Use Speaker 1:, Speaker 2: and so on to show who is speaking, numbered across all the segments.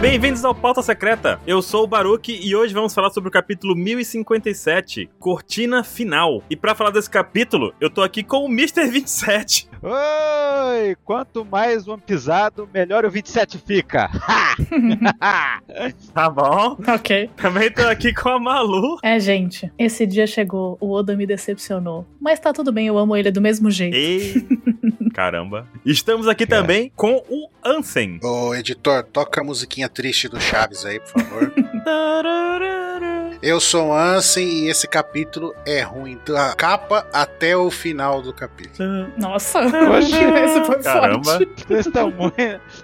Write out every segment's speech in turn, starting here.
Speaker 1: Bem-vindos ao Pauta Secreta. Eu sou o Baruque e hoje vamos falar sobre o capítulo 1057, Cortina Final. E para falar desse capítulo, eu tô aqui com o Mr. 27.
Speaker 2: Oi! Quanto mais um pisado, melhor o 27 fica. Ha!
Speaker 1: Tá bom?
Speaker 3: Ok.
Speaker 1: Também tô aqui com a Malu.
Speaker 3: É, gente, esse dia chegou, o Oda me decepcionou. Mas tá tudo bem, eu amo ele do mesmo jeito.
Speaker 1: Ei, caramba. Estamos aqui também com o Ansem.
Speaker 4: Ô, editor, toca a musiquinha triste do Chaves aí, por favor. Eu sou o Ansem e esse capítulo é ruim, da capa até o final do capítulo.
Speaker 3: Nossa,
Speaker 2: Oxe.
Speaker 3: esse foi
Speaker 1: Caramba.
Speaker 3: forte.
Speaker 2: Vocês estão muito,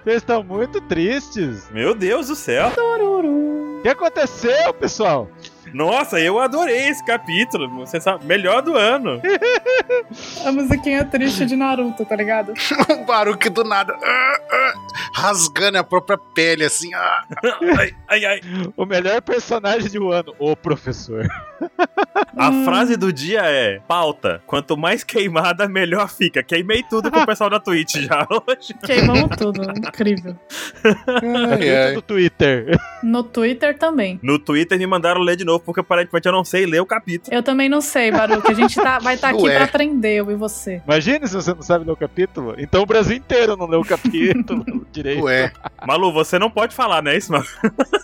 Speaker 2: vocês estão muito tristes.
Speaker 1: Meu Deus do céu.
Speaker 2: O que aconteceu, pessoal?
Speaker 1: Nossa, eu adorei esse capítulo. Você sabe, melhor do ano.
Speaker 3: A musiquinha triste de Naruto, tá ligado?
Speaker 4: Um barulho do nada, ah, ah, rasgando a própria pele, assim. ah.
Speaker 1: ai, ai, ai.
Speaker 2: O melhor personagem de um ano, o professor.
Speaker 1: A
Speaker 3: Hum.
Speaker 1: frase do dia é: pauta, quanto mais queimada, melhor fica. Queimei tudo com o pessoal da Twitch já hoje.
Speaker 3: Queimamos tudo, incrível.
Speaker 4: Ai,
Speaker 2: Dentro
Speaker 4: ai.
Speaker 2: do Twitter.
Speaker 3: No Twitter também.
Speaker 1: No Twitter me mandaram ler de novo, porque aparentemente eu não sei ler o capítulo.
Speaker 3: Eu também não sei, Baruque. A gente tá, vai estar tá aqui
Speaker 4: Ué.
Speaker 3: pra aprender, eu e você.
Speaker 2: Imagine se você não sabe ler o capítulo. Então o Brasil inteiro não leu o capítulo direito.
Speaker 4: Ué,
Speaker 1: Malu, você não pode falar, né? Isso, Malu?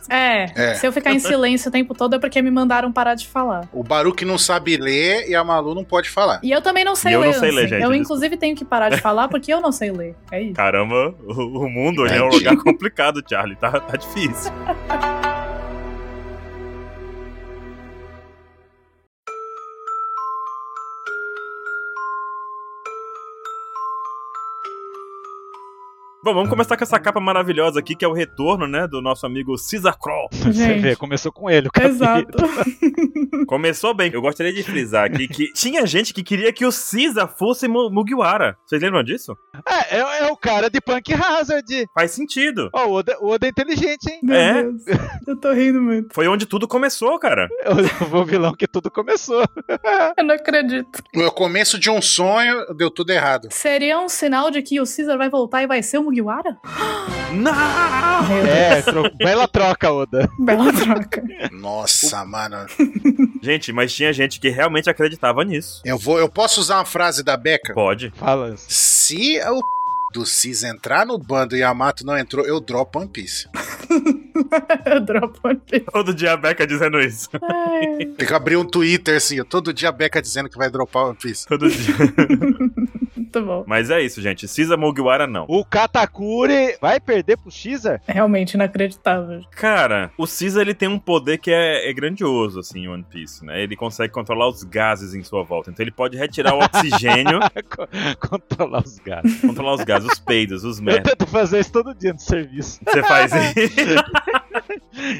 Speaker 3: É,
Speaker 4: É.
Speaker 3: se eu ficar em silêncio o tempo todo é porque me mandaram parar de falar.
Speaker 4: o Baruque não sabe ler e a Malu não pode falar.
Speaker 3: E eu também não sei
Speaker 1: E eu
Speaker 3: ler.
Speaker 1: não sei ler,
Speaker 3: Ansem.
Speaker 1: gente,
Speaker 3: eu
Speaker 1: desculpa.
Speaker 3: inclusive tenho que parar de falar porque eu não sei ler. É isso.
Speaker 1: Caramba, o, o mundo hoje é um lugar complicado, Charlie. Tá, tá difícil. Bom, vamos começar com essa capa maravilhosa aqui, que é o retorno, né, do nosso amigo Caesar Crawl.
Speaker 2: Você
Speaker 3: Gente.
Speaker 2: vê, começou com ele o
Speaker 1: é
Speaker 2: capítulo.
Speaker 3: Exato.
Speaker 1: Começou bem. Eu gostaria de frisar aqui que tinha gente que queria que o Caesar fosse Mu- Mugiwara. Vocês lembram disso?
Speaker 2: É, é, é o cara de Punk Hazard.
Speaker 1: Faz sentido.
Speaker 2: Ó, o, Oda, o Oda é inteligente, hein?
Speaker 3: Meu
Speaker 1: É.
Speaker 3: Deus. Eu tô rindo muito.
Speaker 1: Foi onde tudo começou, cara.
Speaker 2: O, o vilão que tudo começou.
Speaker 3: Eu não acredito.
Speaker 4: O começo de um sonho deu tudo errado.
Speaker 3: Seria um sinal de que o Caesar vai voltar e vai ser um o Mugiwara?
Speaker 1: Não!
Speaker 3: Meu
Speaker 2: É, tro- bela troca, Oda.
Speaker 3: Deus, Bela troca.
Speaker 4: Nossa, mano.
Speaker 1: Gente, mas tinha gente que realmente acreditava nisso.
Speaker 4: Eu vou, eu posso usar uma frase da Beca?
Speaker 1: Pode.
Speaker 2: Fala. Anson.
Speaker 4: Se o do Cis entrar no bando e Yamato não entrou, eu dropo One Piece.
Speaker 3: Eu dropo One Piece.
Speaker 1: Todo dia a Becca dizendo isso.
Speaker 3: Ai.
Speaker 4: Tem que abrir um Twitter, assim, todo dia a Beca dizendo que vai dropar One Piece.
Speaker 1: Todo dia.
Speaker 3: Muito bom.
Speaker 1: mas é isso, gente. Cisa Mugiwara não.
Speaker 2: O Katakuri vai perder pro Xer?
Speaker 3: Realmente inacreditável.
Speaker 1: Cara, o Cisa ele tem um poder que é, é grandioso, assim, em One Piece, né? Ele consegue controlar os gases em sua volta. Então ele pode retirar o oxigênio,
Speaker 2: Controlar os gatos. né?
Speaker 1: controlar os gases, os peidos, os
Speaker 2: Eu
Speaker 1: merda.
Speaker 2: tento fazer isso todo dia no serviço.
Speaker 1: Você faz isso.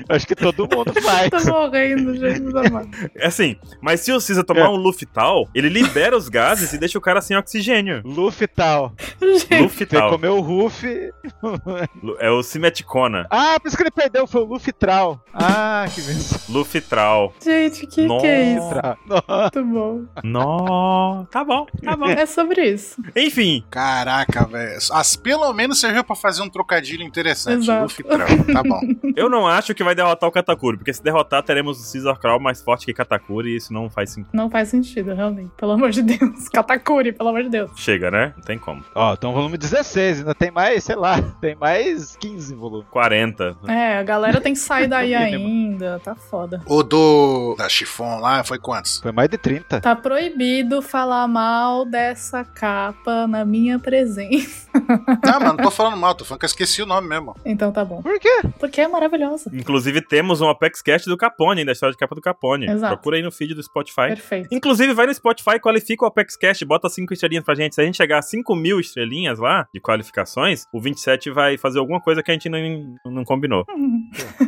Speaker 2: Acho que todo mundo faz.
Speaker 3: Tô morrendo, Jesus amado.
Speaker 1: É Assim, mas se o Cisa tomar
Speaker 2: É.
Speaker 1: um Luftal, ele libera os gases e deixa o cara sem oxigênio.
Speaker 2: Luffy tal.
Speaker 3: Gente,
Speaker 2: Você
Speaker 1: Luftal.
Speaker 2: comeu o Ruffy.
Speaker 1: Lu- É o Simeticona.
Speaker 2: Ah, por isso que ele perdeu, foi o Luffy Tral. Ah, que benção.
Speaker 1: Lufitral.
Speaker 3: gente, que que é isso?
Speaker 1: Nossa.
Speaker 2: Tral. Nossa.
Speaker 3: Muito bom.
Speaker 1: Nossa. Tá bom, tá bom.
Speaker 3: É sobre isso.
Speaker 1: Enfim,
Speaker 4: Caraca, velho. As- Pelo menos serviu pra fazer um trocadilho interessante.
Speaker 3: Exato.
Speaker 4: Luffy Trump, tá bom.
Speaker 1: Eu não acho que vai derrotar o Katakuri, porque se derrotar, teremos o Caesar Crawl mais forte que Katakuri, e isso não faz sentido.
Speaker 3: Não faz sentido, realmente. Pelo amor de Deus. Katakuri, pelo amor de Deus.
Speaker 1: Chega, né? Não tem como.
Speaker 2: Ó, então volume 16, ainda tem mais, sei lá, tem mais 15 volumes.
Speaker 1: 40.
Speaker 3: É, a galera tem que sair daí
Speaker 2: No mínimo.
Speaker 3: ainda. Tá foda.
Speaker 4: O do. Da Chifon lá foi quantos?
Speaker 2: Foi mais de 30.
Speaker 3: Tá proibido falar mal dessa capa na minha presença.
Speaker 4: Tá, mano, não tô falando mal, tô falando que eu esqueci o nome mesmo.
Speaker 3: Então tá bom.
Speaker 2: Por quê?
Speaker 3: Porque é maravilhosa.
Speaker 1: Inclusive, temos um Apex Cast do Capone, da história de capa do Capone.
Speaker 3: Exato.
Speaker 1: Procura aí no feed do Spotify.
Speaker 3: Perfeito.
Speaker 1: Inclusive, vai no Spotify, qualifica o Apex Cast, bota 5 estrelinhas pra gente. Se a gente chegar a 5 mil estrelinhas lá, de
Speaker 3: Uhum.
Speaker 1: qualificações, o 27 vai fazer alguma coisa que a gente não, não combinou.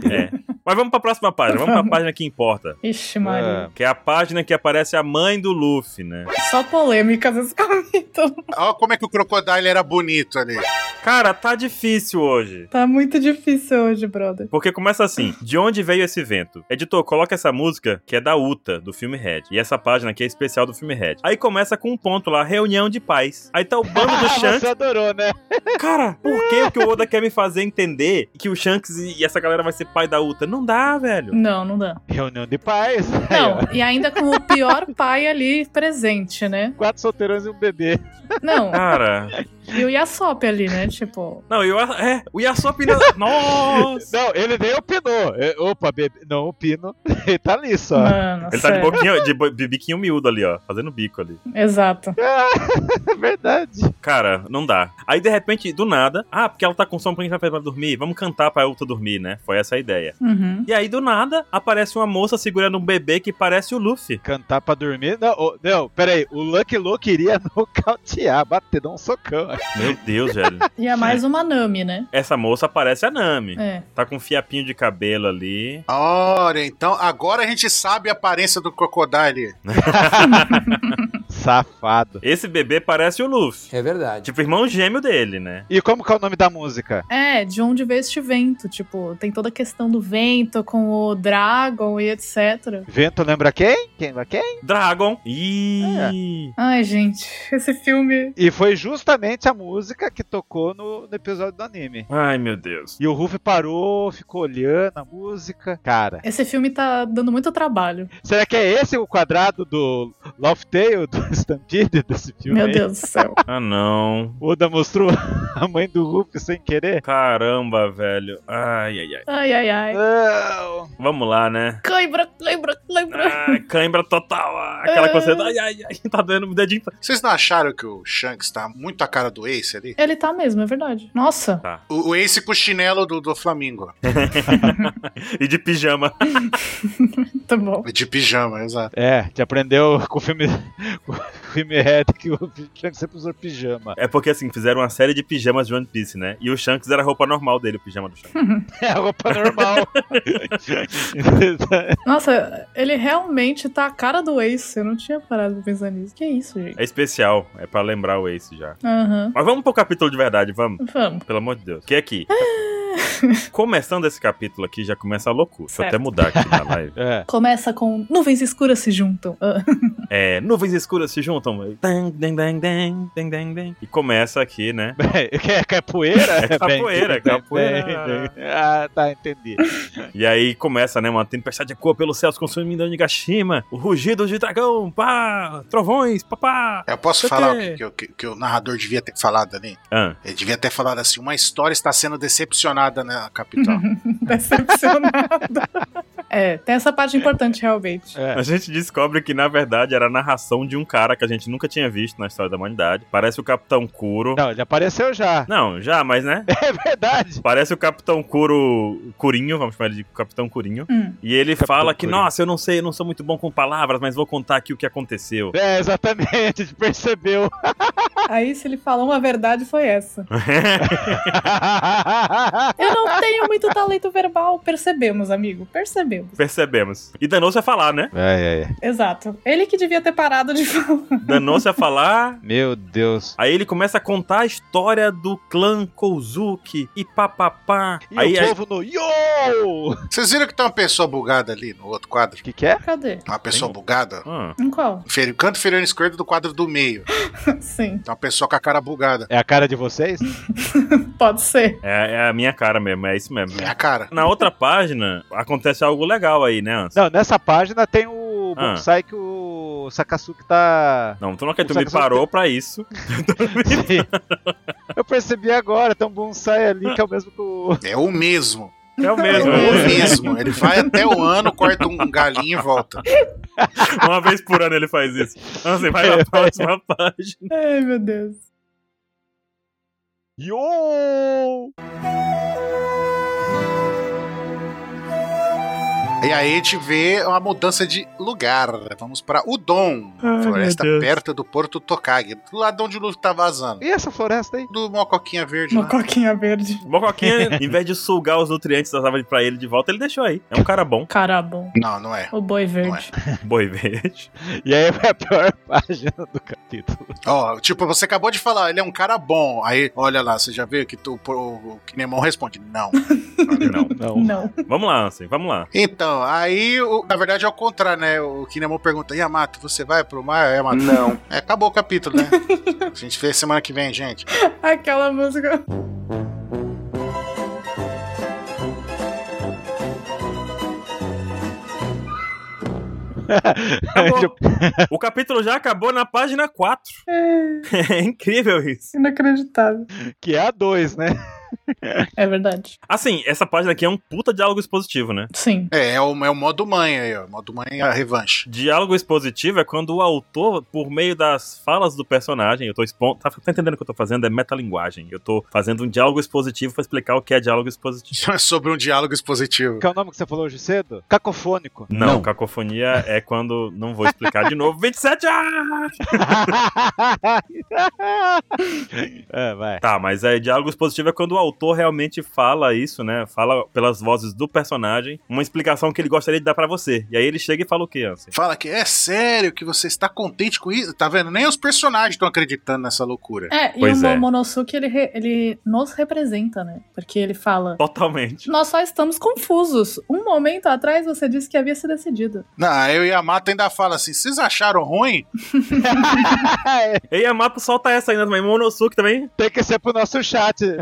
Speaker 1: É. Mas vamos pra próxima página, vamos pra página que importa.
Speaker 3: Ixi, Maria.
Speaker 1: Que é a página que aparece a mãe do Luffy, né?
Speaker 3: Só polêmicas esse capítulo.
Speaker 4: Olha como é que o Crocodile era bonito ali.
Speaker 1: Cara, tá difícil hoje.
Speaker 3: Tá muito difícil hoje, brother.
Speaker 1: Porque começa assim: De onde veio esse vento? Editor, coloca essa música que é da Uta, do filme Red. E essa página aqui é especial do filme Red. Aí começa com um ponto lá: reunião de pais. Aí tá o bando do Shanks.
Speaker 2: Você adorou, né?
Speaker 1: Cara, por que, que o Oda quer me fazer entender que o Shanks e essa galera vai ser pai da Uta? Não dá, velho.
Speaker 3: Não, não dá.
Speaker 2: Reunião de pais. Aí, ó.
Speaker 3: Não, e ainda com o pior pai ali presente, né?
Speaker 2: Quatro solteirões e um bebê.
Speaker 3: Não,
Speaker 1: Ah. Cara.
Speaker 3: e o Yasop ali, né? Tipo,
Speaker 1: Não, eu. É, o Yasop. ainda- Nossa!
Speaker 2: Não, ele nem opinou. É, Opa, bebê. Não opino. Ele tá ali só.
Speaker 3: mano,
Speaker 1: Ele tá de,
Speaker 3: sério.
Speaker 1: boquinha, de, bo- de biquinho miúdo ali, ó. Fazendo bico ali.
Speaker 3: Exato.
Speaker 2: É verdade.
Speaker 1: Cara, não dá. Aí, de repente, do nada. Ah, porque ela tá com sono pra gente vai pra dormir. Vamos cantar pra outra dormir, né? Foi essa a ideia.
Speaker 3: Uhum.
Speaker 1: E aí, do nada, aparece uma moça segurando um bebê que parece o Luffy.
Speaker 2: Cantar pra dormir? Não, ô, não peraí. O Lucky Luke iria nocautear, bater, dar um socão.
Speaker 1: Meu Deus, velho.
Speaker 3: E é mais uma Nami, né?
Speaker 1: Essa moça parece a Nami.
Speaker 3: É.
Speaker 1: Tá com um fiapinho de cabelo ali.
Speaker 4: Olha, então agora a gente sabe a aparência do Crocodile.
Speaker 2: Safado.
Speaker 1: Esse bebê parece o Luffy.
Speaker 5: É verdade.
Speaker 1: Tipo, irmão gêmeo dele, né?
Speaker 2: E como que é o nome da música?
Speaker 3: É, de onde veio este vento? Tipo, tem toda a questão do vento com o Dragon e etc.
Speaker 2: Vento lembra quem? Quem lembra quem?
Speaker 1: Dragon. Ih.
Speaker 3: Ai, gente, esse filme.
Speaker 2: E foi justamente a música que tocou no, no episódio do
Speaker 5: É.
Speaker 2: anime.
Speaker 1: Ai, meu Deus.
Speaker 2: E o Ruff parou, ficou olhando a música. Cara,
Speaker 3: Esse filme tá dando muito trabalho.
Speaker 2: será que é esse o quadrado do Love Tale, do Stampede desse filme?
Speaker 3: Meu
Speaker 2: aí?
Speaker 3: Deus do céu.
Speaker 1: Ah, não.
Speaker 2: O Oda mostrou a mãe do Ruff sem querer?
Speaker 1: Caramba, velho. Ai, ai, ai.
Speaker 3: Ai, ai, ai.
Speaker 2: Não.
Speaker 1: Vamos lá, né?
Speaker 3: Cãibra, cãibra, cãibra.
Speaker 1: Ah, cãibra total. ah, Aquela que você. Ai, ai, ai. Tá doendo o dedinho.
Speaker 4: Vocês não acharam que o Shanks tá muito a cara do Ace ali?
Speaker 3: Ele tá mesmo, é verdade. Nossa.
Speaker 4: O, o Ace com o chinelo do, do Flamingo.
Speaker 1: E de pijama.
Speaker 3: Tá bom.
Speaker 4: De pijama, exato.
Speaker 2: É, te aprendeu com o filme, com o filme Red que o Shanks sempre usou pijama.
Speaker 1: É porque, assim, fizeram uma série de pijamas de One Piece, né? E o Shanks era a roupa normal dele, o pijama do Shanks.
Speaker 2: É a roupa normal.
Speaker 3: Nossa, ele realmente tá a cara do Ace. Eu não tinha parado pra pensar nisso. Que isso, gente?
Speaker 1: É especial. É pra lembrar o Ace já.
Speaker 3: Aham.
Speaker 1: Mas vamos pro capítulo de verdade, vamos.
Speaker 3: Vamos.
Speaker 1: Pelo amor de Deus. Que é aqui. Começando esse capítulo aqui, já começa a loucura. Deixa eu até
Speaker 3: Certo.
Speaker 1: mudar aqui na live.
Speaker 2: é.
Speaker 3: Começa com nuvens escuras se juntam. Ah.
Speaker 1: É, nuvens escuras se juntam. Dang, dang, dang, dang, dang, dang, dang. E começa aqui, né?
Speaker 2: Bem, que é capoeira?
Speaker 1: É capoeira,
Speaker 2: Bem,
Speaker 1: capoeira.
Speaker 2: bem, bem. Ah, tá, entendi.
Speaker 1: E aí começa, né? Uma tempestade ecoa pelos céus consumindo Onigashima. O rugido de dragão, pá! Trovões, papá!
Speaker 4: Eu posso
Speaker 1: Por
Speaker 4: falar o
Speaker 1: quê?
Speaker 4: que, que o- que- que o narrador devia ter falado ali?
Speaker 1: Ah,
Speaker 4: Ele devia ter falado assim: uma história está sendo decepcionada na capital.
Speaker 1: Uhum.
Speaker 3: Decepcionada. é, tem essa parte importante realmente.
Speaker 1: a
Speaker 2: É.
Speaker 1: gente descobre que, na verdade, era a narração de um cara que a gente nunca tinha visto na história da humanidade. Parece o Capitão Kuro.
Speaker 2: Não, ele apareceu já.
Speaker 1: Não, já, mas né?
Speaker 2: É verdade.
Speaker 1: Parece o Capitão Curo. Curinho, vamos chamar ele de Capitão Curinho.
Speaker 3: Hum.
Speaker 1: E ele
Speaker 2: Capitão
Speaker 1: fala que,
Speaker 2: Curinho.
Speaker 1: nossa, eu não sei, eu não sou muito bom com palavras, mas vou contar aqui o que aconteceu.
Speaker 2: É, exatamente, a gente percebeu.
Speaker 3: Aí, se ele falou uma verdade, foi essa. Eu não tenho muito talento verbal. Percebemos, amigo. Percebemos.
Speaker 1: Percebemos. E danou-se a falar, né?
Speaker 2: Ai, ai.
Speaker 3: Exato. Ele que devia ter parado de falar.
Speaker 1: Danou-se a falar.
Speaker 2: Meu Deus.
Speaker 1: Aí ele começa a contar a história do clã Kouzuki e papapá.
Speaker 2: E
Speaker 1: Aí,
Speaker 2: o
Speaker 1: aí
Speaker 2: povo no Yo! O
Speaker 4: Vocês viram que tem uma pessoa bugada ali no outro quadro?
Speaker 2: que, que é?
Speaker 3: Cadê?
Speaker 4: Uma pessoa
Speaker 1: Tem?
Speaker 4: bugada?
Speaker 1: Ah,
Speaker 3: Em qual?
Speaker 4: Inferi- Canto inferior esquerdo do quadro do meio.
Speaker 3: Sim,
Speaker 4: Tem uma pessoa com a cara bugada.
Speaker 2: É a cara de vocês?
Speaker 3: pode ser.
Speaker 1: é, é a minha cara mesmo, é isso mesmo.
Speaker 4: É a cara.
Speaker 1: Na outra página, acontece algo legal aí, né, Anson?
Speaker 2: Não, nessa página tem o
Speaker 1: Ah.
Speaker 2: bonsai que o Sakasuke tá.
Speaker 1: Não, tu não quer, tu
Speaker 2: Só
Speaker 1: me
Speaker 2: que só-
Speaker 1: parou pra isso.
Speaker 2: Sim. Eu percebi agora, tem um bonsai ali que é o mesmo que o.
Speaker 4: É o mesmo.
Speaker 1: É o
Speaker 4: É
Speaker 1: mesmo.
Speaker 4: o mesmo. Ele vai até o ano, corta um galinho e volta.
Speaker 1: Uma vez por ano ele faz isso. Anson, vai
Speaker 2: É.
Speaker 1: na próxima página.
Speaker 3: Ai, meu Deus.
Speaker 2: Yo!
Speaker 4: E aí a gente vê uma mudança de lugar. Vamos pra Udon,
Speaker 1: Ai,
Speaker 4: floresta
Speaker 1: meu Deus.
Speaker 4: perto do Porto Tokag, do lado de onde o Luffy tá vazando.
Speaker 2: E essa floresta aí?
Speaker 4: Do Mocoquinha Verde
Speaker 3: Uma
Speaker 4: lá.
Speaker 3: coquinha verde.
Speaker 1: Mocoquinha, em vez de sugar os nutrientes das árvores pra ele de volta, ele deixou aí. É um cara bom.
Speaker 3: Cara bom.
Speaker 4: Não, não é.
Speaker 3: O boi verde.
Speaker 1: Boi verde.
Speaker 2: E aí vai a pior página do capítulo.
Speaker 4: Ó, tipo, você acabou de falar, ele é um cara bom. Aí, olha lá, você já viu que tu, o, o Kinemon responde, não.
Speaker 1: Não.
Speaker 2: Não.
Speaker 3: Não.
Speaker 1: Vamos lá, Ansem, vamos lá.
Speaker 4: Então, aí, o- na verdade é o contrário, né? O Kinemon pergunta, Yamato, você vai pro mar? Aí Yamato,
Speaker 5: Não.
Speaker 4: é, acabou o capítulo, né? A gente vê semana que vem, gente.
Speaker 3: Aquela música.
Speaker 2: Tá
Speaker 1: Acabou.
Speaker 2: Tipo,
Speaker 1: o capítulo já acabou na página 4. É incrível isso.
Speaker 3: Inacreditável.
Speaker 2: Que é a 2, né?
Speaker 3: É verdade.
Speaker 1: Assim, essa página aqui é um puta diálogo expositivo, né?
Speaker 3: Sim.
Speaker 4: É, é o, é o modo mãe aí, ó. O modo mãe é a revanche.
Speaker 1: Diálogo expositivo é quando o autor, por meio das falas do personagem, eu tô expondo. Tá, tá entendendo o que eu tô fazendo? É metalinguagem. Eu tô fazendo um diálogo expositivo pra explicar o que é diálogo expositivo.
Speaker 4: Isso é sobre um diálogo expositivo.
Speaker 2: Que é o nome que você falou hoje cedo? Cacofônico.
Speaker 1: Não,
Speaker 5: Não.
Speaker 1: cacofonia é quando. Não vou explicar de novo. 27! Ah!
Speaker 2: é, vai.
Speaker 1: Tá, mas é diálogo expositivo é quando o autor realmente fala isso, né? Fala pelas vozes do personagem, uma explicação que ele gostaria de dar pra você. E aí ele chega e fala o quê, Ansem?
Speaker 4: Fala que é sério que você está contente com isso? Tá vendo? Nem os personagens estão acreditando nessa loucura.
Speaker 3: É,
Speaker 1: Pois
Speaker 3: e o
Speaker 1: é.
Speaker 3: Momonosuke, ele, re- ele nos representa, né? Porque ele fala.
Speaker 1: Totalmente.
Speaker 3: Nós só estamos confusos. Um momento atrás você disse que havia se decidido.
Speaker 4: Não, aí o Yamato ainda fala assim: vocês acharam ruim?
Speaker 1: E Yamato solta essa ainda também. Monosuke também.
Speaker 2: É, Tem que ser pro nosso chat.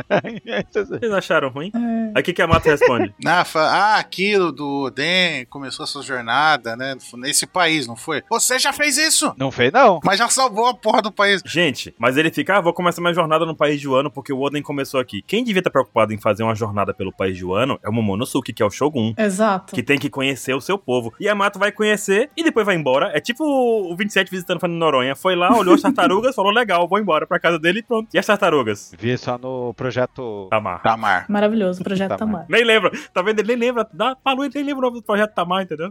Speaker 1: Vocês acharam ruim? Aí o que, que Yamato responde?
Speaker 4: Ah, fa- ah, aquilo do Oden começou a sua jornada, né? Nesse país, não foi? Você já fez isso!
Speaker 2: Não fez, não.
Speaker 4: Mas já salvou a porra do país.
Speaker 1: Gente, mas ele fica, ah, vou começar minha jornada no país de Wano porque o Oden começou aqui. Quem devia estar preocupado em fazer uma jornada pelo país de Wano é o Momonosuke, que é o Shogun.
Speaker 3: Exato.
Speaker 1: Que tem que conhecer o seu povo. E Yamato vai conhecer e depois vai embora. É tipo o 27 visitando Fernando Noronha. Foi lá, olhou as tartarugas, falou legal, vou embora pra casa dele e pronto. E as tartarugas?
Speaker 2: Vi só no projeto.
Speaker 1: Tamar.
Speaker 4: Tamar.
Speaker 3: Maravilhoso, projeto
Speaker 2: Tá,
Speaker 3: Tamar.
Speaker 1: Nem lembra. Tá vendo? Ele nem lembra. Dá, falou, ele nem lembra o nome do projeto Tamar, entendeu?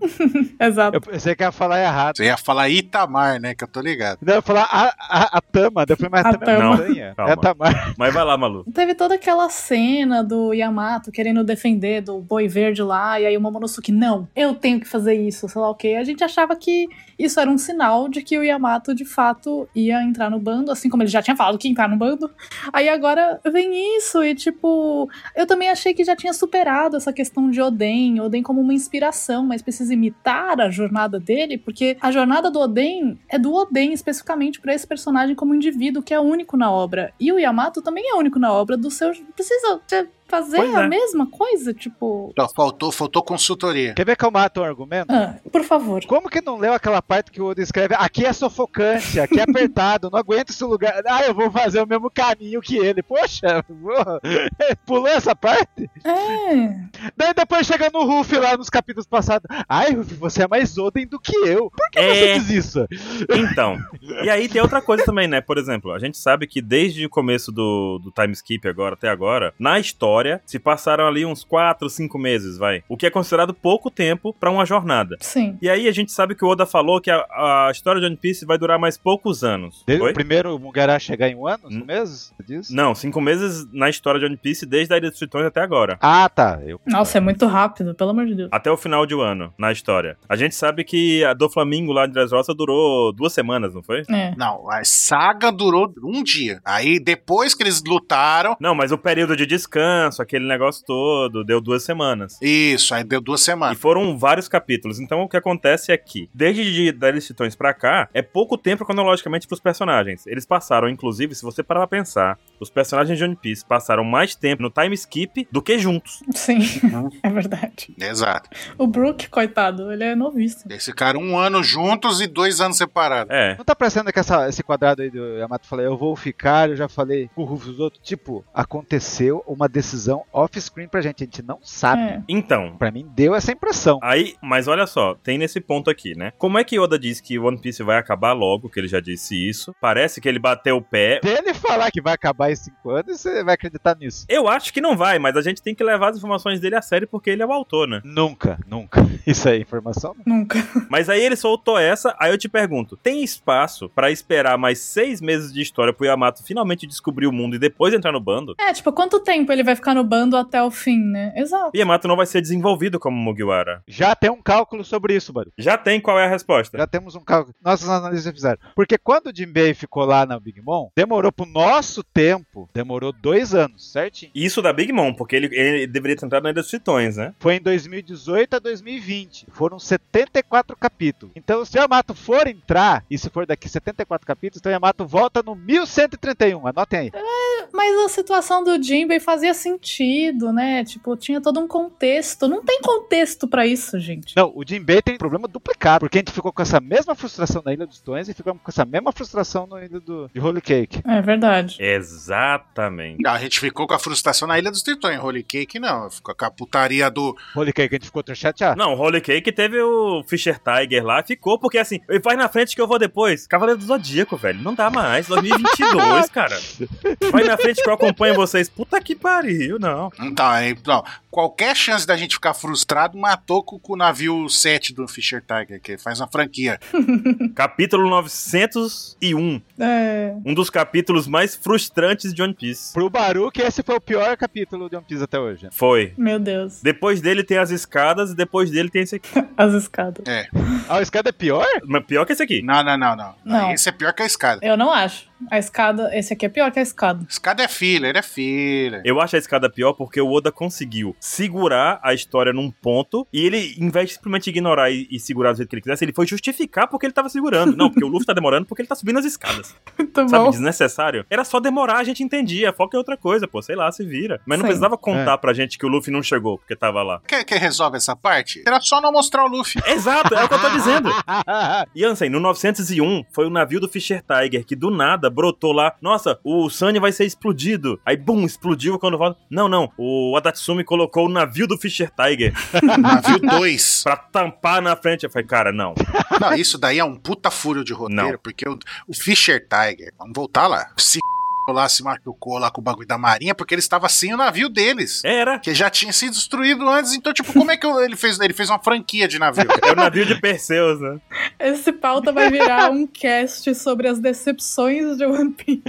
Speaker 3: Exato.
Speaker 2: Eu pensei que ia falar errado.
Speaker 4: Você ia falar Itamar, né? Que eu tô ligado.
Speaker 2: Não, eu ia falar a, a, a Tama. Depois, mas
Speaker 3: A
Speaker 2: a Tama é
Speaker 3: Tama.
Speaker 2: montanha.
Speaker 1: Calma.
Speaker 2: É a Tamar.
Speaker 1: Mas vai lá, Malu.
Speaker 3: Teve toda aquela cena do Yamato querendo defender do boi verde lá, e aí o Momonosuke, não, eu tenho que fazer isso, sei lá o quê. A gente achava que isso era um sinal de que o Yamato de fato ia entrar no bando, assim como ele já tinha falado que ia entrar no bando. Aí agora vem isso, e tipo, eu também achei que já tinha superado essa questão de Oden, Oden como uma inspiração, mas precisa imitar a jornada dele, porque a jornada do Oden é do Oden especificamente pra esse personagem como indivíduo que é único na obra. E o Yamato também é único na obra do seu, precisa é, fazer
Speaker 1: Pois
Speaker 3: a
Speaker 1: é.
Speaker 3: mesma coisa, tipo,
Speaker 4: Só Faltou, faltou consultoria.
Speaker 2: Quer ver que eu mato um argumento?
Speaker 3: ah, por favor.
Speaker 2: Como que não leu aquela parte que o Oda escreve? Aqui é sufocante, aqui é apertado, não aguento esse lugar. Ah, eu vou fazer o mesmo caminho que ele. Poxa, porra. pulou essa parte?
Speaker 3: É,
Speaker 2: Daí depois chega no Ruff lá nos capítulos passados. Ai, Ruff, você é mais Oden do que eu. Por que você
Speaker 1: É.
Speaker 2: diz isso?
Speaker 1: Então, e aí tem outra coisa também, né? Por exemplo, a gente sabe que desde o começo do, do time skip agora até agora, na história, se passaram ali uns 4, 5 meses, vai. O que é considerado pouco tempo pra uma jornada.
Speaker 3: sim.
Speaker 1: E aí a gente sabe que o Oda falou que a, a história de One Piece vai durar mais poucos anos.
Speaker 2: Desde
Speaker 1: Foi?
Speaker 2: o primeiro Mugará chegar em um ano,
Speaker 1: Hum.
Speaker 2: cinco meses? Você diz?
Speaker 1: Não, cinco meses na história de One Piece desde a Ilha dos Tritões até agora.
Speaker 2: Ah, tá. Eu...
Speaker 3: Nossa, é muito rápido, pelo amor de Deus.
Speaker 1: Até o final de um ano, na história. A gente sabe que a do Flamingo lá de Dressrosa durou duas semanas, não foi?
Speaker 3: É.
Speaker 4: Não, a saga durou um dia. Aí depois que eles lutaram.
Speaker 1: Não, mas o período de descanso, aquele negócio todo, deu duas semanas.
Speaker 4: Isso, aí deu duas
Speaker 1: E
Speaker 4: semanas.
Speaker 1: foram vários capítulos. Então o que acontece é que, desde de Daí dos Titões pra cá, é pouco tempo cronologicamente pros personagens. Eles passaram, inclusive, se você parar pra pensar, os personagens de One Piece passaram mais tempo no time skip do que juntos.
Speaker 3: Sim, é verdade.
Speaker 4: Exato.
Speaker 3: O Brook, coitado, ele é novíssimo.
Speaker 4: Eles ficaram um ano juntos e dois anos separados.
Speaker 1: É.
Speaker 2: Não tá parecendo que essa- esse quadrado aí do Yamato falei, eu vou ficar, eu já falei com o Rufus outro. Tipo, aconteceu uma decisão off-screen pra gente, a gente não sabe.
Speaker 3: É.
Speaker 1: Então,
Speaker 2: Pra mim deu essa impressão.
Speaker 1: Aí, mas olha só, tem nesse ponto aqui, né? Como é que Oda diz que One Piece vai acabar logo, que ele já disse isso? Parece que ele bateu o pé.
Speaker 2: Até ele falar que vai acabar em 5 anos, você vai acreditar nisso.
Speaker 1: Eu acho que não vai, mas a gente tem que levar as informações dele a sério porque ele é o autor, né?
Speaker 2: Nunca, nunca. Isso aí é informação?
Speaker 3: Nunca.
Speaker 1: Mas aí ele soltou essa, aí eu te pergunto: tem espaço pra esperar mais seis meses de história pro Yamato finalmente descobrir o mundo e depois entrar no bando?
Speaker 3: É, tipo, quanto tempo ele vai ficar no bando até o fim, né? Exato.
Speaker 1: Yamato não vai ser desenvolvido como Mugiwara.
Speaker 2: Já tem um cálculo sobre isso, Baru.
Speaker 1: Já tem qual é a resposta?
Speaker 2: Já temos um cálculo. Nossas analistas fizeram. Porque quando o Jinbei ficou lá na Big Mom, demorou pro nosso tempo, demorou dois anos, certinho?
Speaker 1: Isso da Big Mom, porque ele, ele deveria ter entrado na Ilha dos Titões, né?
Speaker 2: Foi em 2018 a 2020. Foram 74 capítulos. Então, se o Yamato for entrar, e se for daqui 74 capítulos, então o Yamato volta no 1131. Anotem aí.
Speaker 3: Mas a situação do Jinbei fazia sentido, né? Tipo, tinha todo um contexto. Não tem contexto pra isso, gente.
Speaker 2: Não, o Jinbei tem problema duplicado, porque a gente ficou com essa mesma frustração na Ilha dos Tões e ficamos com essa mesma frustração na Ilha do, de Holy Cake.
Speaker 3: É verdade.
Speaker 1: Exatamente.
Speaker 4: Não, a gente ficou com a frustração na Ilha dos Tritões, Holy Cake não. Ficou com a putaria do.
Speaker 2: Holy Cake, a gente ficou tão chateado.
Speaker 1: Não, o Holy Cake teve o Fischer Tiger lá, ficou, porque assim, ele vai na frente que eu vou depois. Cavaleiro do Zodíaco, velho, não dá mais, 2022, cara. Vai na frente que eu acompanho vocês. Puta que pariu, não.
Speaker 4: Então, aí, não. Qualquer chance da gente ficar frustrado matou com com o navio 7 do Fischer Tiger, que faz uma franquia.
Speaker 1: Capítulo 901,
Speaker 3: É.
Speaker 1: um dos capítulos mais frustrantes de One Piece.
Speaker 2: Pro Baruque, esse foi o pior capítulo de One Piece até hoje.
Speaker 1: Foi.
Speaker 3: Meu Deus.
Speaker 1: Depois dele tem as escadas e depois dele tem esse aqui.
Speaker 3: As escadas.
Speaker 2: Ah, o escada é pior?
Speaker 1: Mas Pior que esse aqui.
Speaker 4: Não, não, não, não.
Speaker 3: Não.
Speaker 4: Esse é pior que a escada.
Speaker 3: Eu não acho. A escada. Esse aqui é pior que a escada.
Speaker 4: Escada é filler, é filler.
Speaker 1: Eu acho a escada pior porque o Oda conseguiu segurar a história num ponto e ele, em vez de simplesmente ignorar e, e segurar do jeito que ele quisesse, ele foi justificar porque ele tava segurando. Não, porque o Luffy tá demorando porque ele tá subindo as escadas.
Speaker 3: Muito
Speaker 1: Sabe,
Speaker 3: bom.
Speaker 1: desnecessário. Era só demorar, a gente entendia. Foca em outra coisa, pô, sei lá, se vira. Mas não
Speaker 3: Sim.
Speaker 1: precisava contar pra gente que o Luffy não chegou porque tava lá.
Speaker 4: Quer que resolve essa parte? Era só não mostrar o Luffy.
Speaker 1: Exato, é o que eu tô dizendo. E assim, no 901 foi o navio do Fischer Tiger que do nada brotou lá. Nossa, o Sunny vai ser explodido. Aí, bum, explodiu quando volta. Não, não. O Adatsumi colocou o navio do Fischer Tiger
Speaker 4: Navio 2.
Speaker 1: pra tampar na frente. Eu falei, cara, não.
Speaker 4: Não, isso daí é um puta furo de roteiro,
Speaker 1: Não.
Speaker 4: porque o, o Fischer Tiger, vamos voltar lá, se lá se machucou lá com o bagulho da marinha, porque ele estava sem o navio deles.
Speaker 1: Era.
Speaker 4: Que já tinha sido destruído antes, então, tipo, como é que eu- ele fez? Ele fez uma franquia de navio.
Speaker 1: É o navio de Perseus, né?
Speaker 3: Esse pauta vai virar um cast sobre as decepções de One Piece.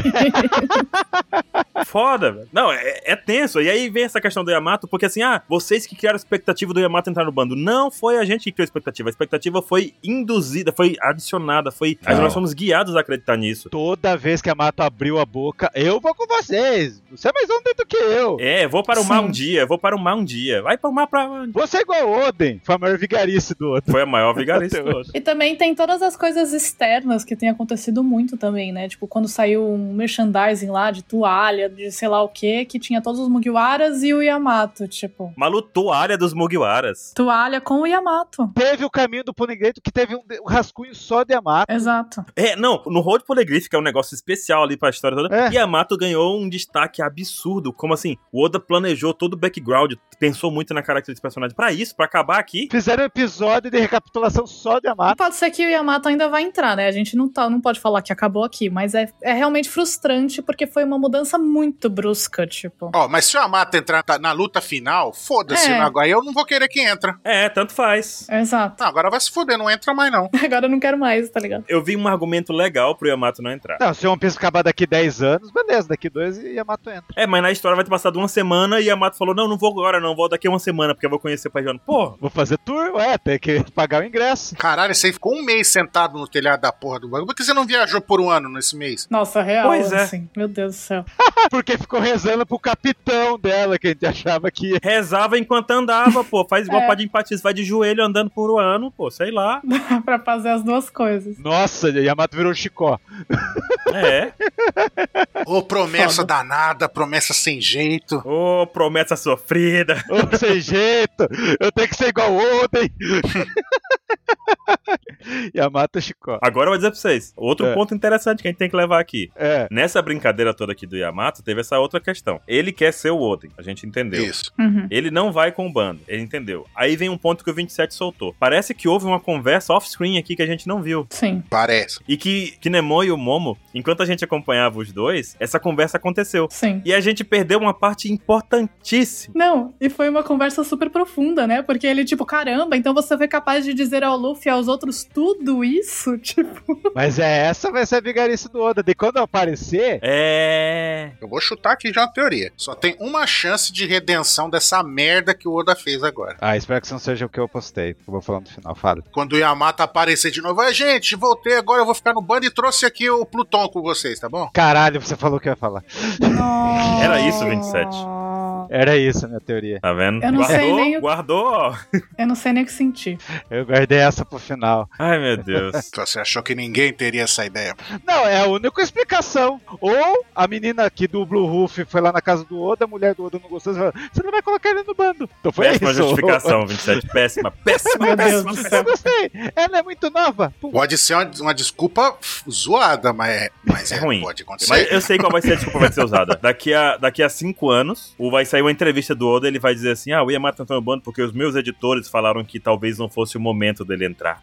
Speaker 1: Foda, velho. Não, é, é tenso. E aí vem essa questão do Yamato, porque assim, ah, vocês que criaram a expectativa do Yamato entrar no bando. Não foi a gente que criou a expectativa. A expectativa foi induzida, foi adicionada, foi.
Speaker 2: Não.
Speaker 1: Nós fomos guiados a acreditar nisso.
Speaker 2: Toda vez que a Mato abriu a boca, eu vou com vocês. Você é mais ontem do que eu.
Speaker 1: É, vou para o mar
Speaker 3: Sim.
Speaker 1: um dia, vou para o mar um dia. Vai para o mar pra.
Speaker 2: Você é igual o Oden. Foi a maior vigarice do outro.
Speaker 1: Foi a maior vigarice do outro.
Speaker 3: E também tem todas as coisas externas que tem acontecido muito também, né? Tipo, quando saiu um merchandising lá de toalha, de sei lá o que, que tinha todos os Mugiwaras e o Yamato, tipo.
Speaker 1: Malu, toalha dos Mugiwaras.
Speaker 3: Toalha com o Yamato.
Speaker 2: Teve o caminho do Punigreto que teve um, de- um rascunho só de Yamato.
Speaker 3: Exato.
Speaker 1: É, não, no Road Poleglyph, que é um negócio especial ali pra história toda,
Speaker 2: É.
Speaker 1: Yamato ganhou um destaque absurdo. Como assim? O Oda planejou todo o background, pensou muito na característica dos personagens. Pra isso, pra acabar aqui,
Speaker 2: Fizeram um episódio de recapitulação só de
Speaker 1: Ah.
Speaker 2: Yamato.
Speaker 3: Pode ser que o Yamato ainda vai entrar, né? A gente não, tá, não pode falar que acabou aqui, mas é, é realmente frustrante porque foi uma mudança muito brusca, tipo.
Speaker 4: Ó, mas se o Yamato entrar na- na luta final, foda-se,
Speaker 3: É.
Speaker 4: não, agora eu não vou querer que entra.
Speaker 1: é, tanto faz.
Speaker 3: Exato.
Speaker 4: Não, agora vai se foder, não entra mais não.
Speaker 3: Agora eu não quero mais, tá ligado?
Speaker 1: Eu vi um argumento legal pro Yamato não entrar.
Speaker 2: Não, se o One Piece acabar daqui 10 anos, beleza, daqui 2 e Yamato entra.
Speaker 1: É, mas na história vai ter passado uma semana e Yamato falou: Não, não vou agora, não, vou daqui a uma semana, porque eu vou conhecer o Pai João. Pô,
Speaker 2: Vou fazer tour, ué, tem que pagar o ingresso.
Speaker 4: Caralho, você ficou um mês sentado no telhado da porra do bagulho. Por que você não viajou por um ano nesse mês?
Speaker 3: Nossa, real,
Speaker 1: Pois é.
Speaker 3: assim. Meu Deus do céu.
Speaker 2: Ah, Porque ficou rezando pro capitão dela, que a gente achava que ia.
Speaker 1: rezava enquanto andava, pô, faz igual
Speaker 3: É.
Speaker 1: é. Padim Patins, vai de joelho andando por um ano, pô, sei lá.
Speaker 3: pra fazer as duas coisas.
Speaker 2: Nossa, Yamato virou Chicó.
Speaker 1: É.
Speaker 4: Ô, promessa
Speaker 3: Foda.
Speaker 4: danada, promessa sem jeito.
Speaker 1: Ô, promessa sofrida.
Speaker 2: Ô, sem jeito, eu tenho que ser igual o Oden. Yamato é Chicó.
Speaker 1: Agora eu vou dizer pra vocês, outro
Speaker 2: É.
Speaker 1: ponto interessante que a gente tem que levar aqui.
Speaker 2: É.
Speaker 1: Nessa brincadeira toda aqui do Yamato, teve essa outra questão. Ele quer ser o Oden, a gente entendeu.
Speaker 4: Isso.
Speaker 3: Uhum.
Speaker 1: Ele não vai com o bando, ele entendeu. Aí vem um ponto que o 27 soltou. Parece que houve uma conversa off-screen aqui que a gente não viu.
Speaker 3: Sim.
Speaker 4: Parece.
Speaker 1: E que Kinemon e o Momo, enquanto a gente acompanhava os dois, essa conversa aconteceu.
Speaker 3: Sim.
Speaker 1: E a gente perdeu uma parte importantíssima.
Speaker 3: Não, e foi uma conversa super profunda, né? Porque ele, tipo, caramba, então você foi capaz de dizer ao Luffy e aos outros tudo isso? Tipo,
Speaker 2: Mas é essa vai ser a vigarice do Oda. De quando aparecer,
Speaker 1: É.
Speaker 4: Eu vou chutar aqui já uma teoria. Só tem uma chance de redenção dessa merda que o Oda fez agora.
Speaker 2: Ah, espero que isso não seja o que eu postei. Eu vou falar no final, fala.
Speaker 4: Quando o Yamato aparecer de novo, ah, gente, voltei agora, eu vou ficar no bando e trouxe aqui o Pluton com vocês, tá bom?
Speaker 2: Caralho, você falou o que eu ia falar.
Speaker 1: Era isso, 27.
Speaker 2: Era isso a minha teoria.
Speaker 1: Tá vendo?
Speaker 3: Eu não
Speaker 1: guardou,
Speaker 3: sei nem o-
Speaker 1: guardou, ó.
Speaker 3: Eu não sei nem o que sentir.
Speaker 2: Eu guardei essa pro final.
Speaker 1: Ai, meu Deus.
Speaker 4: Então você achou que ninguém teria essa ideia?
Speaker 2: Não, é a única explicação. Ou a menina aqui do Blue Roof foi lá na casa do Oda, a mulher do Oda não gostou, você falou, você não vai colocar ele no bando. Então foi
Speaker 1: Péssima
Speaker 2: isso.
Speaker 1: justificação, 27. Péssima, péssima,
Speaker 3: Meu Deus
Speaker 1: péssima.
Speaker 3: do
Speaker 2: Eu
Speaker 1: péssima.
Speaker 2: gostei. Ela é muito nova. Pum.
Speaker 4: Pode ser uma, uma desculpa zoada, mas, mas é,
Speaker 1: É ruim.
Speaker 4: pode acontecer.
Speaker 1: Mas eu sei qual vai ser a desculpa que vai ser usada. Daqui a, daqui a cinco anos, o, vai sair uma entrevista do Oda ele vai dizer assim: Ah, o Yamato entrou no bando porque os meus editores falaram que talvez não fosse o momento dele entrar.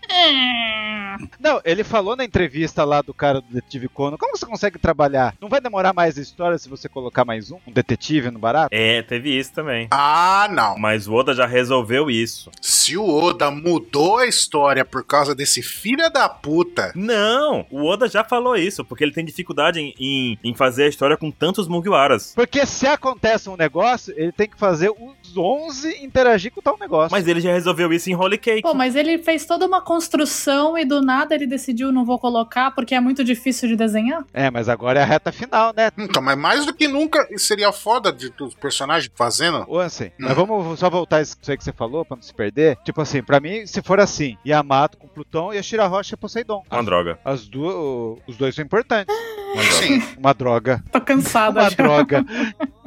Speaker 2: Não, ele falou na entrevista lá do cara do Detetive Conan, como você consegue trabalhar? Não vai demorar mais a história se você colocar mais um, um detetive no barato?
Speaker 1: É, teve isso também.
Speaker 4: Ah, não.
Speaker 1: Mas o Oda já resolveu isso.
Speaker 4: Se o Oda mudou a história por causa desse filho da puta,
Speaker 1: Não! O Oda já falou isso, porque ele tem dificuldade em, em, em fazer a história com tantos Mugiwaras.
Speaker 2: Porque se acontece um negócio, ele tem que fazer os 11 interagir com tal negócio.
Speaker 1: Mas ele já resolveu isso em Holy Cake.
Speaker 3: Pô, mas ele fez toda uma construção e do nada ele decidiu não vou colocar porque é muito difícil de desenhar?
Speaker 2: É, mas agora é a reta final, né?
Speaker 4: então, mas mais do que nunca seria foda de, dos personagens fazendo.
Speaker 2: Ô, Ansem,
Speaker 4: Hum.
Speaker 2: mas vamos só voltar isso aí que você falou, pra não se perder. Tipo assim, pra mim, se for assim, Yamato com Plutão e a Shirahoshi é Poseidon.
Speaker 1: Uma droga.
Speaker 2: As duas, o- os dois são importantes.
Speaker 1: Uma droga.
Speaker 4: Sim.
Speaker 2: Uma droga.
Speaker 3: Tô cansada.
Speaker 2: Uma
Speaker 3: já.
Speaker 2: droga.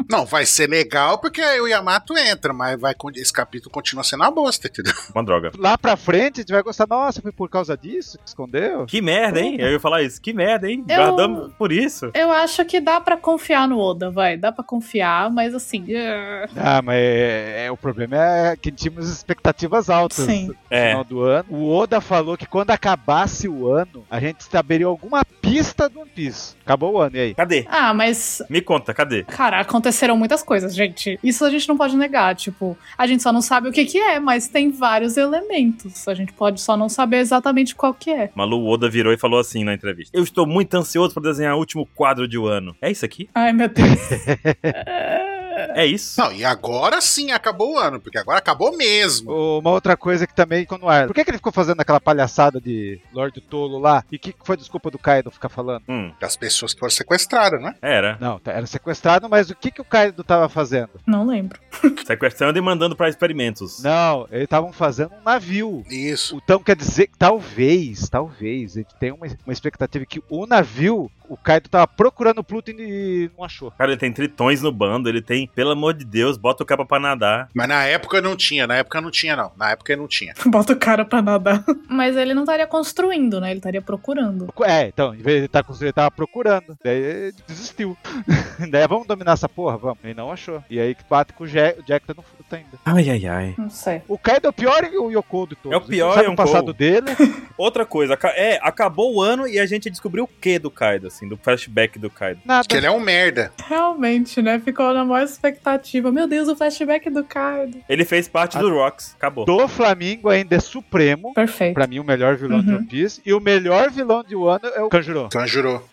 Speaker 4: Não, vai ser legal porque aí o Yamato entra, mas vai, con- esse capítulo continua sendo uma bosta, entendeu?
Speaker 1: Uma droga.
Speaker 2: Lá pra frente, a gente vai gostar. Nossa, foi por causa disso que escondeu?
Speaker 1: Que merda, hein? Eu ia falar isso. Que merda, hein?
Speaker 3: Eu-
Speaker 1: Guardamos por isso.
Speaker 3: Eu acho que dá pra confiar no Oda, vai. Dá pra confiar, mas assim. é.
Speaker 2: Ah, mas é- é- o problema é que tínhamos expectativas altas.
Speaker 3: Sim.
Speaker 2: no
Speaker 1: É.
Speaker 2: final do ano. O Oda falou que quando acabasse o ano, a gente saberia alguma pista do One Piece. Acabou o ano, e aí?
Speaker 1: Cadê?
Speaker 3: Ah, mas
Speaker 1: Me conta, cadê?
Speaker 3: Cara, aconteceram muitas coisas, gente. Isso a gente não pode negar, tipo, a gente só não sabe o que que é, mas tem vários elementos. A gente pode só não saber exatamente qual que é.
Speaker 1: Malu o Oda virou e falou assim na entrevista: Eu estou muito ansioso pra desenhar o último quadro de um ano. É isso aqui?
Speaker 3: Ai, meu Deus. É.
Speaker 1: É isso?
Speaker 4: Não, e agora sim acabou o ano, porque agora acabou mesmo.
Speaker 2: Ô, Uma outra coisa que também ficou no ar. Por que, que ele ficou fazendo aquela palhaçada de Lorde Tolo lá? E que que foi a desculpa do Kaido ficar falando?
Speaker 1: Hum,
Speaker 4: Das pessoas que foram sequestradas, né?
Speaker 1: era.
Speaker 2: Não, tá- era sequestrado, mas o que, que o Kaido tava fazendo?
Speaker 3: Não lembro.
Speaker 1: Sequestrando e mandando pra experimentos.
Speaker 2: Não, eles estavam fazendo um navio.
Speaker 4: Isso.
Speaker 2: Então quer dizer que talvez, talvez, a gente tem uma, uma expectativa que o navio, o Kaido tava procurando o Pluto e não achou.
Speaker 1: Cara, ele tem tritões no bando, ele tem, pelo amor de Deus, bota o capa pra nadar.
Speaker 4: Mas na época não tinha, na época não tinha, não. Na época não tinha.
Speaker 3: Bota o cara pra nadar. Mas ele não estaria construindo, né? Ele estaria procurando.
Speaker 2: É, então, em vez de estar construindo, ele tava procurando. Daí ele desistiu. Daí vamos dominar essa porra, vamos. Ele não achou. E aí que bate com o Jack, o Jack tá no fruto ainda.
Speaker 1: Ai, ai, ai.
Speaker 3: Não sei.
Speaker 2: O Kaido é o pior e o Yoko de todos.
Speaker 1: É o pior
Speaker 2: Ele sabe
Speaker 1: Yonkou.
Speaker 2: o passado dele.
Speaker 1: Outra coisa, aca- é, acabou o ano e a gente descobriu o que do Kaido, assim, do flashback do Kaido.
Speaker 2: Nada.
Speaker 4: Que ele é um merda.
Speaker 3: Realmente, né? Ficou na maior expectativa. Meu Deus, o flashback do Kaido.
Speaker 1: Ele fez parte
Speaker 2: A-
Speaker 1: do Rocks,
Speaker 4: um
Speaker 1: acabou.
Speaker 2: Do Flamingo ainda é supremo.
Speaker 3: Perfeito.
Speaker 2: Pra mim, o melhor vilão de
Speaker 3: Uhum.
Speaker 2: One Piece. E o melhor vilão de Wano é o Kanjuro.
Speaker 4: Então, Kanjuro.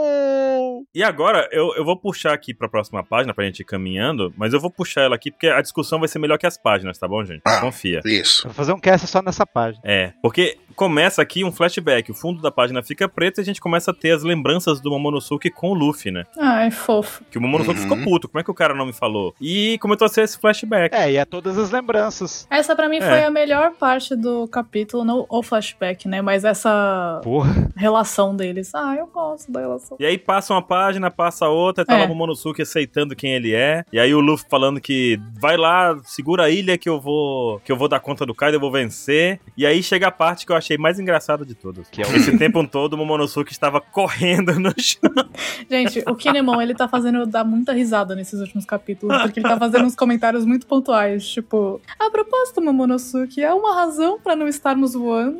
Speaker 2: Yo!
Speaker 1: E agora, eu, eu vou puxar aqui pra próxima página, pra gente ir caminhando, mas eu vou puxar ela aqui porque a discussão vai ser melhor que as páginas, tá bom, gente?
Speaker 4: Ah.
Speaker 1: Confia.
Speaker 4: Isso.
Speaker 2: Eu Vou fazer um cast só nessa página.
Speaker 1: É, porque começa aqui um flashback, o fundo da página fica preto e a gente começa a ter as alianças do Momonosuke com o Luffy, né?
Speaker 3: Ai, fofo.
Speaker 1: Que o Momonosuke
Speaker 4: Uhum.
Speaker 1: ficou puto, como é que o cara não me falou? E começou a ser esse flashback.
Speaker 2: É, e é todas as lembranças.
Speaker 3: Essa pra mim
Speaker 1: É.
Speaker 3: foi a melhor parte do capítulo, não o flashback, né? Mas essa
Speaker 2: Porra.
Speaker 3: relação deles. Ah, eu gosto da relação.
Speaker 1: E aí passa uma página, passa outra, tá
Speaker 3: É.
Speaker 1: lá o Momonosuke aceitando quem ele é. E aí o Luffy falando que vai lá, segura a ilha que eu vou, que eu vou dar conta do Kaido, eu vou vencer. E aí chega a parte que eu achei mais engraçada de todas.
Speaker 2: Que é o-
Speaker 1: Esse tempo todo o Momonosuke estava correndo no chão.
Speaker 3: Gente, o Kinemon, ele tá fazendo eu dar muita risada nesses últimos capítulos, porque ele tá fazendo uns comentários muito pontuais, tipo, a proposta, Momonosuke, é uma razão pra não estarmos voando,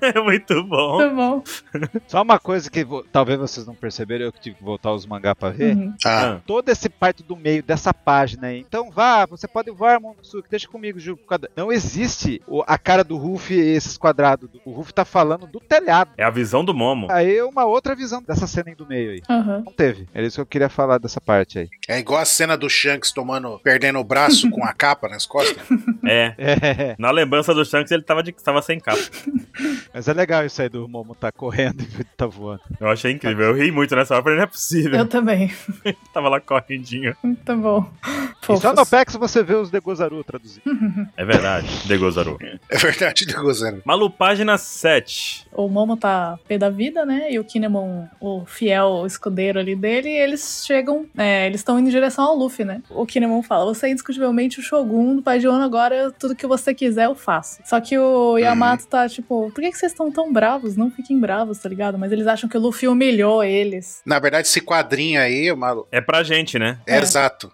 Speaker 1: É muito bom.
Speaker 3: tá bom?
Speaker 2: Só uma coisa que vo- talvez vocês não perceberam, eu que tive que voltar os mangá pra ver.
Speaker 3: Uhum.
Speaker 4: Ah,
Speaker 1: Ah,
Speaker 2: Todo esse parte do meio dessa página aí. Então vá, você pode voar, Momonosuke, deixa comigo, juro. por causa- Não existe o- a cara do Ruff e esses quadrados. O Ruff tá falando do telhado.
Speaker 1: É a visão do Momo.
Speaker 2: Aí é uma outra visão dessa cena aí do meio aí.
Speaker 3: Aham.
Speaker 2: Não teve. Era isso que eu queria falar dessa parte aí.
Speaker 4: é igual a cena do Shanks tomando, perdendo o braço com a capa nas costas.
Speaker 1: É.
Speaker 2: É,
Speaker 1: Na lembrança do Shanks, ele tava, de, tava sem capa.
Speaker 2: mas é legal isso aí do Momo tá correndo e tá voando.
Speaker 1: Eu achei incrível. Eu ri muito nessa hora. Falei, não é possível.
Speaker 3: Eu também.
Speaker 1: Tava lá correndinho.
Speaker 3: Tá bom.
Speaker 2: E só no
Speaker 3: Fofos.
Speaker 2: Apex você vê os Degozaru traduzidos.
Speaker 1: É verdade. Degozaru.
Speaker 4: É verdade, Degozano.
Speaker 1: Malu, página 7.
Speaker 3: O Momo tá pé da vida, né? E o Kinemon, o fiel escudeiro ali dele, eles chegam, é, eles estão indo em direção ao Luffy, né? O Kinemon fala: Você é indiscutivelmente o Shogun do Pai de Ono, agora tudo que você quiser eu faço. Só que o Yamato tá tipo: Por que, que vocês estão tão bravos? Não fiquem bravos, tá ligado? Mas eles acham que o Luffy humilhou eles.
Speaker 4: Na verdade, esse quadrinho aí, Malu,
Speaker 1: É pra gente, né?
Speaker 4: é,
Speaker 3: É.
Speaker 4: exato.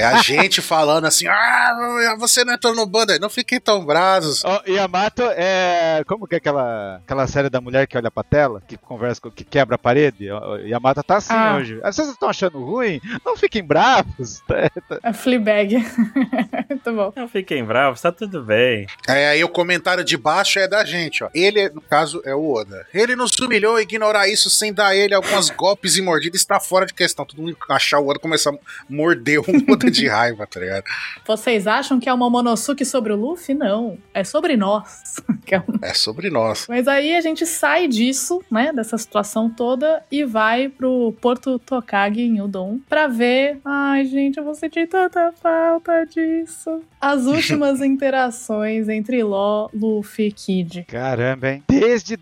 Speaker 4: É a gente falando assim, ah, você não entrou no bando, não fiquem tão bravos.
Speaker 2: Ó, Yamato é. Como que é aquela, aquela série da mulher que olha pra tela, que conversa com. que quebra a parede? Ó, ó, Yamato tá assim
Speaker 3: Ah.
Speaker 2: hoje. Ah, Vocês estão achando ruim? Não fiquem bravos.
Speaker 3: É Fleabag. Muito bom.
Speaker 1: Não fiquem bravos, tá tudo bem.
Speaker 4: É, aí o comentário de baixo é da gente, ó. Ele, no caso, é o Oda. Ele nos humilhou, ignorar isso sem dar a ele algumas golpes e mordidas está fora de questão. Todo mundo achar o Oda começar a morder o Oda de raiva, tá ligado?
Speaker 3: Vocês acham que é uma Momonosuke sobre o Luffy? Não. É sobre nós. Que é um
Speaker 4: É sobre nós.
Speaker 3: Mas aí a gente sai disso, né, dessa situação toda e vai pro Porto Tokage em Udon pra ver, ai gente, eu vou sentir tanta falta disso. As últimas interações entre Law, Luffy e Kid.
Speaker 2: Caramba, hein? Desde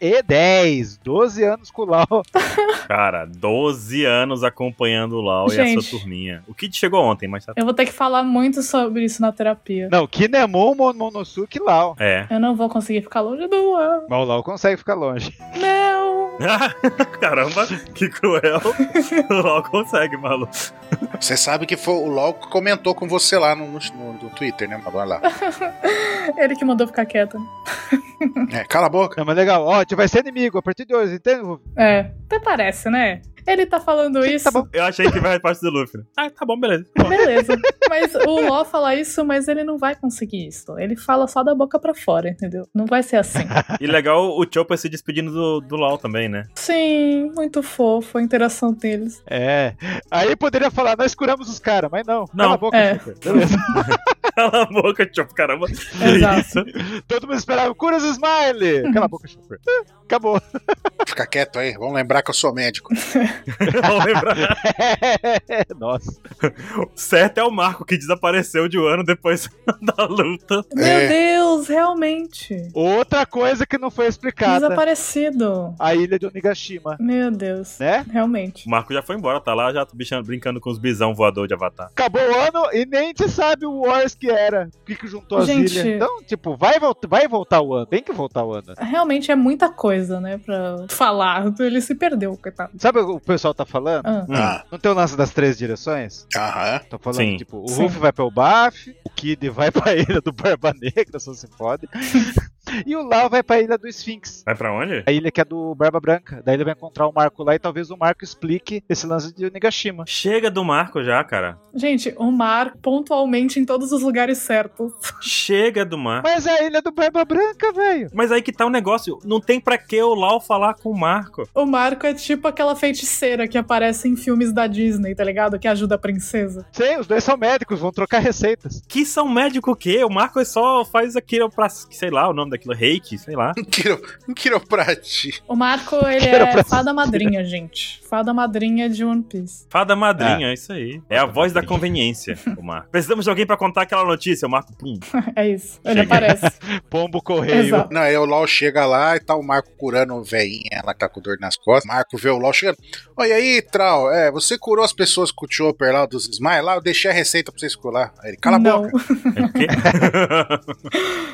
Speaker 2: 2010, 12 anos com o Lau.
Speaker 1: Cara, 12 anos acompanhando o Lau e a
Speaker 3: Gente.
Speaker 1: sua turminha. O Kid chegou ontem, mas tá.
Speaker 3: Eu vou ter que falar muito sobre isso na terapia.
Speaker 2: Não, Kinemon, Mon- Momonosuke e Lau.
Speaker 1: É.
Speaker 3: Eu não vou conseguir ficar longe do Luan.
Speaker 2: Mas o Lau consegue ficar longe.
Speaker 3: Não!
Speaker 1: Caramba, que cruel. o Lau consegue, Malu.
Speaker 4: Você sabe que foi o LOL que comentou com você lá no, no- no Twitter, né? Agora lá.
Speaker 3: Ele que mandou ficar quieta.
Speaker 4: É, cala a boca.
Speaker 2: Não, mas legal. Ó, a gente vai ser inimigo a partir de hoje, entende? Rufi?
Speaker 3: É, até parece, né? Ele tá falando
Speaker 2: Sim,
Speaker 3: isso.
Speaker 2: tá bom.
Speaker 1: Eu achei que vai a parte do Luffy. né? Ah, tá bom, beleza. Bom.
Speaker 3: Beleza. Mas o Ló fala isso, mas ele não vai conseguir isso. Ele fala só da boca pra fora, entendeu? Não vai ser assim.
Speaker 1: E legal o Chopper se despedindo do, do Lau também, né?
Speaker 3: Sim, muito fofo a interação deles.
Speaker 2: É. Aí poderia falar, nós curamos os caras, mas não. Cala a boca,
Speaker 3: é.
Speaker 2: Chico. Beleza.
Speaker 1: Cala a boca, Chopper, caramba. Que
Speaker 3: Exato.
Speaker 1: isso?
Speaker 2: Todo mundo esperava, cura os smile! Cala a boca, Chopper. Acabou.
Speaker 4: Fica quieto aí. Vamos lembrar que eu sou médico.
Speaker 1: Vamos lembrar.
Speaker 2: Nossa.
Speaker 1: Certo é o Marco que desapareceu de um ano depois da luta.
Speaker 3: Meu
Speaker 4: É.
Speaker 3: Deus, realmente.
Speaker 2: Outra coisa que não foi explicada:
Speaker 3: Desaparecido.
Speaker 2: a ilha de Onigashima,
Speaker 3: Meu Deus.
Speaker 2: né?
Speaker 3: Realmente.
Speaker 1: O Marco já foi embora, tá lá já bichando- brincando com os bisão voador de Avatar.
Speaker 2: Acabou o ano e nem se sabe o Wars que era. O que, que juntou as
Speaker 3: Gente.
Speaker 2: ilhas. Então, tipo, vai, volt- vai voltar o ano. Tem que voltar o ano.
Speaker 3: Realmente é muita coisa, né, pra falar. Ele se perdeu, coitado.
Speaker 2: Sabe o que o pessoal tá falando?
Speaker 3: Ah,
Speaker 1: Hum.
Speaker 4: Ah,
Speaker 2: Não tem o lance das três direções?
Speaker 4: aham.
Speaker 2: Tô falando,
Speaker 1: Sim.
Speaker 2: tipo, o
Speaker 3: Sim.
Speaker 2: Ruff vai pra Baf, o Kid vai pra ilha do Barba Negra, só se fode. e o Lau vai pra ilha do Sphinx.
Speaker 1: Vai pra onde?
Speaker 2: a ilha que é do Barba Branca. Daí ele vai encontrar o Marco lá e talvez o Marco explique esse lance de Onigashima.
Speaker 1: Chega do Marco já, cara.
Speaker 3: Gente, o mar pontualmente em todos os lugares certos.
Speaker 1: Chega do Marco.
Speaker 2: Mas é a ilha do Barba Branca, velho.
Speaker 1: Mas aí que tá o negócio. Não tem pra que o Lau falar com o Marco.
Speaker 3: O Marco é tipo aquela feiticeira que aparece em filmes da Disney, tá ligado? Que ajuda a princesa.
Speaker 2: Sim, os dois são médicos, vão trocar receitas.
Speaker 1: é Que são médico o quê? O Marco só faz aquilo pra. Sei lá o nome aquilo? Reiki, sei lá.
Speaker 4: Um quiro, um quiroprate.
Speaker 3: O Marco, ele
Speaker 2: Quero
Speaker 3: é
Speaker 2: pra-
Speaker 3: fada madrinha, gente. Fada madrinha de One Piece.
Speaker 1: Fada madrinha, é isso aí. É a voz da conveniência, o Marco. Precisamos de alguém pra contar aquela notícia, o Marco. Pum.
Speaker 3: É isso. Ele
Speaker 1: Chega.
Speaker 3: aparece.
Speaker 2: Pombo correio.
Speaker 3: Exato.
Speaker 4: Não, aí o LOL chega lá e tá o Marco curando o velhinha, ela tá com dor nas costas. Marco vê o LOL chegando. Olha aí, Trau, é, você curou as pessoas com o Chopper lá, dos Smile lá, eu deixei a receita pra vocês curar. Aí ele, cala a
Speaker 3: Não.
Speaker 4: boca.
Speaker 1: É o quê?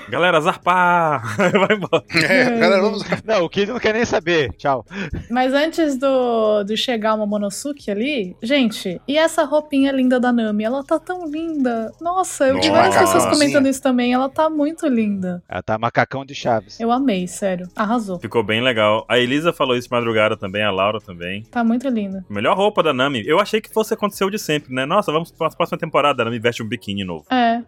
Speaker 1: Galera, zarpar! Vai embora.
Speaker 4: É, galera, vamos...
Speaker 2: Não, o Kid não quer nem saber. Tchau.
Speaker 3: Mas antes do, de chegar uma Monosuke ali, gente, e essa roupinha linda da Nami? Ela tá tão linda. Nossa, eu vi
Speaker 1: Nossa.
Speaker 3: várias pessoas
Speaker 1: Macacãozinha.
Speaker 3: comentando isso também. Ela tá muito linda.
Speaker 2: Ela tá macacão de Chaves.
Speaker 3: Eu amei, sério. Arrasou.
Speaker 1: Ficou bem legal. A Elisa falou isso de madrugada também, a Laura também.
Speaker 3: Tá muito linda.
Speaker 1: Melhor roupa da Nami. Eu achei que fosse acontecer o de sempre, né? Nossa, vamos pra próxima temporada. A Nami veste um biquíni novo.
Speaker 3: É.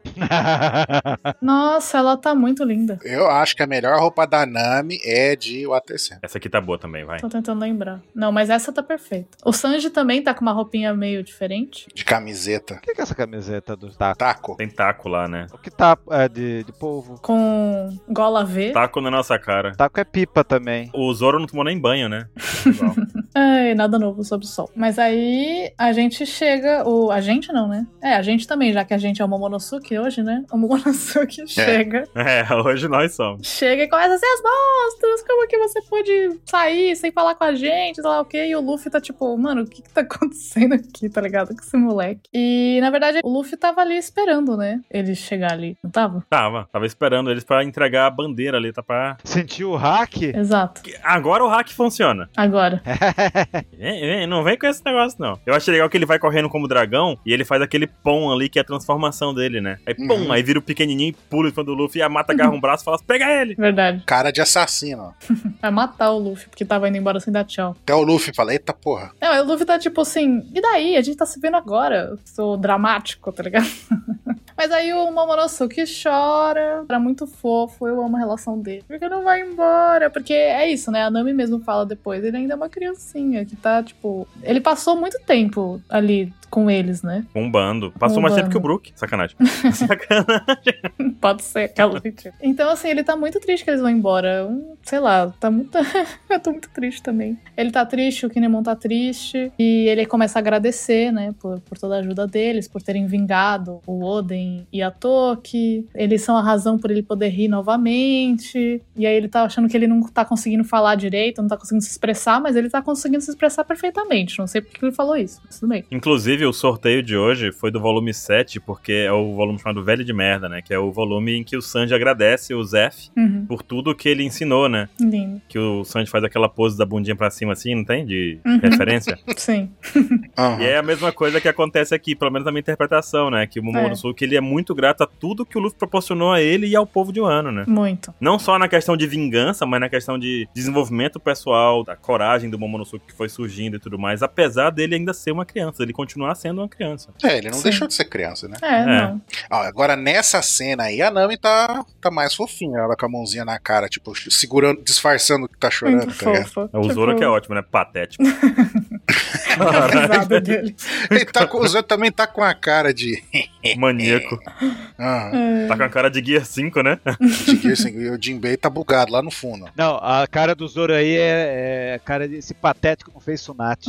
Speaker 3: Nossa, ela tá muito linda.
Speaker 4: Eu acho que a melhor roupa da Nami é de UATC.
Speaker 1: Essa aqui tá boa também, vai.
Speaker 3: Tô tentando lembrar. Não, mas essa tá perfeita. O Sanji também tá com uma roupinha meio diferente.
Speaker 4: De camiseta.
Speaker 2: O que, que é essa camiseta do Taco?
Speaker 4: Taco.
Speaker 1: Tem taco lá, né?
Speaker 2: O que tá é, de, de polvo?
Speaker 3: Com gola V.
Speaker 1: Taco na nossa cara.
Speaker 2: Taco é pipa também.
Speaker 1: O Zoro não tomou nem banho, né? Igual.
Speaker 3: Ai, nada novo sobre o sol. Mas aí a gente chega. O, a gente não, né? É, a gente também, já que a gente é o Momonosuke hoje, né? O Momonosuke chega.
Speaker 1: é, hoje nós somos.
Speaker 3: Chega e começa a ser as monstros. Como é que você pode sair sem falar com a gente? Sei lá o quê. E o Luffy tá tipo, mano, o que que tá acontecendo aqui, tá ligado? Com esse moleque. E na verdade, o Luffy tava ali esperando, né? Ele chegar ali. Não tava?
Speaker 1: Tava, tava esperando eles pra entregar a bandeira ali, tá pra...
Speaker 2: Sentiu o hack?
Speaker 3: Exato.
Speaker 1: Agora o hack funciona.
Speaker 3: Agora.
Speaker 1: Vem, vem, não vem com esse negócio, não. Eu achei legal que ele vai correndo como dragão e ele faz aquele pão ali, que é a transformação dele, né? Aí pum,
Speaker 4: Uhum.
Speaker 1: aí vira o pequenininho e pula em cima do Luffy, e a mata agarra um braço e fala, pega ele!
Speaker 3: Verdade.
Speaker 4: Cara de assassino. ó.
Speaker 3: Vai matar o Luffy, porque tava indo embora sem dar tchau.
Speaker 4: Até o Luffy fala, eita porra.
Speaker 3: Não, aí o Luffy tá tipo assim, e daí? A gente tá se vendo agora. Eu sou dramático, tá ligado? Mas aí o Momonosuke chora, era muito fofo, eu amo a relação dele. Porque não vai embora, porque é isso, né? A Nami mesmo fala depois, ele ainda é uma criancinha que tá, tipo... Ele passou muito tempo ali com eles, né?
Speaker 1: Bombando. Passou mais tempo
Speaker 3: Bombando.
Speaker 1: que o Brook. Sacanagem. Sacanagem.
Speaker 3: Pode ser, aquela mentira. Então, assim, ele tá muito triste que eles vão embora. Hum, Sei lá, tá muito. eu tô muito triste também. Ele tá triste, o Kinemon tá triste. E ele começa a agradecer, né, por, por toda a ajuda deles, por terem vingado o Oden e a Toki. Eles são a razão por ele poder rir novamente. E aí ele tá achando que ele não tá conseguindo falar direito, não tá conseguindo se expressar, mas ele tá conseguindo se expressar perfeitamente. Não sei por que ele falou isso, mas tudo bem.
Speaker 1: Inclusive, o sorteio de hoje foi do volume 7, porque é o volume chamado Velho de Merda, né? Que é o volume em que o Sanji agradece o Zef
Speaker 3: Uhum,
Speaker 1: por tudo que ele ensinou, né?
Speaker 3: lindo.
Speaker 1: Que o Sanji faz aquela pose da bundinha pra cima assim, não tem? De
Speaker 3: Uhum.
Speaker 1: referência.
Speaker 3: Sim.
Speaker 4: Aham.
Speaker 1: E é a mesma coisa que acontece aqui, pelo menos na minha interpretação, né? Que o Momonosuke, ele é muito grato a tudo que o Luffy proporcionou a ele e ao povo de Wano, né?
Speaker 3: Muito.
Speaker 1: Não só na questão de vingança, mas na questão de desenvolvimento pessoal, da coragem do Momonosuke que foi surgindo e tudo mais, apesar dele ainda ser uma criança, ele continuar sendo uma criança.
Speaker 4: É, ele não
Speaker 3: Sim.
Speaker 4: deixou de ser criança, né?
Speaker 3: É,
Speaker 1: É.
Speaker 3: não.
Speaker 4: Ó, agora, nessa cena aí, a Nami tá, tá mais fofinha. Ela com a mãozinha na cara, tipo, segurando, disfarçando que tá chorando.
Speaker 3: Muito Tipo,
Speaker 4: tá ligado?
Speaker 3: fofa.
Speaker 1: O Zoro que é ótimo, né? Patético.
Speaker 3: A
Speaker 1: Caralho,
Speaker 3: risada dele.
Speaker 4: Ele tá com, o Zé também tá com a cara de.
Speaker 1: maníaco.
Speaker 4: Aham.
Speaker 3: É.
Speaker 1: Tá com a cara de Gear 5, né?
Speaker 4: de Gearson, e o Jinbei tá bugado lá no fundo.
Speaker 2: Não, a cara do Zoro aí é, é cara de, esse patético não fez Sunat.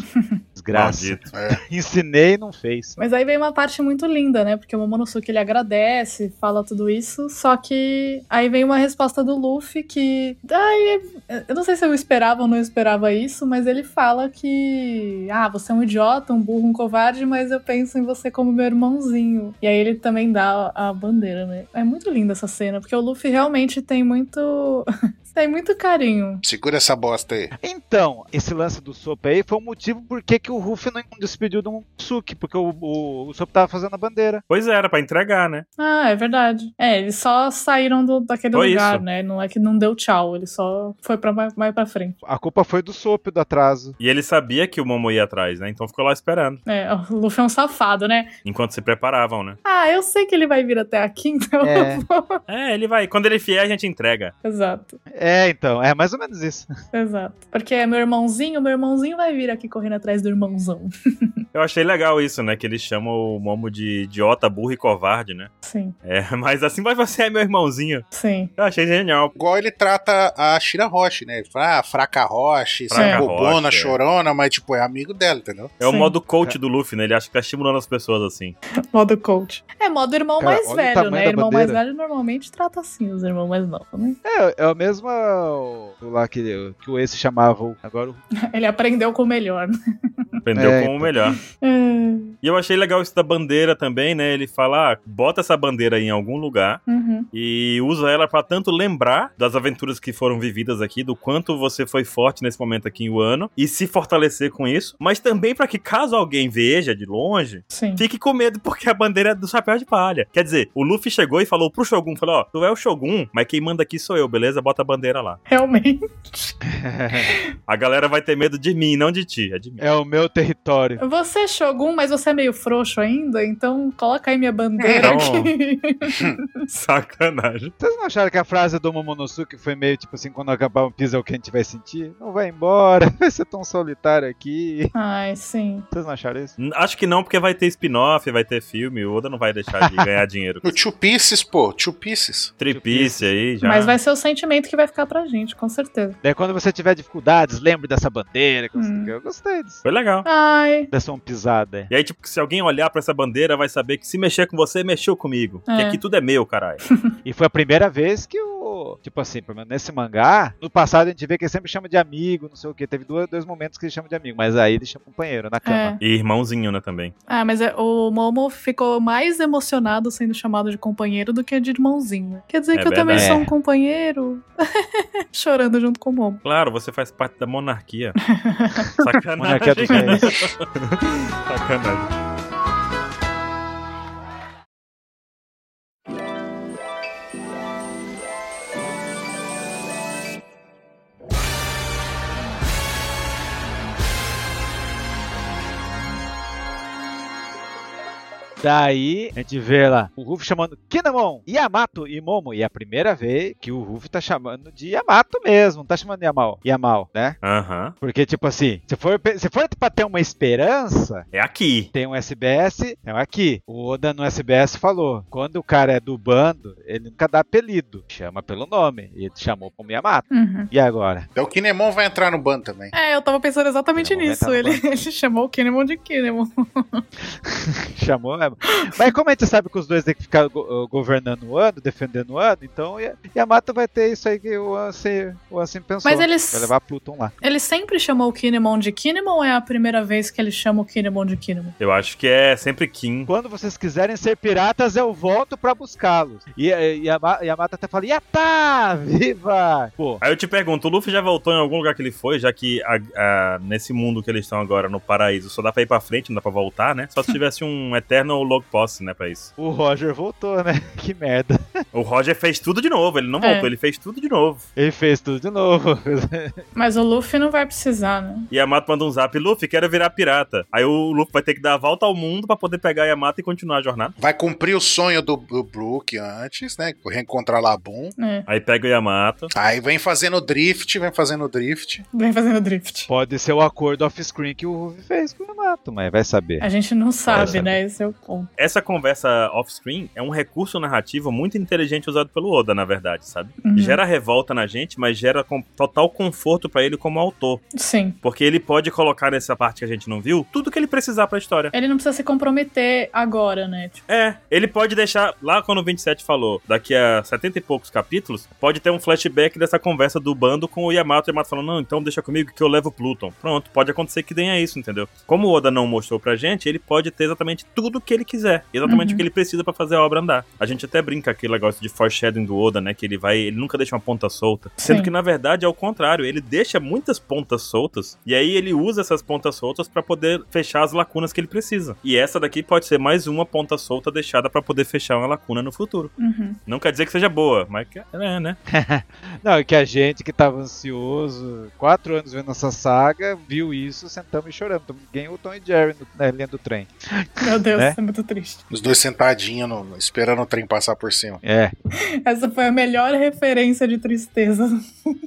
Speaker 2: Desgraça.
Speaker 1: Maldito.
Speaker 2: Ensinei e não fez.
Speaker 3: Mas aí vem uma parte muito linda, né? Porque o Momonosuke ele agradece, fala tudo isso, só que aí vem uma resposta do Luffy que, ai, eu não sei se eu esperava ou não esperava isso, mas ele fala que, ah, você é um idiota, um burro, um covarde, mas eu penso em você como meu irmãozinho. E aí ele também dá a bandeira, né? É muito linda essa cena, porque o Luffy realmente tem muito tem muito carinho.
Speaker 4: Segura essa bosta aí.
Speaker 2: Então, esse lance do Sop aí foi o motivo por que que o Ruff não despediu do Suki, porque o, o, o Sop tava fazendo a bandeira.
Speaker 1: Pois era, pra entregar, né?
Speaker 3: Ah, é verdade. É, eles só saíram do, daquele
Speaker 1: Foi
Speaker 3: lugar,
Speaker 1: isso.
Speaker 3: né? Não é que não deu tchau, ele só foi pra mais, mais pra frente.
Speaker 2: A culpa foi do Sop do atraso.
Speaker 1: E ele sabia que o Momo ia atrás, né? Então ficou lá esperando,
Speaker 3: É, o Luffy é um safado, né?
Speaker 1: enquanto se preparavam, né?
Speaker 3: Ah, eu sei que ele vai vir até aqui, então
Speaker 2: É.
Speaker 3: eu vou.
Speaker 1: É, ele vai. Quando ele vier, a gente entrega.
Speaker 3: Exato.
Speaker 2: É, então, é mais ou menos isso.
Speaker 3: Exato. Porque é meu irmãozinho, meu irmãozinho vai vir aqui correndo atrás do irmãozão.
Speaker 1: Eu achei legal isso, né? Que eles chamam o Momo de idiota, burro e covarde, né?
Speaker 3: Sim,
Speaker 1: É, mas assim, mas você é meu irmãozinho.
Speaker 3: sim.
Speaker 1: Eu achei genial.
Speaker 4: Igual ele trata a Shira Roche, né? Ele fala, ah, fraca Roche,
Speaker 1: Fraca
Speaker 4: bobona,
Speaker 1: Roche, é.
Speaker 4: chorona, mas tipo, é amigo dela, entendeu?
Speaker 1: É o
Speaker 3: Sim.
Speaker 1: modo coach do Luffy, né? Ele acha que tá estimulando as pessoas assim.
Speaker 3: Modo coach. É modo irmão
Speaker 2: Cara,
Speaker 3: mais
Speaker 2: olha o
Speaker 3: velho,
Speaker 2: tamanho
Speaker 3: né?
Speaker 2: da
Speaker 3: Irmão
Speaker 2: bandeira.
Speaker 3: mais velho normalmente trata assim os irmãos mais novos, né?
Speaker 2: É, é o mesmo ó, o lá que, que o Ace chamava. o- Agora o.
Speaker 3: Ele aprendeu com o melhor. né?
Speaker 1: Aprendeu
Speaker 2: É,
Speaker 1: com o
Speaker 2: então.
Speaker 1: melhor.
Speaker 3: Hum,
Speaker 1: E eu achei legal isso da bandeira também, né? Ele fala, ah, bota essa bandeira aí em algum lugar
Speaker 3: uhum.
Speaker 1: e usa ela pra tanto lembrar das aventuras que foram vividas aqui, do quanto você foi forte nesse momento aqui em Wano e se fortalecer com isso, mas também pra que caso alguém veja de longe,
Speaker 3: Sim.
Speaker 1: fique com medo porque a bandeira é do chapéu de palha. Quer dizer, o Luffy chegou e falou pro Shogun, falou, ó, tu é o Shogun, mas quem manda aqui sou eu, beleza? Bota a bandeira lá.
Speaker 3: Realmente.
Speaker 1: A galera vai ter medo de mim, não de ti, é de mim.
Speaker 2: é o meu território.
Speaker 3: Você é Shogun, mas você é meio frouxo ainda, então coloca aí minha bandeira
Speaker 1: Então-
Speaker 3: aqui.
Speaker 1: Sacanagem.
Speaker 2: Vocês não acharam que a frase do Momonosuke foi meio tipo assim, quando acabar um piso é o que a gente vai sentir? Não vai embora, vai ser tão solitário aqui.
Speaker 3: Ai, sim.
Speaker 2: Vocês não acharam isso?
Speaker 1: N- Acho que não, porque vai ter spin-off, vai ter filme, o Oda não vai deixar de ganhar dinheiro.
Speaker 4: O Two Pieces, pô, Two Pieces.
Speaker 1: Tripice aí já.
Speaker 3: Mas vai ser o sentimento que vai ficar pra gente, com certeza.
Speaker 2: Daí quando você tiver dificuldades, lembre dessa bandeira. que você-
Speaker 3: Hum.
Speaker 2: Eu gostei disso.
Speaker 1: Foi legal.
Speaker 3: Ai,
Speaker 2: Dessa uma pisada.
Speaker 1: E aí, tipo, se alguém olhar pra essa bandeira, vai saber que se mexer com você, mexeu comigo. Que
Speaker 3: É.
Speaker 1: aqui tudo é meu, caralho.
Speaker 2: E foi a primeira vez que o. Tipo assim, pelo menos nesse mangá, no passado a gente vê que ele sempre chama de amigo, não sei o quê. Teve duas- dois momentos que ele chama de amigo, mas aí ele chama companheiro na cama.
Speaker 3: é.
Speaker 1: E irmãozinho, né, também.
Speaker 3: Ah, mas é- o Momo ficou mais emocionado sendo chamado de companheiro do que de irmãozinho. Quer dizer
Speaker 1: É
Speaker 3: que eu também
Speaker 2: verdade.
Speaker 3: sou
Speaker 2: É.
Speaker 3: um companheiro? Chorando junto com o Momo.
Speaker 1: Claro, você faz parte da monarquia. Sacanagem.
Speaker 2: Monarquia dos reis.
Speaker 1: Sacanagem.
Speaker 2: Daí a gente vê lá o Ruff chamando Kinemon, Yamato e Momo. E é a primeira vez que o Ruff tá chamando de Yamato mesmo, não tá chamando de Yamal. Yamal, né?
Speaker 1: Aham.
Speaker 2: Porque, tipo assim, se for, pe- se for pra ter uma esperança,
Speaker 1: É aqui.
Speaker 2: tem um SBS, é um aqui. O Oda no SBS falou: quando o cara é do bando, ele nunca dá apelido, chama pelo nome. E ele chamou como Yamato.
Speaker 3: Uhum.
Speaker 2: E agora?
Speaker 4: Então o Kinemon vai entrar no ban também.
Speaker 3: É, eu tava pensando exatamente
Speaker 2: Kinemon vai
Speaker 3: nisso.
Speaker 2: tá no
Speaker 3: Ele,
Speaker 2: banco.
Speaker 3: ele chamou o Kinemon de Kinemon.
Speaker 2: Chamou mesmo. Mas como a gente sabe que os dois têm que ficar go- eh, governando o ano, defendendo o ano, então Ya- Yamato vai ter isso aí que o Ansem, o Ansem pensou.
Speaker 3: Mas eles-
Speaker 2: Vai levar Pluton lá.
Speaker 3: Ele sempre chamou o Kinemon de Kinemon ou é a primeira vez que ele chama o Kinemon de Kinemon?
Speaker 1: Eu acho que é sempre Kim.
Speaker 2: Quando vocês quiserem ser piratas, eu volto pra buscá-los. E, eh, e Yama- Yamato até fala, Yatá, viva! Pô,
Speaker 1: Aí eu te pergunto, o Luffy já voltou em algum lugar que ele foi, já que a- a- nesse mundo que eles estão agora, no paraíso, só dá pra ir pra frente, não dá pra voltar, né? Só se tivesse um Eternal Log Posse, né, pra isso.
Speaker 2: o Roger voltou, né? Que merda.
Speaker 1: O Roger fez tudo de novo, ele não
Speaker 3: É.
Speaker 1: voltou, ele fez tudo de novo.
Speaker 2: Ele fez tudo de novo.
Speaker 3: Mas o Luffy não vai precisar, né?
Speaker 1: E Yamato manda um zap, Luffy, quero virar pirata. Aí o Luffy vai ter que dar a volta ao mundo pra poder pegar Yamato e continuar a jornada.
Speaker 4: Vai cumprir o sonho do, do Brook antes, né? Reencontrar Labum.
Speaker 3: É,
Speaker 1: Aí pega o Yamato.
Speaker 4: Aí vem fazendo drift, vem fazendo drift.
Speaker 3: vem fazendo drift.
Speaker 2: Pode ser o acordo off-screen que o Ruffy fez com o Yamato, mas vai saber.
Speaker 3: A gente não sabe,
Speaker 2: saber.
Speaker 3: né? Esse é o ponto.
Speaker 1: Essa conversa off-screen é um recurso narrativo muito inteligente usado pelo Oda, na verdade, sabe?
Speaker 3: Uhum.
Speaker 1: Gera revolta na gente, mas gera com- total conforto pra ele como autor.
Speaker 3: Sim.
Speaker 1: Porque ele pode colocar nessa parte que a gente não viu tudo que ele precisar pra história.
Speaker 3: Ele não precisa se comprometer agora, né? Tipo,
Speaker 1: É, ele pode deixar, lá quando o 27 falou, daqui a 70 e poucos capítulos, pode ter um flashback dessa conversa do bando com o Yamato. O Yamato falando, não, então deixa comigo que eu levo o Pluton. Pronto, pode acontecer que tenha isso, entendeu? Como o Oda não mostrou pra gente, ele pode ter exatamente tudo que ele quiser. Exatamente
Speaker 3: Uhum.
Speaker 1: o que ele precisa pra fazer a obra andar. A gente até brinca aquele negócio de foreshadowing do Oda, né? Que ele vai, ele nunca deixa uma ponta solta.
Speaker 3: Sim.
Speaker 1: Sendo que, na verdade, é o contrário. Ele deixa muitas pontas soltas e aí ele usa essas pontas soltas pra poder fechar as lacunas que ele precisa. E essa daqui pode ser mais uma ponta solta deixada pra poder fechar uma lacuna no futuro.
Speaker 3: uhum.
Speaker 1: Não quer dizer que seja boa, mas que- é, né?
Speaker 2: Não, é que a gente que tava ansioso, quatro anos vendo essa saga, viu isso, sentamos e choramos. Então, Ninguém o Tom e Jerry no- na linha do trem.
Speaker 3: Meu Deus.
Speaker 2: Né?
Speaker 3: é muito triste.
Speaker 4: Os dois sentadinhos, no- esperando o trem passar por cima.
Speaker 2: É.
Speaker 3: Essa foi a melhor referência de tristeza.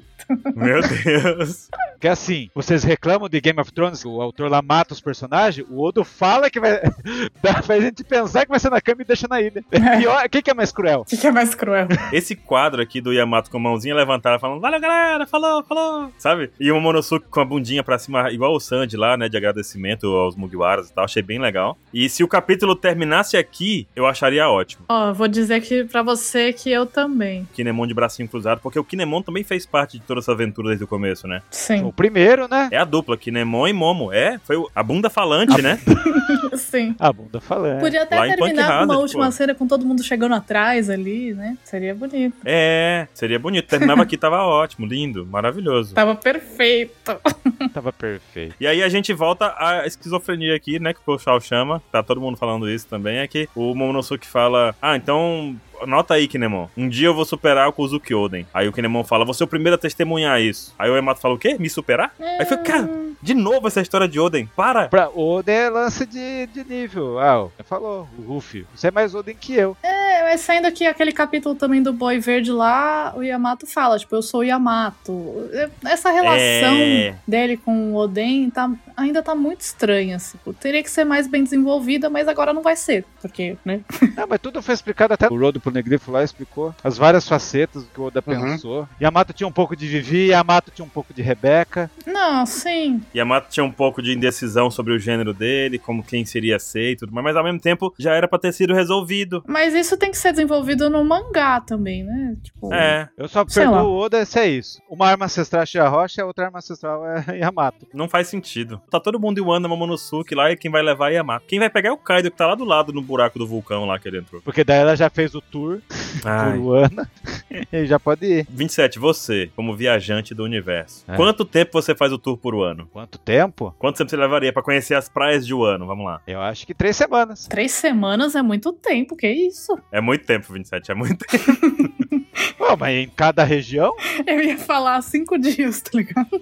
Speaker 1: Meu Deus.
Speaker 2: Que assim, vocês reclamam de Game of Thrones, que o autor lá mata os personagens, o Odo fala que vai. dá- faz a gente pensar que vai ser na cama e deixa na ilha. Pior, o que, que é mais cruel?
Speaker 3: O que, que é mais cruel?
Speaker 1: Esse quadro aqui do Yamato com a mãozinha levantada falando, valeu galera, falou, falou, sabe? E o Momonosuke com a bundinha pra cima, igual o Sandy lá, né, de agradecimento aos Mugiwaras e tal, achei bem legal. E se o capítulo terminasse aqui, eu acharia ótimo.
Speaker 3: Ó, vou dizer que pra você que eu também.
Speaker 1: Kinemon de bracinho cruzado, porque o Kinemon também fez parte de toda essa aventura desde o começo, né?
Speaker 3: Sim,
Speaker 2: O primeiro, né?
Speaker 1: É a dupla, Kinemon e Momo, é, foi o- a bunda falante, né?
Speaker 3: sim.
Speaker 2: A bunda falando.
Speaker 3: Podia até
Speaker 1: É, Lá em tipo. Punk
Speaker 3: terminar com uma
Speaker 1: Hazard,
Speaker 3: última
Speaker 1: pô.
Speaker 3: cena com todo mundo chegando atrás ali, né? Seria bonito.
Speaker 1: É, seria bonito, terminava aqui, tava ótimo, lindo, maravilhoso.
Speaker 3: Tava perfeito.
Speaker 2: Tava perfeito.
Speaker 1: E aí a gente volta à esquizofrenia aqui, né? Que o pessoal chama, tá todo mundo falando isso também, é que o Momonosuke fala, ah, então... Anota aí, Kinemon. Um dia eu vou superar o Kuzuki Oden. Aí o Kinemon fala, você é o primeiro a testemunhar isso. Aí o Emato fala, o quê? Me superar? Aí foi, cara, de novo essa história de Oden. Para!
Speaker 2: Pra Oden é lance de, de nível. Ah, o- falou, o Ruffy. Você é mais Oden que eu.
Speaker 3: É, mas saindo aqui aquele capítulo também do Boi Verde lá, o Yamato fala, tipo, eu sou o Yamato. É, Essa relação
Speaker 1: É.
Speaker 3: dele com o Oden tá, ainda tá muito estranha, assim. Tipo, Teria que ser mais bem desenvolvida, mas agora não vai ser, porque, né?
Speaker 2: Não, mas tudo foi explicado até o Rodo pro Negrifo lá explicou as várias facetas do que o Oda
Speaker 4: Uhum.
Speaker 2: pensou. Yamato tinha um pouco de Vivi, Yamato tinha um pouco de Rebeca.
Speaker 3: Não, sim.
Speaker 1: Yamato tinha um pouco de indecisão sobre o gênero dele, como quem seria ser e tudo mais, mas ao mesmo tempo já era pra ter sido resolvido.
Speaker 3: Mas isso tem que ser desenvolvido no mangá também, né? Tipo,
Speaker 1: É,
Speaker 2: Eu só
Speaker 3: Sei
Speaker 2: perdoo
Speaker 3: lá.
Speaker 2: o Oda se é isso. Uma arma ancestral é a rocha, a outra arma ancestral é Yamato.
Speaker 1: não faz sentido. Tá todo mundo e o Anda Momonosuke lá e quem vai levar é Yamato. Quem vai pegar é o Kaido que tá lá do lado no buraco do vulcão lá que ele entrou.
Speaker 2: Porque daí ela já fez o tour por
Speaker 1: Ai.
Speaker 2: Wano e já pode ir.
Speaker 1: 27, você, como viajante do universo,
Speaker 2: É.
Speaker 1: quanto tempo você faz o tour por ano?
Speaker 2: Quanto tempo?
Speaker 1: Quanto tempo você levaria pra conhecer as praias de Wano? Vamos lá.
Speaker 2: Eu acho que três semanas.
Speaker 3: Três semanas é muito tempo, que isso?
Speaker 1: É muito tempo, 27, é muito tempo.
Speaker 2: Pô, mas em cada região?
Speaker 3: Eu ia falar cinco dias, tá ligado?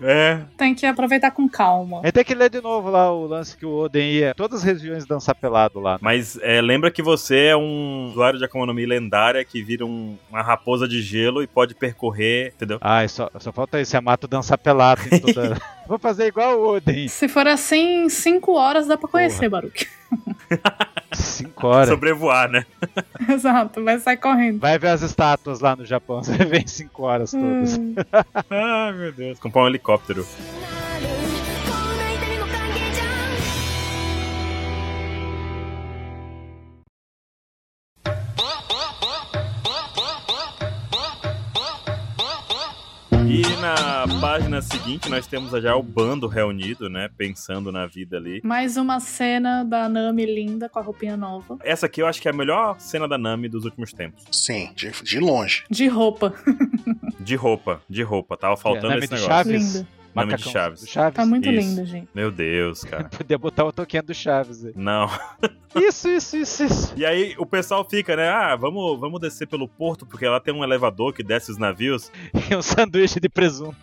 Speaker 1: É.
Speaker 3: Tem que aproveitar com calma.
Speaker 2: Aí tem que ler de novo lá o lance que o Oden ia. Todas as regiões dançar pelado lá.
Speaker 1: Mas é, lembra que você é um usuário de Akuma no Mi lendária que vira um- uma raposa de gelo e pode percorrer, entendeu?
Speaker 2: Ai, só, só falta esse Yamato dançar pelado em toda... Vou fazer igual o Oden.
Speaker 3: Se for assim, em cinco horas dá pra conhecer, Baruque.
Speaker 2: Cinco horas.
Speaker 1: Sobrevoar, né?
Speaker 3: Exato, vai sair correndo.
Speaker 2: Vai ver as estátuas lá no Japão, você vê em cinco horas todas.
Speaker 3: Hum.
Speaker 1: Ai, meu Deus. Comprar um helicóptero.
Speaker 5: なるこんな痛みも関係じゃん
Speaker 1: E na página seguinte nós temos já o bando reunido, né? Pensando na vida ali.
Speaker 3: Mais uma cena da Nami linda com a roupinha nova.
Speaker 1: Essa aqui eu acho que é a melhor cena da Nami dos últimos tempos.
Speaker 4: Sim, de, de longe.
Speaker 3: De roupa.
Speaker 1: De roupa, de roupa. Tava faltando
Speaker 2: É, Nami
Speaker 1: esse
Speaker 2: de
Speaker 1: negócio.
Speaker 2: Chaves.
Speaker 3: Linda.
Speaker 1: Nome de
Speaker 2: Macacão
Speaker 1: Chaves.
Speaker 2: do Chaves.
Speaker 3: Tá muito
Speaker 1: Ah, Isso.
Speaker 3: linda, gente.
Speaker 1: Meu Deus, cara.
Speaker 2: Podia botar o toquinho do Chaves aí.
Speaker 1: Não.
Speaker 2: Isso, isso, isso, isso.
Speaker 1: E aí o pessoal fica, né? Ah, vamos, vamos descer pelo porto, porque lá tem um elevador que desce os navios.
Speaker 2: E um sanduíche de presunto.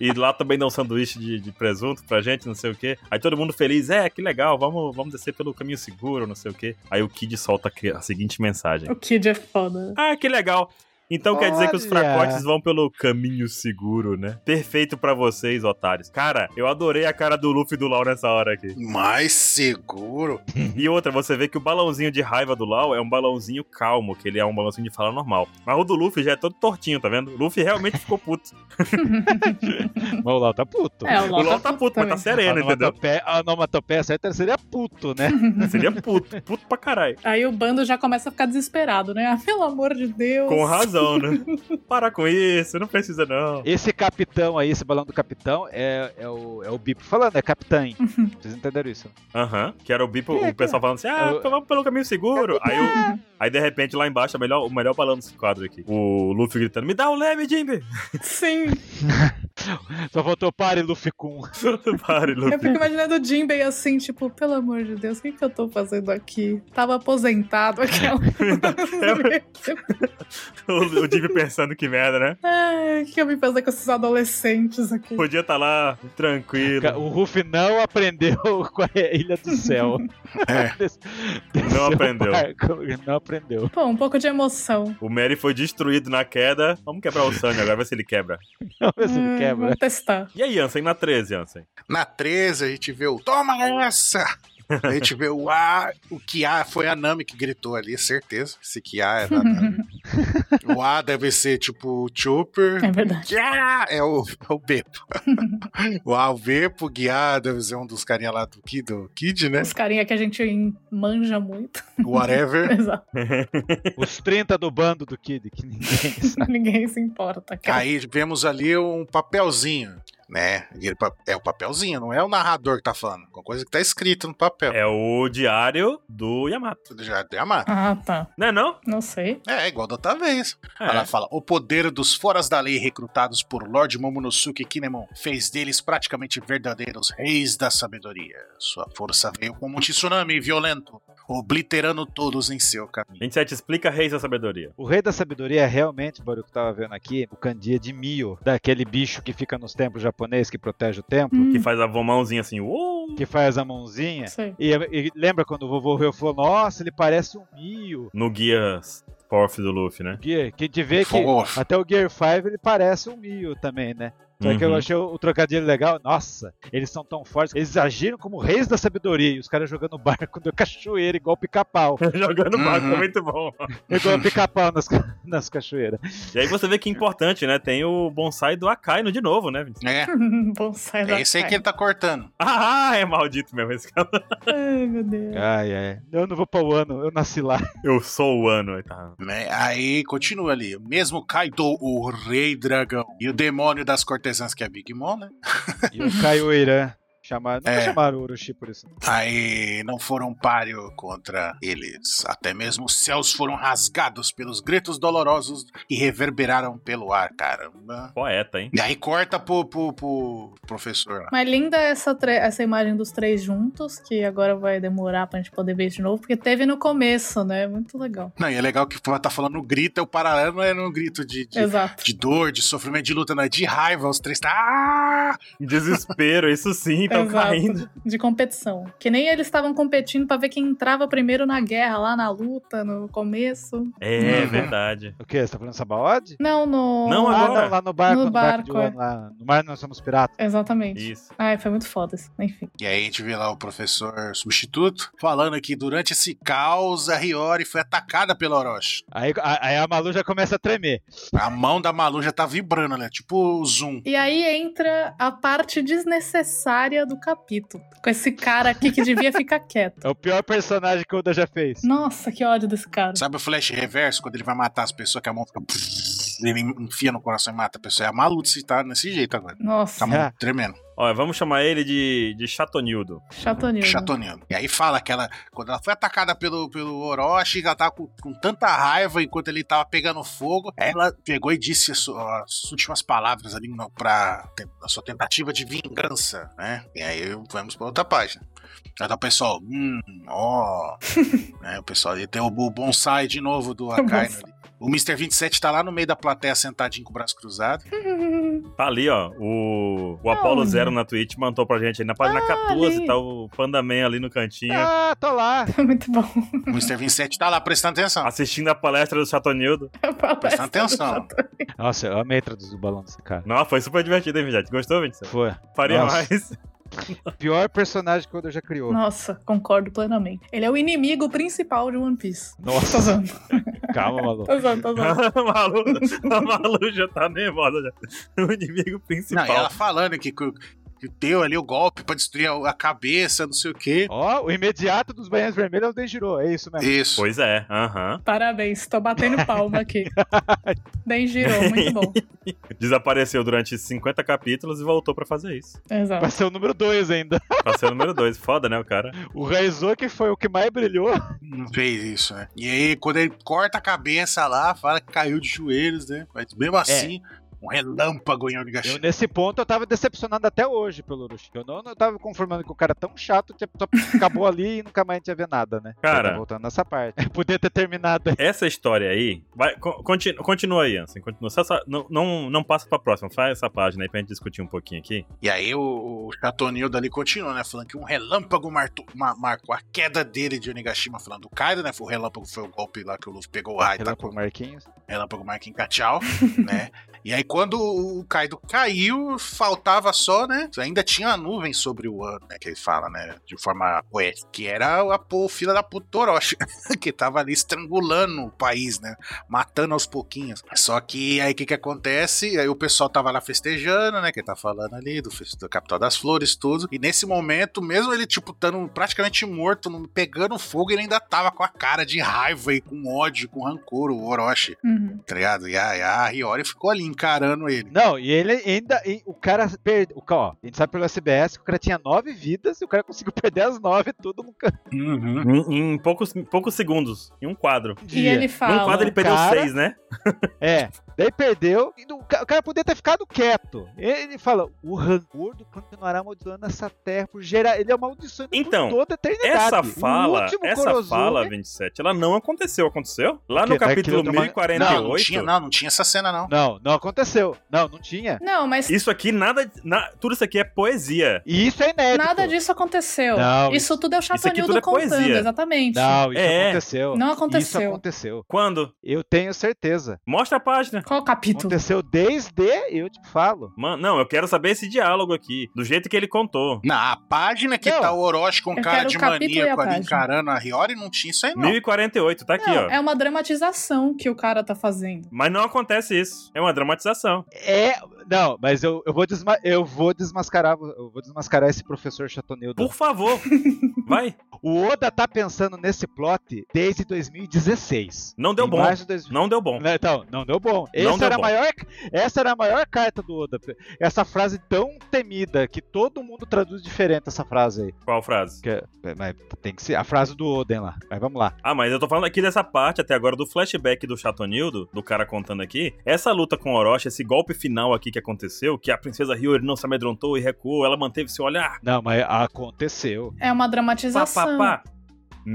Speaker 1: E lá também dá um sanduíche de, de presunto pra gente, não sei o quê. Aí todo mundo feliz, é, que legal, vamos, vamos descer pelo caminho seguro, não sei o quê. Aí o Kid solta que- a seguinte mensagem.
Speaker 3: O Kid é foda.
Speaker 1: Ah, que legal. Então quer dizer que os
Speaker 2: Olha.
Speaker 1: fracotes vão pelo caminho seguro, né? Perfeito pra vocês, otários. Cara, eu adorei a cara do Luffy e do Lau nessa hora aqui.
Speaker 4: Mais seguro.
Speaker 1: E outra, você vê que o balãozinho de raiva do Lau é um balãozinho calmo, que ele é um balãozinho de fala normal. Mas o do Luffy já é todo tortinho, tá vendo? O Luffy realmente ficou puto.
Speaker 2: Mas o Lau tá puto.
Speaker 3: É, o
Speaker 1: o
Speaker 3: Lau
Speaker 1: Lau tá puto, mas tá
Speaker 3: também.
Speaker 1: sereno, entendeu?
Speaker 2: A onomatopeia certa seria puto,
Speaker 3: Hum.
Speaker 2: né?
Speaker 1: Seria puto, puto pra caralho.
Speaker 3: Aí o bando já começa a ficar desesperado, né? Ah, pelo amor de Deus.
Speaker 1: Com razão, né? Para com isso, não precisa não.
Speaker 2: Esse capitão aí, esse balão do capitão, é, é o, é o Bipo falando, é capitão.
Speaker 3: Uhum.
Speaker 2: Vocês entenderam isso? né?
Speaker 1: Aham, que era o Bipo,
Speaker 2: É,
Speaker 1: o pessoal falando assim, ah,
Speaker 2: Eu-
Speaker 1: então vamos pelo caminho seguro. Aí, o- aí de repente lá embaixo, a melhor, o melhor balão desse quadro aqui. O Luffy gritando, me dá o leme, Jimmy!
Speaker 3: Sim.
Speaker 2: Só faltou pare Luffy Kun.
Speaker 1: Pare,
Speaker 3: Eu
Speaker 1: Luffy.
Speaker 3: fico imaginando o Jinbei assim, tipo, pelo amor de Deus, o que, que eu tô fazendo aqui? Tava aposentado aquela.
Speaker 1: O, o Jimmy pensando que merda, né?
Speaker 3: Ai, o que eu vim fazer com esses adolescentes aqui?
Speaker 1: Podia estar lá tranquilo.
Speaker 2: Ca- O Ruffy não aprendeu com a Ilha do Céu.
Speaker 4: É.
Speaker 2: Des- desceu o
Speaker 1: aprendeu.
Speaker 2: barco, ele não aprendeu.
Speaker 3: Pô, um pouco de emoção.
Speaker 1: O Mary foi destruído na queda. Vamos quebrar o sangue agora, ver se ele quebra.
Speaker 2: Vamos ver se ele
Speaker 3: Hum,
Speaker 2: quebra.
Speaker 3: Vou testar.
Speaker 1: E aí, Ansem, na 13, Ansem?
Speaker 4: Na 13 a gente vê o Toma essa! A gente vê o A, o que A foi a Nami que gritou ali, certeza. Esse que A é da Nami. O A deve ser tipo o Chopper.
Speaker 3: É verdade.
Speaker 4: Que A É o, é o Bepo. O A, o Bepo, o Guiá deve ser um dos carinha lá do Kid, do Kid, né?
Speaker 3: Os carinha que a gente manja muito.
Speaker 4: Whatever.
Speaker 3: Exato.
Speaker 2: Os 30 do bando do Kid, que ninguém sabe.
Speaker 3: Ninguém se importa, cara.
Speaker 4: Aí vemos ali um papelzinho, né? Ele pa- É o papelzinho, não é o narrador que tá falando. Uma coisa que tá escrita no papel.
Speaker 1: É o diário do Yamato.
Speaker 4: Já é amado.
Speaker 3: Ah, tá.
Speaker 1: Não é não?
Speaker 3: Não sei.
Speaker 4: É, igual da outra vez.
Speaker 1: É.
Speaker 4: Ela fala: o poder dos foras da lei recrutados por Lord Momonosuke Kinemon fez deles praticamente verdadeiros reis da sabedoria. Sua força veio como um tsunami violento, obliterando todos em seu caminho.
Speaker 1: 27, explica Reis da Sabedoria.
Speaker 2: O rei da sabedoria é realmente, Baruch tava vendo aqui, o Candia de Mio, daquele bicho que fica nos templos japoneses que protege o templo,
Speaker 3: Hum,
Speaker 1: Que faz a mãozinha assim, uou,
Speaker 2: que faz a mãozinha.
Speaker 3: sei.
Speaker 2: E, e lembra quando o vovô Reu falou: Nossa, ele parece um Mio.
Speaker 1: no guia Porf do Luffy, né?
Speaker 2: Que, que te vê que
Speaker 4: Fofo.
Speaker 2: até o Gear 5 ele parece um Mio também, né? Só que eu
Speaker 1: Uhum.
Speaker 2: achei o, o trocadilho legal. Nossa, eles são tão fortes. Eles agiram como reis da sabedoria. E os caras jogando barco da cachoeira, igual pica-pau.
Speaker 1: Jogando barco,
Speaker 4: Uhum.
Speaker 1: muito bom.
Speaker 2: igual pica-pau nas, ca- nas cachoeiras.
Speaker 1: E aí você vê que é importante, né? Tem o bonsai do Akainu de novo, né? Vinícius?
Speaker 4: É,
Speaker 3: Bonsai da
Speaker 4: é esse aí que
Speaker 3: cara.
Speaker 4: ele tá cortando.
Speaker 1: Ah, é maldito mesmo esse cara.
Speaker 3: Ai, meu Deus.
Speaker 2: Ai, ai. Eu não vou pra o ano, eu nasci lá.
Speaker 1: Eu sou o ano. aí Tá.
Speaker 4: Né? Aí continua ali. Mesmo Kaido, o rei dragão, e o demônio das cortesãs, que é Big Mom, né?
Speaker 2: E o Caio Irã. Chamaram, nunca
Speaker 4: É.
Speaker 2: chamaram o Orochi por isso.
Speaker 4: Aí não foram páreo contra eles. Até mesmo os céus foram rasgados pelos gritos dolorosos e reverberaram pelo ar, caramba.
Speaker 1: Poeta, hein?
Speaker 4: E aí corta pro, pro, pro professor lá.
Speaker 3: Mas linda essa, tre- essa imagem dos três juntos, que agora vai demorar pra gente poder ver de novo, porque teve no começo, né? Muito legal.
Speaker 4: Não, e é legal que ela tá falando no grito, é o paralelo não é no grito de, de,
Speaker 3: Exato.
Speaker 4: de dor, de sofrimento, de luta, não é de raiva. Os três tá. "Ah!"
Speaker 1: Desespero, isso sim, estão
Speaker 3: Exato.
Speaker 1: caindo.
Speaker 3: De competição. Que nem eles estavam competindo pra ver quem entrava primeiro na guerra, lá na luta, no começo.
Speaker 1: É
Speaker 4: Uhum.
Speaker 1: verdade.
Speaker 2: O que? Você tá falando Sabaody?
Speaker 3: Não, no.
Speaker 1: Não,
Speaker 2: Ah,
Speaker 1: agora.
Speaker 2: não, lá no barco,
Speaker 3: No
Speaker 2: no, barco, de Wano,
Speaker 3: barco, é.
Speaker 2: lá. No mar nós somos piratas.
Speaker 3: Exatamente.
Speaker 1: Isso.
Speaker 3: Ai, foi muito foda isso. Enfim.
Speaker 4: E aí a gente vê lá o professor substituto falando que durante esse caos a Hiyori foi atacada pelo Orochi.
Speaker 2: Aí, a- aí a Malu já começa a tremer.
Speaker 4: A mão da Malu já tá vibrando, né? Tipo o Zoom.
Speaker 3: E aí entra a parte desnecessária do capítulo. Com esse cara aqui que devia ficar quieto.
Speaker 2: É o pior personagem que o Oda já fez.
Speaker 3: Nossa, que ódio desse cara.
Speaker 4: Sabe o flash reverso, quando ele vai matar as pessoas, que a mão fica. Ele enfia no coração e mata a pessoa. É a maluco se tá desse jeito agora. Tá
Speaker 3: Nossa,
Speaker 4: mão
Speaker 2: É.
Speaker 4: tremendo,
Speaker 1: Olha, vamos chamar ele de, de Chatonildo.
Speaker 3: chatonil.
Speaker 4: chatoneando. E aí fala que ela, quando ela foi atacada pelo, pelo Orochi, ela tava com, com tanta raiva enquanto ele tava pegando fogo. Ela pegou e disse as, su- as últimas palavras ali no- pra te- a sua tentativa de vingança, né? E aí vamos pra outra página. Aí tá o pessoal, hum, ó. né, o pessoal ali tem o, o bonsai de novo do Akainu ali. O Mr. 27 tá lá no meio da plateia sentadinho com o braço cruzado.
Speaker 1: Tá ali, ó. O, o Apolo Zero na Twitch mandou pra gente aí na página 14,
Speaker 3: ali.
Speaker 1: tá o Pandaman ali no cantinho.
Speaker 2: Ah, tô lá.
Speaker 3: muito bom.
Speaker 4: O Mr. 27 tá lá prestando atenção.
Speaker 1: Assistindo a palestra do Chatonildo.
Speaker 3: A palestra
Speaker 4: Prestando atenção.
Speaker 3: do Chato-
Speaker 2: Nossa, eu amei traduzir o balão desse cara.
Speaker 1: Nossa, foi super divertido, hein, Vinícius? Gostou, Vinícius?
Speaker 2: Foi.
Speaker 1: Faria
Speaker 2: Nossa.
Speaker 1: mais.
Speaker 2: Pior personagem que o Oda já criou.
Speaker 3: Nossa, concordo plenamente. Ele é o inimigo principal de One Piece. Tô
Speaker 2: Nossa,
Speaker 3: zoando,
Speaker 2: calma, Malu.
Speaker 3: tô zoando, tô zoando.
Speaker 1: a, Malu, a Malu já tá nervosa já. O inimigo
Speaker 4: Não,
Speaker 1: principal.
Speaker 4: e ela falando que, que, que deu ali o golpe pra destruir a, a cabeça, não sei o quê.
Speaker 2: Ó, o imediato dos banheiros vermelhos é o Denjiro, é isso mesmo.
Speaker 4: Isso.
Speaker 1: Pois é, aham.
Speaker 3: Parabéns, tô batendo palma aqui. Bem girou, muito bom.
Speaker 1: Desapareceu durante 50 capítulos e voltou pra fazer isso.
Speaker 3: Exato.
Speaker 2: Vai ser o número 2 ainda.
Speaker 1: Pra ser o número 2. Foda, né, o cara?
Speaker 2: O Raizo que foi o que mais brilhou.
Speaker 4: Não fez isso, né? E aí, quando ele corta a cabeça lá, fala que caiu de joelhos, né? Mas mesmo assim, Um relâmpago em
Speaker 2: É. Eu,
Speaker 4: Onigashima.
Speaker 2: nesse ponto eu tava decepcionado até hoje pelo Orochi. Eu não, não tava conformando que o cara é tão chato que só acabou ali e nunca mais a gente ia ver nada, né?
Speaker 1: Cara.
Speaker 2: Tá voltando nessa parte. Podia ter terminado. aí.
Speaker 1: Essa história aí. Vai, co- conti- continua aí, Ansem. Continua. Só- só- não, não, não passa pra próxima. Faz essa página aí pra gente discutir um pouquinho aqui.
Speaker 4: E aí o, o Chatonildo ali continua, né? Falando que um relâmpago marto- ma- marcou a queda dele de Onigashima, falando do Kaido, né? Foi o relâmpago, foi o golpe lá que o Luffy pegou o raio e
Speaker 2: Relâmpago
Speaker 4: tacou
Speaker 2: Marquinhos.
Speaker 4: Relâmpago Marquinhos Cachau, né? E aí, quando o Kaido caiu, faltava só, né? Ainda tinha a nuvem sobre o ano, né? Que ele fala, né? De forma poética. Que era a pô, filha da puta Toroshi, que tava ali estrangulando o país, né? Matando aos pouquinhos. Só que aí o que que acontece? Aí o pessoal tava lá festejando, né? Que tá falando ali do, fes- do Capital das Flores, tudo. E nesse momento, mesmo ele, tipo, estando praticamente morto, não- pegando fogo, ele ainda tava com a cara de raiva e com ódio, com rancor, o Orochi
Speaker 3: Uhum.
Speaker 4: tá ligado? E a, e a Hiyori ficou ali encarando ele.
Speaker 2: Não, e ele ainda. e o cara perdeu. O cara, ó, a gente sabe pelo SBS que o cara tinha nove vidas e o cara conseguiu perder as nove tudo num canto. Hum.
Speaker 1: Uhum. Em, em poucos, poucos segundos. Em um quadro.
Speaker 3: E ele
Speaker 1: Num quadro
Speaker 3: fala.
Speaker 1: ele perdeu
Speaker 2: Cara.
Speaker 1: seis, né?
Speaker 2: É, daí perdeu. E do- o ca- o cara podia ter ficado quieto. Ele fala: o rancor do continuará amaldiçoando essa terra por gerar. Ele é amaldiçoando
Speaker 1: Então,
Speaker 2: por toda a eternidade.
Speaker 1: Essa
Speaker 2: O
Speaker 1: fala,
Speaker 2: último é
Speaker 1: essa
Speaker 2: Kurosuke-
Speaker 1: fala, 27, ela não aconteceu. Aconteceu? Lá
Speaker 2: Que-
Speaker 1: no capítulo
Speaker 2: daquilo toma-
Speaker 4: Não, não
Speaker 1: 1048.
Speaker 4: tinha, não, não tinha essa cena, não.
Speaker 2: Não, não aconteceu. Não, não tinha.
Speaker 3: Não, mas
Speaker 1: Isso aqui, nada. na- tudo isso aqui é poesia.
Speaker 2: E isso é inédito.
Speaker 3: nada disso aconteceu.
Speaker 2: Não,
Speaker 3: isso,
Speaker 2: isso-
Speaker 3: tudo é o
Speaker 1: aqui tudo
Speaker 3: Chatonildo
Speaker 1: é poesia.
Speaker 3: contando, exatamente.
Speaker 2: Não, isso
Speaker 1: É.
Speaker 2: aconteceu.
Speaker 3: Não
Speaker 2: Isso
Speaker 3: aconteceu.
Speaker 2: aconteceu.
Speaker 1: Quando?
Speaker 2: Eu tenho certeza.
Speaker 1: Mostra a página.
Speaker 3: Qual o capítulo?
Speaker 2: Aconteceu desde, eu te falo.
Speaker 1: Mano, não, eu quero saber esse diálogo aqui. Do jeito que ele contou.
Speaker 4: Na a página que
Speaker 2: Não.
Speaker 4: tá o Orochi com
Speaker 3: Eu
Speaker 4: cara
Speaker 3: quero
Speaker 4: de
Speaker 3: o capítulo e a
Speaker 4: maníaco ali
Speaker 3: página.
Speaker 4: encarando a Hiyori, não tinha isso aí, não.
Speaker 1: 1048, tá aqui,
Speaker 3: Não,
Speaker 1: ó.
Speaker 3: é uma dramatização que o cara tá fazendo.
Speaker 1: Mas não acontece isso. É uma dramatização.
Speaker 2: É, não, mas eu, eu vou desma- eu vou desmascarar, eu vou desmascarar esse professor Chatonildo.
Speaker 1: Por favor. Vai.
Speaker 2: O Oda tá pensando nesse plot desde 2016.
Speaker 1: Não deu
Speaker 2: Em
Speaker 1: bom.
Speaker 2: março de 2000.
Speaker 1: Não deu bom.
Speaker 2: Né, Então, não deu bom. Essa,
Speaker 1: deu
Speaker 2: era a
Speaker 1: bom.
Speaker 2: Maior, essa era a maior carta do Oda. Essa frase tão temida que todo mundo traduz diferente essa frase aí.
Speaker 1: Qual frase?
Speaker 2: Que é- mas tem que ser a frase do Oden lá. Mas vamos lá.
Speaker 1: Ah, mas eu tô falando aqui dessa parte até agora do flashback do Chatonildo, do cara contando aqui. Essa luta com o Orochi, esse golpe final aqui que aconteceu, que a princesa Hiyori não se amedrontou e recuou, ela manteve seu olhar.
Speaker 2: Não, mas aconteceu.
Speaker 3: É uma
Speaker 1: Pá,
Speaker 3: dramatização.
Speaker 1: pá, pá.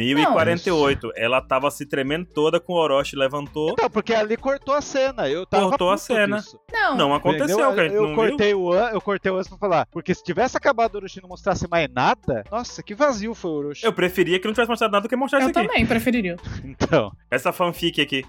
Speaker 1: 1048. Ela tava se tremendo toda com o Orochi, levantou.
Speaker 2: Então, porque ali cortou a cena. Eu tava
Speaker 1: Cortou a
Speaker 2: puto
Speaker 1: cena.
Speaker 2: disso.
Speaker 3: Não,
Speaker 1: Não aconteceu,
Speaker 2: Entendeu?
Speaker 1: cara. a gente
Speaker 2: Eu,
Speaker 1: não viu.
Speaker 2: cortei o an, eu cortei o antes pra falar. Porque se tivesse acabado o Orochi e não mostrasse mais nada, nossa, que vazio foi o Orochi.
Speaker 1: Eu preferia que não tivesse mostrado nada do que mostrar
Speaker 3: eu
Speaker 1: isso aqui.
Speaker 3: também preferiria.
Speaker 2: Então,
Speaker 1: Essa fanfic aqui.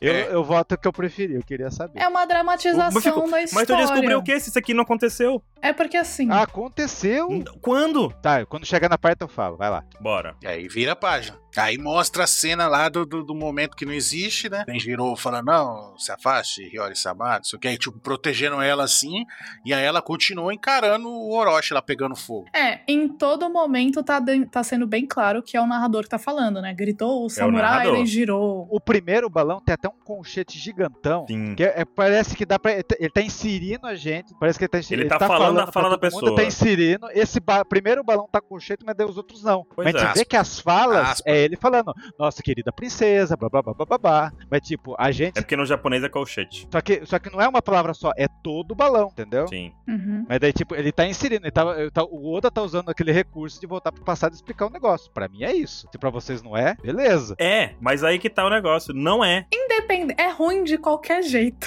Speaker 2: eu,
Speaker 4: É.
Speaker 2: eu voto que eu preferi, eu queria saber.
Speaker 3: É uma dramatização
Speaker 1: Mas ficou-
Speaker 3: da
Speaker 1: Mas
Speaker 3: história.
Speaker 1: tu descobriu o que Ah. se isso aqui não aconteceu?
Speaker 3: É porque assim,
Speaker 2: Aconteceu.
Speaker 3: Hum.
Speaker 1: Hum. Quando?
Speaker 2: Tá, quando chegar na parte eu falo, vai lá.
Speaker 1: Bora.
Speaker 4: E aí vira a página. Aí mostra a cena lá do, do, do momento que não existe, né? Tem girou falando, não, se afaste, Hiyori Samar, não sei o que. Aí, tipo, protegendo ela assim. E aí ela continuou encarando o Orochi lá pegando fogo.
Speaker 3: é, em todo momento tá, de- tá sendo bem claro que é o narrador que tá falando, né? Gritou o samurai,
Speaker 1: É narrador.
Speaker 3: ele girou.
Speaker 2: O primeiro balão tem até um conchete gigantão.
Speaker 1: Sim.
Speaker 2: Que é- é- parece que dá pra. Ele tá- ele tá inserindo a gente. Parece que ele tá inserindo.
Speaker 1: Ele tá falando a
Speaker 2: pra
Speaker 1: fala da
Speaker 2: todo mundo,
Speaker 1: pessoa.
Speaker 2: tá inserindo. Esse ba- primeiro balão tá com jeito, mas daí os outros não.
Speaker 1: Pois
Speaker 2: mas a
Speaker 1: é.
Speaker 2: gente vê que as falas
Speaker 4: Aspa.
Speaker 2: é ele falando, nossa querida princesa, blá blá blá blá blá blá. Mas tipo, a gente.
Speaker 1: É porque no japonês é colchete.
Speaker 2: Só, que, só que não é uma palavra só, é todo o balão, entendeu?
Speaker 1: Sim.
Speaker 3: Uhum.
Speaker 2: Mas daí, tipo, ele tá inserindo, ele tá, ele tá- o Oda tá usando aquele recurso de voltar pro passado e explicar o negócio. Pra mim é isso. Se pra vocês não é, beleza.
Speaker 1: É, mas aí que tá o negócio. Não é.
Speaker 3: Independe- é ruim de qualquer jeito.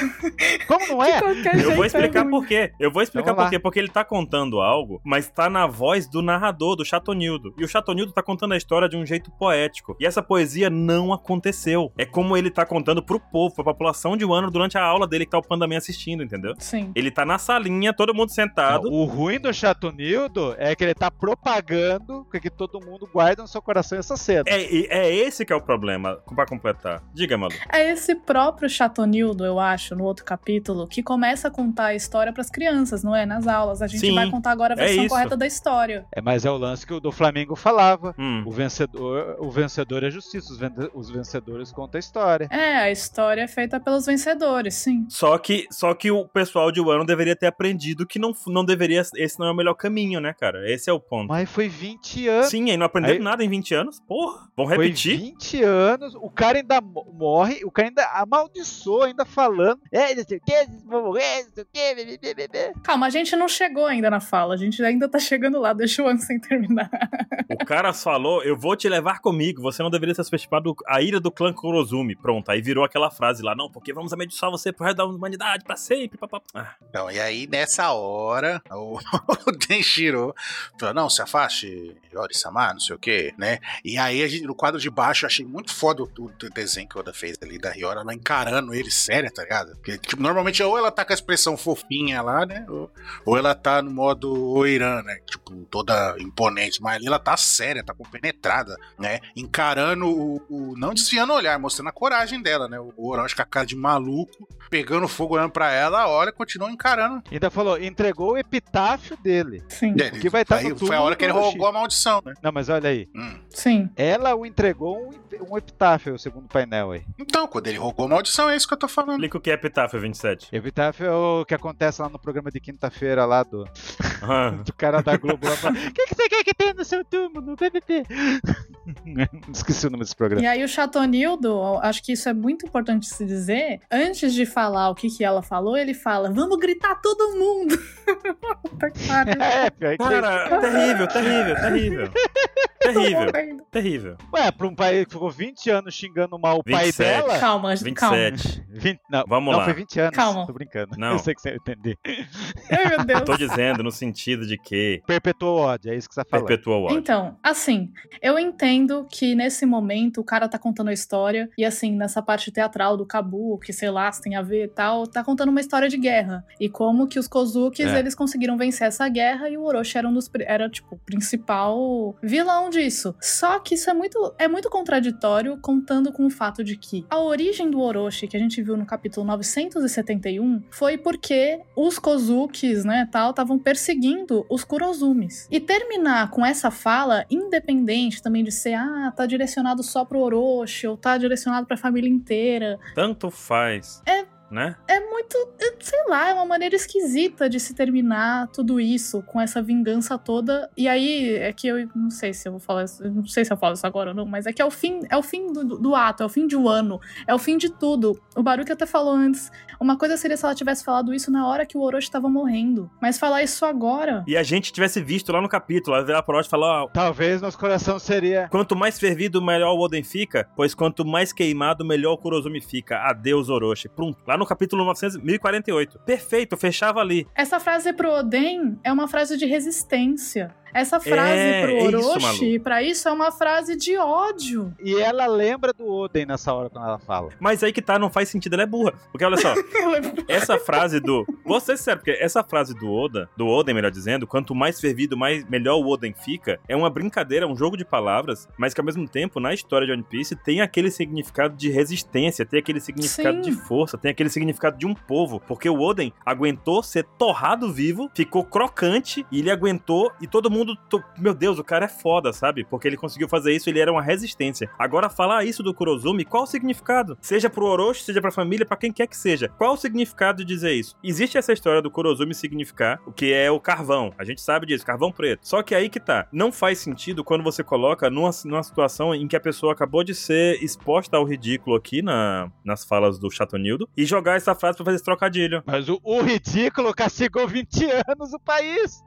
Speaker 2: Como não é?
Speaker 3: De qualquer
Speaker 1: Eu
Speaker 3: jeito
Speaker 1: vou
Speaker 3: é
Speaker 1: explicar
Speaker 3: ruim.
Speaker 1: por quê. Eu vou explicar
Speaker 2: Então vamos
Speaker 1: por
Speaker 2: lá.
Speaker 1: quê. Porque ele tá contando algo, mas tá na voz do narrador, do Chatonildo. E o Chatonildo tá contando a história de um jeito poético. E essa poesia não aconteceu. É como ele tá contando pro povo, pra população de Wano durante a aula dele que tá o Pandaman assistindo, entendeu?
Speaker 3: Sim.
Speaker 1: Ele tá na salinha, todo mundo sentado.
Speaker 2: Não, o ruim do Chatonildo é que ele tá propagando que que todo mundo guarda no seu coração essa cena.
Speaker 1: É, e- é esse que é o problema, pra completar. Diga, Malu.
Speaker 3: É esse próprio Chatonildo, eu acho, no outro capítulo, que começa a contar a história pras crianças, não é? Nas aulas. A gente
Speaker 1: Sim,
Speaker 3: vai contar agora a
Speaker 1: é
Speaker 3: versão
Speaker 1: isso.
Speaker 3: correta da história.
Speaker 2: É, mas é o lance que o do Flamengo falava.
Speaker 1: Hum.
Speaker 2: O vencedor, o vencedor é justiça, os, vende- os vencedores contam a história.
Speaker 3: É, a história é feita pelos vencedores, sim.
Speaker 1: Só que, só que o pessoal de Wano deveria ter aprendido que não, não deveria. Esse não é o melhor caminho, né, cara? Esse é o ponto.
Speaker 2: Mas foi 20 anos.
Speaker 1: Sim, aí não aprenderam
Speaker 2: Aí-
Speaker 1: nada em 20 anos? Porra, vão
Speaker 2: Foi
Speaker 1: repetir?
Speaker 2: 20 anos, o cara ainda mo- morre, o cara ainda amaldiçoa, ainda falando. É, não sei o que, vocês vão morrer, não sei o que, bebê, bebê.
Speaker 3: Calma, a gente não chegou ainda na fala, a gente ainda tá chegando lá, deixa o Ansem terminar.
Speaker 1: O cara falou, eu vou te levar comigo, você não deveria ter participado a ira do clã Kurozumi. Pronto, aí virou aquela frase lá, não, porque vamos amaldiçoar você pro resto da humanidade, pra sempre, papapá. Ah,
Speaker 4: Então, e aí, nessa hora, o, o Denshiro falou, não, se afaste, Yori-sama, não sei o quê, né? E aí, a gente, no quadro de baixo, eu achei muito foda o, o desenho que o Oda fez ali, da Ryora, ela encarando ele séria, tá ligado? Porque, tipo, normalmente, ou ela tá com a expressão fofinha lá, né? Ou, ou ela tá no modo Oiran, né? Tipo, toda imponente, mas ali ela tá séria, tá compenetrada, né? Encarando o, o- não desviando o olhar, mostrando a coragem dela, né? O Orochi com a cara de maluco, pegando fogo, olhando pra ela, olha, continua encarando.
Speaker 2: Ainda falou, entregou o epitáfio dele.
Speaker 3: Sim,
Speaker 4: E ele-
Speaker 2: Que vai tá
Speaker 4: aí
Speaker 2: no
Speaker 4: foi a
Speaker 2: túmulo
Speaker 4: hora que ele
Speaker 2: do Orochi.
Speaker 4: rogou a maldição, né?
Speaker 2: Não, mas olha aí.
Speaker 4: Hum.
Speaker 3: sim.
Speaker 2: Ela o entregou um, ep- um epitáfio, segundo o painel aí.
Speaker 4: Então, quando ele rogou a maldição, é isso que eu tô falando.
Speaker 1: Explica o que é Epitáfio 27.
Speaker 2: Epitáfio é o que acontece lá no programa de quinta-feira lá do,
Speaker 1: Ah,
Speaker 2: do cara da Globo. lá fala, O que, que você quer que tenha no seu túmulo? PPP. Esqueci o nome desse programa.
Speaker 3: E aí o Chatonildo, acho que isso é muito importante se dizer, antes de falar o que, que ela falou, ele fala, vamos gritar todo mundo. Puta que pariu.
Speaker 2: É, pior que
Speaker 1: cara, terrível, terrível, terrível. Terrível,
Speaker 3: tá
Speaker 1: terrível.
Speaker 2: Ué, pra um pai que ficou 20 anos xingando mal o pai
Speaker 1: 27.
Speaker 2: dela.
Speaker 3: Calma, calma.
Speaker 1: 27.
Speaker 2: 20, não,
Speaker 1: Vamos
Speaker 2: não
Speaker 1: lá.
Speaker 2: foi 20 anos.
Speaker 3: Calma.
Speaker 2: Tô brincando.
Speaker 1: Não.
Speaker 2: Eu sei que você entendeu.
Speaker 3: Ai, meu Deus.
Speaker 1: Tô dizendo no sentido de que
Speaker 2: Perpetuou ódio, é isso que você tá falando.
Speaker 1: perpetua o ódio.
Speaker 3: Então, assim, eu entendo que nesse momento o cara tá contando a história, e assim, nessa parte teatral do Kabu, que sei lá, se tem a ver e tal, tá contando uma história de guerra. E como que os Kozukis,
Speaker 1: É.
Speaker 3: eles conseguiram vencer essa guerra, e o Orochi era um dos, pri- era, tipo, o principal vilão disso. Só que isso é muito, é muito contraditório, contando com o fato de que a origem do Orochi, que a gente viu no capítulo 971, foi porque os Kozukis, né, tal, estavam perseguindo os Kurozumis. E terminar com essa fala, independente também de ser, ah, tá direcionado só pro Orochi, ou tá direcionado pra família inteira,
Speaker 1: Tanto faz.
Speaker 3: É.
Speaker 1: Né?
Speaker 3: é muito, é, sei lá, é uma maneira esquisita de se terminar tudo isso, com essa vingança toda. E aí, é que eu não sei se eu vou falar isso, eu não sei se eu falo isso agora ou não, mas é que é o fim, é o fim do, do ato, é o fim de um ano, é o fim de tudo. O Baruch até falou antes, uma coisa seria se ela tivesse falado isso na hora que o Orochi tava morrendo, mas falar isso agora...
Speaker 1: E a gente tivesse visto lá no capítulo, a virar pro ódio e falar, ó,
Speaker 2: Talvez nosso coração seria.
Speaker 1: Quanto mais fervido, melhor o Oden fica, pois quanto mais queimado, melhor o Kurozumi fica. Adeus, Orochi. Prum. Lá no capítulo 900 1048. Perfeito, fechava ali.
Speaker 3: Essa frase pro Oden é uma frase de resistência. Essa frase
Speaker 1: É,
Speaker 3: pro
Speaker 1: é isso,
Speaker 3: Orochi,
Speaker 1: Malu.
Speaker 3: pra isso, é uma frase de ódio.
Speaker 2: E ela lembra do Oden nessa hora quando ela fala.
Speaker 1: Mas aí que tá, não faz sentido, ela é burra. Porque olha só, essa frase do. Vou ser sério, porque essa frase do Oda, do Oden, melhor dizendo, quanto mais fervido, mais melhor o Oden fica, é uma brincadeira, é um jogo de palavras, mas que ao mesmo tempo, na história de One Piece, tem aquele significado de resistência, tem aquele significado
Speaker 3: Sim.
Speaker 1: de força, tem aquele significado de um povo. Porque o Oden aguentou ser torrado vivo, ficou crocante, e ele aguentou, e todo mundo. to- Meu Deus, o cara é foda, sabe? Porque ele conseguiu fazer isso, ele era uma resistência. Agora, falar isso do Kurozumi, qual o significado? Seja pro Orochi, seja pra família, pra quem quer que seja. Qual o significado de dizer isso? Existe essa história do Kurozumi significar o que é o carvão. A gente sabe disso, carvão preto. Só que aí que tá. Não faz sentido quando você coloca numa, numa situação em que a pessoa acabou de ser exposta ao ridículo aqui na, nas falas do Chatonildo e jogar essa frase pra fazer esse trocadilho.
Speaker 2: Mas o, o ridículo castigou 20 anos o país.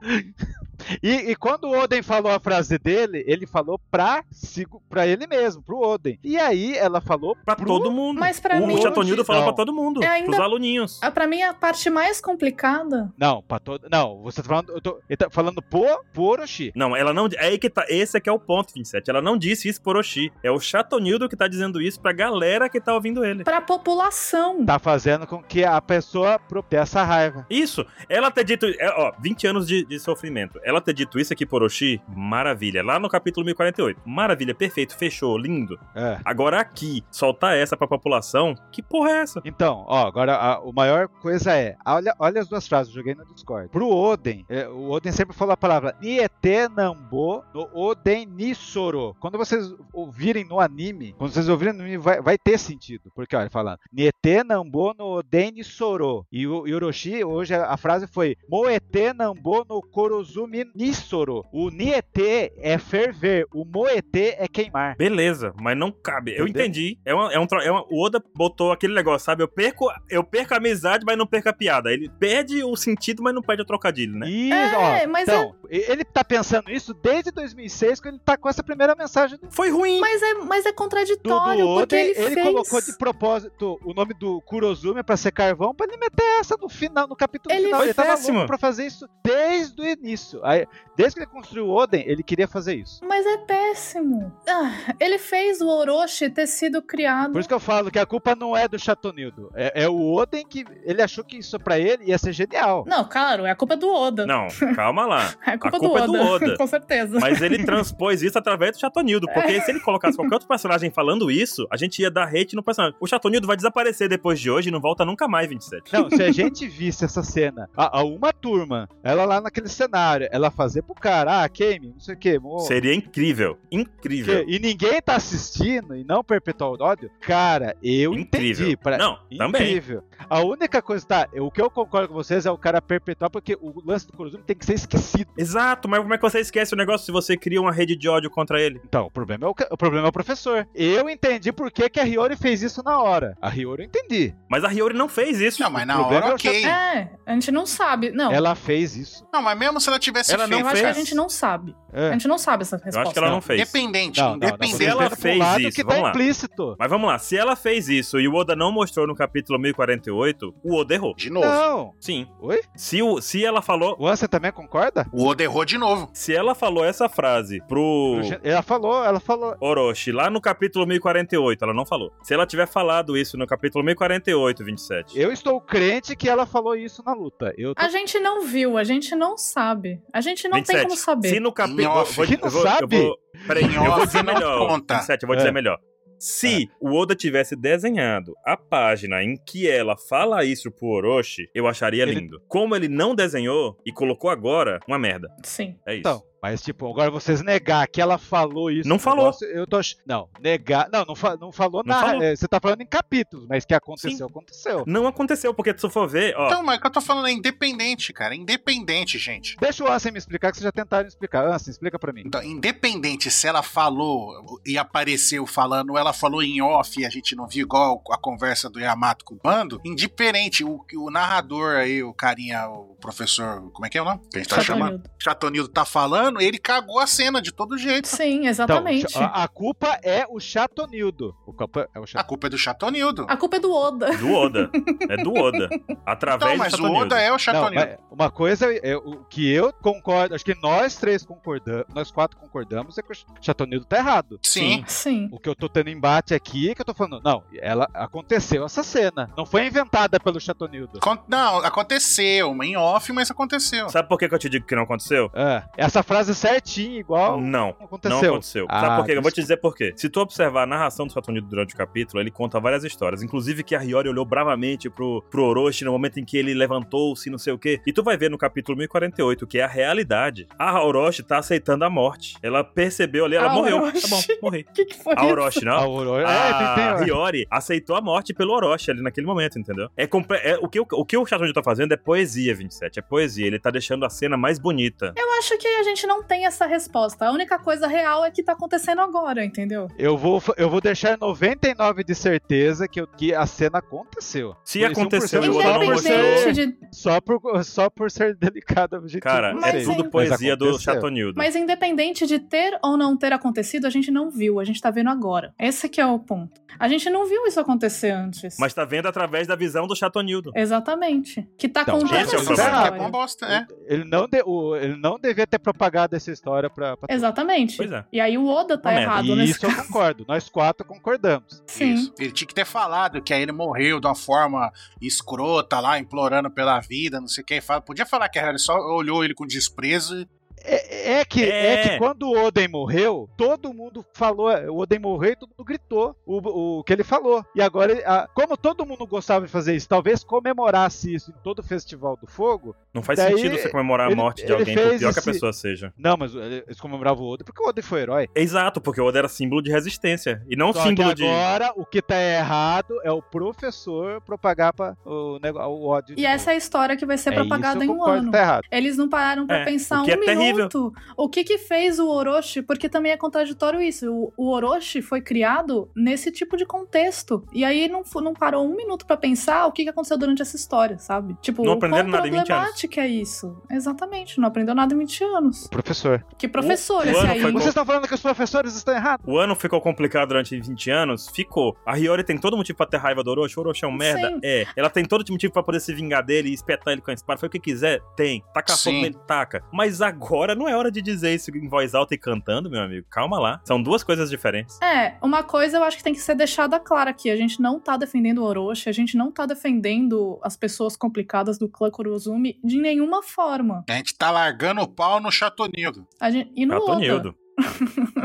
Speaker 2: E, e quando o Oden falou a frase dele, ele falou pra, sigo- pra ele mesmo, pro Oden. E aí ela falou
Speaker 1: Pra
Speaker 2: pro
Speaker 1: todo mundo.
Speaker 3: Mas pra
Speaker 1: o
Speaker 3: mim-
Speaker 1: Chatonildo fala
Speaker 2: Não.
Speaker 1: pra todo mundo.
Speaker 3: É ainda-
Speaker 1: Pros aluninhos.
Speaker 3: Ah, Pra mim, a parte mais complicada.
Speaker 2: Não, pra todo. Não, você tá falando. Eu tô, ele tá falando por, por Oxi.
Speaker 1: Não, ela não. É aí que tá. Esse é que é o ponto, 27. Ela não disse isso por Oxi. É o Chatonildo que tá dizendo isso pra galera que tá ouvindo ele.
Speaker 3: Pra população.
Speaker 2: Tá fazendo com que a pessoa propie essa raiva.
Speaker 1: Isso. Ela ter dito. é, Ó, 20 anos de, de sofrimento. Ela ter dito isso aqui por Oxi, maravilha. Lá no capítulo 1048. Maravilha, perfeito, fechou, lindo.
Speaker 2: É.
Speaker 1: Agora aqui, soltar essa pra população, que porra é essa?
Speaker 2: Então, ó, agora a, o maior coisa é, olha, olha as duas frases, eu joguei no Discord. Pro Oden, é, o Oden sempre falou a palavra Niete Nambo no Oden Nisoro. Quando vocês ouvirem no anime, quando vocês ouvirem no anime, vai, vai ter sentido. Porque, olha, falando Niete Nambo no Oden Nisoro. E o e o Orochi, hoje a, a frase foi Moete Nambo no Korozumi ni- Nisoro. O Nietê é ferver, o Moetê é queimar.
Speaker 1: Beleza, mas não cabe. Eu
Speaker 2: Entendeu?
Speaker 1: entendi. É uma, é um, tro- é uma- o Oda botou aquele negócio, sabe? Eu perco, eu perco a amizade, mas não perco a piada. Ele perde o sentido, mas não perde o trocadilho, né?
Speaker 2: Isso,
Speaker 3: É,
Speaker 2: ó,
Speaker 3: mas
Speaker 2: então, e- ele tá pensando isso desde 2006, quando ele tá com essa primeira mensagem do,
Speaker 1: Foi ruim.
Speaker 3: Mas é, mas é
Speaker 2: do
Speaker 3: contraditório, porque
Speaker 2: Oden.
Speaker 3: ele,
Speaker 2: Ele,
Speaker 3: fez...
Speaker 2: colocou de propósito o nome do Kurozume pra ser carvão, pra ele meter essa no final, no capítulo
Speaker 3: Ele
Speaker 2: final.
Speaker 1: Foi
Speaker 2: Ele tava
Speaker 1: péssimo.
Speaker 2: louco pra fazer isso desde o início. Aí, desde que ele construiu o Oden, ele queria fazer isso.
Speaker 3: Mas é péssimo. Ah, ele fez o Orochi ter sido criado.
Speaker 2: Por isso que eu falo que a culpa não é do Chatonildo. É, é o Oden que ele achou que isso pra ele ia ser genial.
Speaker 3: Não, claro, é a culpa do Oda.
Speaker 1: Não, calma lá.
Speaker 3: É a culpa,
Speaker 1: culpa é
Speaker 3: do
Speaker 1: do
Speaker 3: Oda.
Speaker 1: Oda.
Speaker 3: Com certeza.
Speaker 1: Mas ele transpôs isso através do Chatonildo. Porque se ele colocasse qualquer outro personagem falando isso, a gente ia dar hate no personagem. O Chatonildo vai desaparecer depois de hoje e não volta nunca mais, 27.
Speaker 2: Não, se a gente visse essa cena, a, a uma turma, ela lá naquele cenário, ela fazer pro cara, ah, Kame, não sei o que,
Speaker 1: Seria incrível. Incrível.
Speaker 2: e ninguém tá assistindo e não perpetuar o ódio, cara, eu
Speaker 1: Incrível.
Speaker 2: entendi. pra-
Speaker 1: Não, também.
Speaker 2: Incrível. A única coisa, tá, o que eu concordo com vocês é o cara perpetuar, porque o lance do Kurozume tem que ser esquecido.
Speaker 1: Exato, mas como é que você esquece o negócio se você cria uma rede de ódio contra ele?
Speaker 2: Então, o problema é o, ca- o problema é o professor. Eu entendi por que, que a Hiyori fez isso na hora. A Hiyori eu entendi.
Speaker 1: Mas a Hiyori não fez isso.
Speaker 4: Não, mas na
Speaker 2: problema é
Speaker 4: hora,
Speaker 2: o
Speaker 4: ok.
Speaker 3: É, a gente não sabe. Não,
Speaker 2: Ela fez isso.
Speaker 4: Não, mas mesmo se ela tivesse
Speaker 1: Ela não
Speaker 3: eu
Speaker 4: feito,
Speaker 3: acho que a
Speaker 1: fez.
Speaker 3: gente não sabe. A
Speaker 2: É.
Speaker 3: gente não sabe essa resposta.
Speaker 1: Eu acho que ela não fez.
Speaker 4: independente,
Speaker 2: Não, não, não.
Speaker 4: independente.
Speaker 1: Se ela
Speaker 2: Tá pro
Speaker 1: fez
Speaker 2: lado
Speaker 1: isso,
Speaker 2: que
Speaker 1: vamos
Speaker 2: tá
Speaker 1: lá.
Speaker 2: implícito.
Speaker 1: Mas vamos lá, se ela fez isso e o Oda não mostrou no capítulo 1048, o Oda errou.
Speaker 4: De novo.
Speaker 2: Não.
Speaker 1: Sim.
Speaker 2: Oi?
Speaker 1: Se, o, se ela falou.
Speaker 2: Juan, você também concorda?
Speaker 4: O Oda errou de novo.
Speaker 1: Se ela falou essa frase pro
Speaker 2: Ela falou, ela falou.
Speaker 1: Orochi lá no capítulo 1048, ela não falou. Se ela tiver falado isso no capítulo 1048, 27.
Speaker 2: Eu estou crente que ela falou isso na luta. Eu tô...
Speaker 3: A gente não viu, a gente não sabe. A gente não tem
Speaker 1: 27,
Speaker 3: como saber.
Speaker 1: Se no
Speaker 4: Em
Speaker 1: capítulo.
Speaker 4: off.
Speaker 2: Que não sabe?
Speaker 1: Peraí,
Speaker 4: Em
Speaker 1: eu vou
Speaker 4: off
Speaker 1: dizer
Speaker 4: não
Speaker 1: melhor.
Speaker 4: conta.
Speaker 1: 27, eu vou
Speaker 2: É.
Speaker 1: dizer melhor. Se o Oda tivesse desenhado a página em que ela fala isso pro Orochi, eu acharia
Speaker 2: Ele-
Speaker 1: lindo. Como ele não desenhou e colocou agora, uma merda.
Speaker 3: Sim.
Speaker 1: É isso.
Speaker 2: Então, mas tipo, agora vocês negar que ela falou isso.
Speaker 1: Não
Speaker 2: no
Speaker 1: falou.
Speaker 2: negócio, eu tô ach- Não, negar. Não, não, fa- não falou
Speaker 1: Não
Speaker 2: nada.
Speaker 1: falou.
Speaker 2: É, Você tá falando em capítulos, mas que aconteceu,
Speaker 1: Sim.
Speaker 2: aconteceu.
Speaker 1: Não aconteceu, porque se tu for ver, ó.
Speaker 4: Então, mas o que eu tô falando é independente, cara. Independente, gente.
Speaker 2: Deixa o Ansem me explicar, que vocês já tentaram explicar. Ansem, explica pra mim.
Speaker 4: Então, independente se ela falou e apareceu falando, ela falou em off e a gente não viu igual a conversa do Yamato com o bando, indiferente, o, o narrador aí, o carinha, o professor, como é que é o nome? Que a gente tá chamando?
Speaker 3: Chatonildo.
Speaker 4: Chatonildo tá falando, ele cagou a cena de todo jeito.
Speaker 3: Sim,
Speaker 2: Então,
Speaker 3: exatamente.
Speaker 2: a, a culpa é o Chatonildo. O culpa é o
Speaker 4: A
Speaker 2: Chatonildo.
Speaker 4: culpa é do Chatonildo.
Speaker 3: A culpa é do Oda.
Speaker 1: Do Oda. É do Oda. Através
Speaker 4: Então,
Speaker 1: do
Speaker 4: mas o
Speaker 1: Chatonildo.
Speaker 4: Oda é o
Speaker 2: Não,
Speaker 4: Chatonildo.
Speaker 2: mas uma coisa é, o que eu concordo, acho que nós três concordamos, nós quatro concordamos, é que o Ch- Chatonildo tá errado.
Speaker 4: Sim.
Speaker 3: Sim.
Speaker 2: O que eu tô tendo embate aqui é que eu tô falando, não, ela aconteceu essa cena. Não foi inventada pelo Chatonildo.
Speaker 4: Con- Não, aconteceu, em off, mas aconteceu.
Speaker 1: Sabe por que, que eu te digo que não aconteceu?
Speaker 2: É, essa frase certinha, igual
Speaker 1: Não.
Speaker 2: aconteceu.
Speaker 1: Não aconteceu. Sabe
Speaker 2: Ah,
Speaker 1: por quê? Eu vou te dizer por quê. Se tu observar a narração do Saturno durante o capítulo, ele conta várias histórias. Inclusive que a Hiyori olhou bravamente pro, pro Orochi no momento em que ele levantou-se, não sei o quê. E tu vai ver no capítulo 1048, que é a realidade. A Orochi tá aceitando a morte. Ela percebeu ali, ela
Speaker 3: A
Speaker 1: morreu.
Speaker 3: Orochi.
Speaker 1: Tá bom, morri.
Speaker 3: O que, que foi
Speaker 1: A Orochi, não?
Speaker 2: A Aurora. é, tem-
Speaker 1: A
Speaker 2: tem-
Speaker 1: Hiyori aceitou a morte pelo Orochi ali naquele momento, entendeu? É, comple- é- o, que, o, o que o Chatonildo tá fazendo é poesia, 27. É poesia. Ele tá deixando a cena mais bonita.
Speaker 3: Eu acho que a gente não tem essa resposta. A única coisa real é que tá acontecendo agora, entendeu?
Speaker 2: Eu vou, fa- eu vou deixar 99 de certeza que, eu- que a cena aconteceu.
Speaker 1: Se
Speaker 2: Por isso,
Speaker 1: aconteceu e o Oda não mostrou.
Speaker 3: um Independente de.
Speaker 2: Só por, só por ser delicado. a gente
Speaker 1: Cara,
Speaker 2: não
Speaker 3: Mas
Speaker 1: é
Speaker 2: sei.
Speaker 3: sim.
Speaker 1: tudo poesia do
Speaker 2: aconteceu.
Speaker 1: Chatonildo.
Speaker 3: Mas independente de ter ou não ter acontecido, a gente não viu, a gente tá vendo agora. Esse que é o ponto. A gente não viu isso acontecer antes.
Speaker 1: Mas tá vendo através da visão do
Speaker 3: É,
Speaker 1: Chatonildo.
Speaker 3: Exatamente. Que tá
Speaker 2: Então,
Speaker 3: contando
Speaker 1: esse é o
Speaker 3: essa
Speaker 1: problema.
Speaker 4: Sabe que é
Speaker 3: história.
Speaker 4: bom bosta, né?
Speaker 2: Ele não, de- o- ele não devia ter propagado essa história pra. pra...
Speaker 3: Exatamente.
Speaker 1: Pois é.
Speaker 3: E aí o Oda tá
Speaker 1: Uma merda.
Speaker 3: errado
Speaker 2: E
Speaker 3: nesse
Speaker 2: isso eu
Speaker 3: caso.
Speaker 2: concordo, nós quatro concordamos.
Speaker 3: Sim.
Speaker 4: Isso. Ele tinha que ter falado que aí ele morreu de uma forma escrota lá, implorando pela vida, não sei o que. Fala- Podia falar que a Harry só olhou ele com desprezo.
Speaker 2: É, é que, é.
Speaker 1: É.
Speaker 2: que quando o Oden morreu, todo mundo falou, é, o Oden morreu e todo mundo gritou o, o que ele falou. E agora, ele- a- como todo mundo gostava de fazer isso, talvez comemorasse isso em todo o Festival do Fogo.
Speaker 1: Não faz
Speaker 2: Daí,
Speaker 1: sentido você comemorar a
Speaker 2: ele-
Speaker 1: morte de
Speaker 2: ele
Speaker 1: alguém, por
Speaker 2: fez
Speaker 1: pior que
Speaker 2: esse-
Speaker 1: a pessoa seja.
Speaker 2: Não, mas ele- eles comemoravam o Oden porque o Oden foi herói.
Speaker 1: Exato, porque o Oda era símbolo de resistência. E não
Speaker 2: Só
Speaker 1: É um símbolo
Speaker 2: que
Speaker 1: de.
Speaker 2: agora, o que tá errado é o professor propagar pra, o, nego- o ódio.
Speaker 3: E essa é a história que vai ser
Speaker 2: é
Speaker 3: propagada em um ano.
Speaker 2: Tá errado.
Speaker 3: Eles não pararam pra
Speaker 1: É,
Speaker 3: pensar
Speaker 1: o
Speaker 3: um
Speaker 1: que é
Speaker 3: minuto
Speaker 1: terrível, possível.
Speaker 3: ponto. O que que fez o Orochi? Porque também é contraditório isso. O, o Orochi foi criado nesse tipo de contexto. E aí não, fo- não parou um minuto pra pensar o que que aconteceu durante essa história, sabe? Tipo,
Speaker 1: Não
Speaker 3: o quão
Speaker 1: aprenderam nada em 20 anos.
Speaker 3: problemática é isso. Exatamente, não aprendeu nada em 20 anos.
Speaker 2: Professor.
Speaker 3: Que professor
Speaker 1: o
Speaker 3: esse
Speaker 1: ano
Speaker 3: aí?
Speaker 1: foi
Speaker 2: Vocês estão falando que os professores estão errados?
Speaker 1: O ano ficou complicado durante 20 anos? Ficou. A Hiyori tem todo motivo pra ter raiva do Orochi. O Orochi é um merda?
Speaker 3: Sim.
Speaker 1: É. Ela tem todo motivo pra poder se vingar dele e espetar ele com a espada. Foi o que quiser? Tem. Taca fogo
Speaker 4: Sim.
Speaker 1: nele, taca. Mas agora não é hora de dizer isso em voz alta e cantando, meu amigo. Calma lá. São duas coisas diferentes.
Speaker 3: É, uma coisa eu acho que tem que ser deixada clara aqui. A gente não tá defendendo o Orochi, a gente não tá defendendo as pessoas complicadas do clã Kurozumi de nenhuma forma.
Speaker 4: A gente tá largando o pau no Chatonildo.
Speaker 3: A gente, e É, no
Speaker 1: Ela
Speaker 3: Oda.
Speaker 1: Tonildo.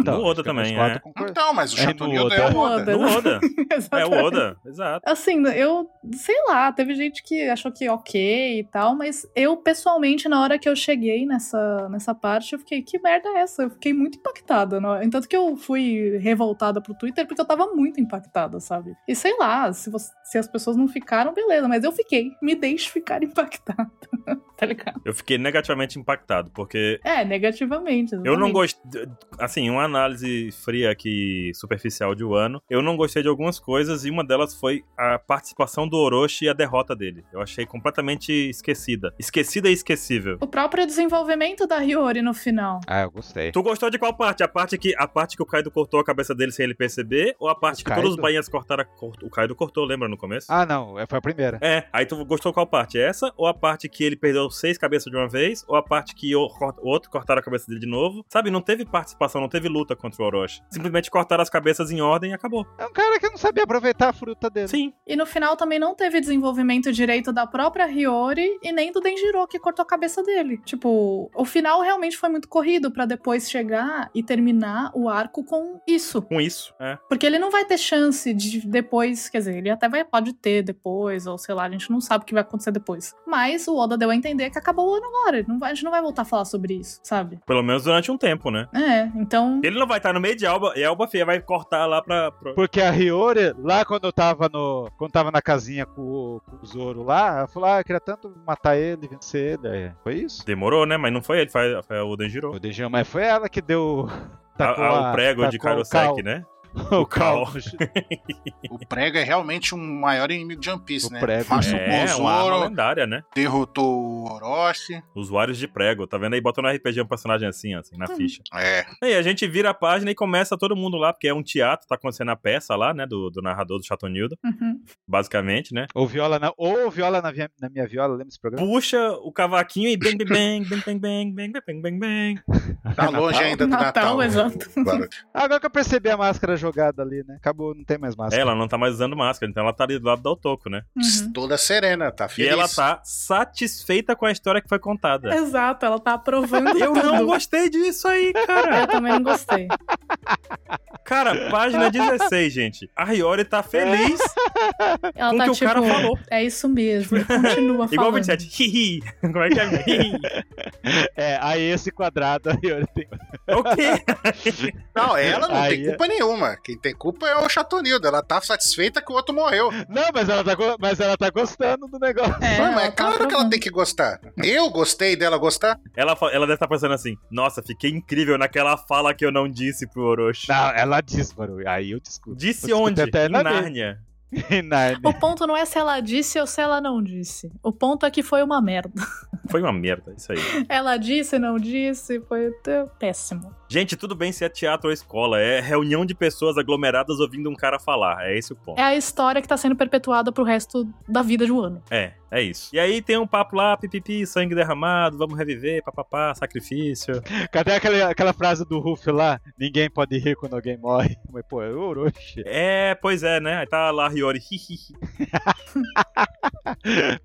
Speaker 1: No Oda também, é.
Speaker 4: Então, mas o
Speaker 2: É do
Speaker 4: Chatonildo
Speaker 2: Oda.
Speaker 4: é o
Speaker 3: Do
Speaker 4: Oda.
Speaker 3: Oda.
Speaker 1: No Oda. É o
Speaker 3: Exatamente.
Speaker 1: Oda. Exato.
Speaker 3: Assim, eu sei lá, teve gente que achou que ok e tal, mas eu pessoalmente, na hora que eu cheguei nessa, nessa parte, eu fiquei, que merda é essa? Eu fiquei muito impactada. Não? é? Tanto que eu fui revoltada pro Twitter porque eu tava muito impactada, sabe? E sei lá, se, você- se as pessoas não ficaram, beleza, mas eu fiquei. Me deixe ficar impactada. tá ligado?
Speaker 1: Eu fiquei negativamente impactado, porque
Speaker 3: É, negativamente.
Speaker 1: Eu não
Speaker 3: exatamente.
Speaker 1: gostei. Assim, uma análise fria aqui, superficial de Wano. Eu não gostei de algumas coisas e uma delas foi a participação do Orochi e a derrota dele. Eu achei completamente esquecida. Esquecida e esquecível.
Speaker 3: O próprio desenvolvimento da Hiyori no final.
Speaker 2: Ah, eu gostei.
Speaker 1: Tu gostou de qual parte? A parte que a parte que o Kaido cortou a cabeça dele sem ele perceber? Ou a parte
Speaker 2: O
Speaker 1: que todos os
Speaker 2: Kaido?
Speaker 1: bainhas cortaram? a cort- O Kaido cortou, lembra no começo?
Speaker 2: Ah, não, é- foi a primeira.
Speaker 1: É, aí tu gostou qual parte? Essa? Ou a parte que ele perdeu seis cabeças de uma vez? Ou a parte que o, cor- o outro cortaram a cabeça dele de novo? Sabe, não teve participação, não teve luta contra o Orochi. Simplesmente cortaram as cabeças em ordem e acabou.
Speaker 2: É um cara que não sabia aproveitar a fruta dele.
Speaker 1: Sim.
Speaker 3: E no final também não teve desenvolvimento direito da própria Hiyori e nem do Denjiro, que cortou a cabeça dele. Tipo, o final realmente foi muito corrido pra depois chegar e terminar o arco com isso.
Speaker 1: Com isso, é.
Speaker 3: Porque ele não vai ter chance de depois, quer dizer, ele até vai, pode ter depois, ou sei lá, a gente não sabe o que vai acontecer depois. Mas o Oda deu a entender que acabou o ano agora, ele não vai- a gente não vai voltar a falar sobre isso, sabe?
Speaker 1: Pelo menos durante um tempo, né?
Speaker 3: É, então.
Speaker 1: Ele não vai estar no meio de Alba e a Alba Fia vai cortar lá pra. pra-
Speaker 2: Porque a Hiyori, lá quando eu tava no. Quando tava na casinha com o, com o Zoro lá, ela falou: Ah, eu queria tanto matar ele, vencer ele. Aí, Foi isso?
Speaker 1: Demorou, né? Mas não foi ele, foi, foi o Denjiro.
Speaker 2: O Denjiro, mas foi ela que deu.
Speaker 1: A-
Speaker 2: tacou
Speaker 1: a-
Speaker 2: Tá a-
Speaker 1: o prego de
Speaker 2: tacou o cal-
Speaker 1: Karosek, né?
Speaker 2: O cal.
Speaker 1: cal.
Speaker 4: O Prego é realmente um maior inimigo de One Piece,
Speaker 2: O
Speaker 4: né?
Speaker 2: Prego.
Speaker 4: Machucou o
Speaker 1: É, uma arma
Speaker 4: Zoro,
Speaker 1: lendária, né?
Speaker 4: derrotou o Orochi.
Speaker 1: Usuários de prego. Tá vendo aí? Bota no RPG um personagem assim, assim, na ficha.
Speaker 4: É,
Speaker 1: E aí a gente vira a página e começa todo mundo lá, porque é um teatro, tá acontecendo a peça lá, né? Do, do narrador do Chatonildo,
Speaker 3: Uhum.
Speaker 1: basicamente, né?
Speaker 2: Ou viola na, ou viola na, via- na minha viola, lembra esse programa?
Speaker 1: Puxa o cavaquinho e bang, bang, bang, bang, bang, bang, bang, bang, bang, bang.
Speaker 4: tá longe ainda do
Speaker 3: Natal,
Speaker 4: Natal. né?
Speaker 3: exato. Uhum.
Speaker 4: Claro.
Speaker 2: Agora que eu percebi a máscara jogada ali, né? Acabou, não tem mais máscara.
Speaker 1: Ela não tá mais usando máscara, então ela tá ali do lado do Otoko, né?
Speaker 3: Uhum.
Speaker 4: Toda serena, tá
Speaker 1: E
Speaker 4: feliz.
Speaker 1: ela tá satisfeita com a história que foi contada.
Speaker 3: Exato, ela tá aprovando.
Speaker 1: Eu
Speaker 3: tudo.
Speaker 1: não gostei disso aí, cara.
Speaker 3: Eu também não gostei.
Speaker 1: Cara, página 16, gente. A Hiyori tá feliz
Speaker 3: Ela
Speaker 1: com o
Speaker 3: tá
Speaker 1: que
Speaker 3: tipo,
Speaker 1: o cara falou.
Speaker 3: É isso mesmo. Continua falando.
Speaker 1: Igual 27. Hihi. Como é que é? Hihi.
Speaker 2: É, aí esse quadrado aí, olha, tem.
Speaker 1: O quê?
Speaker 4: Não, ela não
Speaker 2: Aí
Speaker 4: tem
Speaker 2: é-
Speaker 4: culpa nenhuma. Quem tem culpa é o Chatonildo. Ela tá satisfeita que o outro morreu.
Speaker 2: Não, mas ela tá, go- mas ela tá gostando do negócio.
Speaker 3: É,
Speaker 4: Não, mas é
Speaker 3: ela tá
Speaker 4: claro que ela
Speaker 3: aprovando.
Speaker 4: tem que gostar. Eu gostei dela gostar.
Speaker 1: Ela, fa- ela deve estar pensando assim: Nossa, fiquei incrível naquela fala que eu não disse pro Orochi.
Speaker 2: Não, ela diz, mano. Aí eu discuto.
Speaker 1: Disse
Speaker 2: Eu
Speaker 1: onde?
Speaker 2: discuto até
Speaker 1: Em
Speaker 2: na
Speaker 1: Nárnia.
Speaker 2: E Narnia.
Speaker 3: O ponto não é se ela disse ou se ela não disse. O ponto é que foi uma merda.
Speaker 1: Foi uma merda, isso aí.
Speaker 3: Ela disse, não disse, foi até péssimo.
Speaker 1: Gente, tudo bem se é teatro ou escola. É reunião de pessoas aglomeradas ouvindo um cara falar. É esse o ponto.
Speaker 3: É a história que tá sendo perpetuada pro resto da vida de um ano.
Speaker 1: É, é isso. E aí tem um papo lá, pipipi, sangue derramado, vamos reviver, papapá, sacrifício.
Speaker 2: Cadê aquela, aquela frase do Ruff lá? Ninguém pode rir quando alguém morre. Mas, pô, é o Orochi.
Speaker 1: É, pois é, né? Aí tá lá a Hiyori. hihihi.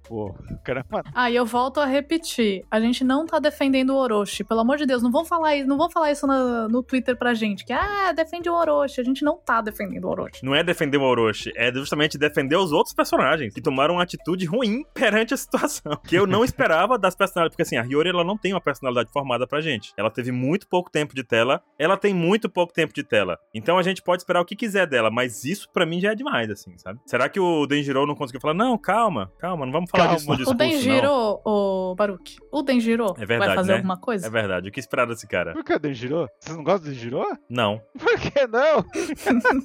Speaker 2: Pô, o cara, mano.
Speaker 3: Ah, e eu volto a repetir. A gente não tá defendendo o Orochi. Pelo amor de Deus, não vão falar isso, não vão falar isso na- no, Twitter pra gente. Que, ah, defende o Orochi. A gente não tá defendendo o Orochi.
Speaker 1: Não é defender o Orochi, é justamente defender os outros personagens que tomaram uma atitude ruim perante a situação. Que eu não esperava das personalidades. Porque assim, a Hiyori ela não tem uma personalidade formada pra gente. Ela teve muito pouco tempo de tela. Ela tem muito pouco tempo de tela. Então a gente pode esperar o que quiser dela, mas isso pra mim já é demais, assim, sabe? Será que o Denjiro não conseguiu falar, não, calma, calma, não vamos falar
Speaker 2: Calma.
Speaker 1: disso no discurso,
Speaker 3: O
Speaker 1: não.
Speaker 3: Denjiro, o Baruque, o Denjiro
Speaker 1: É verdade,
Speaker 3: vai fazer
Speaker 1: né?
Speaker 3: alguma coisa?
Speaker 1: É verdade, o que esperar desse cara?
Speaker 2: Por que o Denjiro? Vocês não gostam do Denjiro?
Speaker 1: Não.
Speaker 2: Por que não?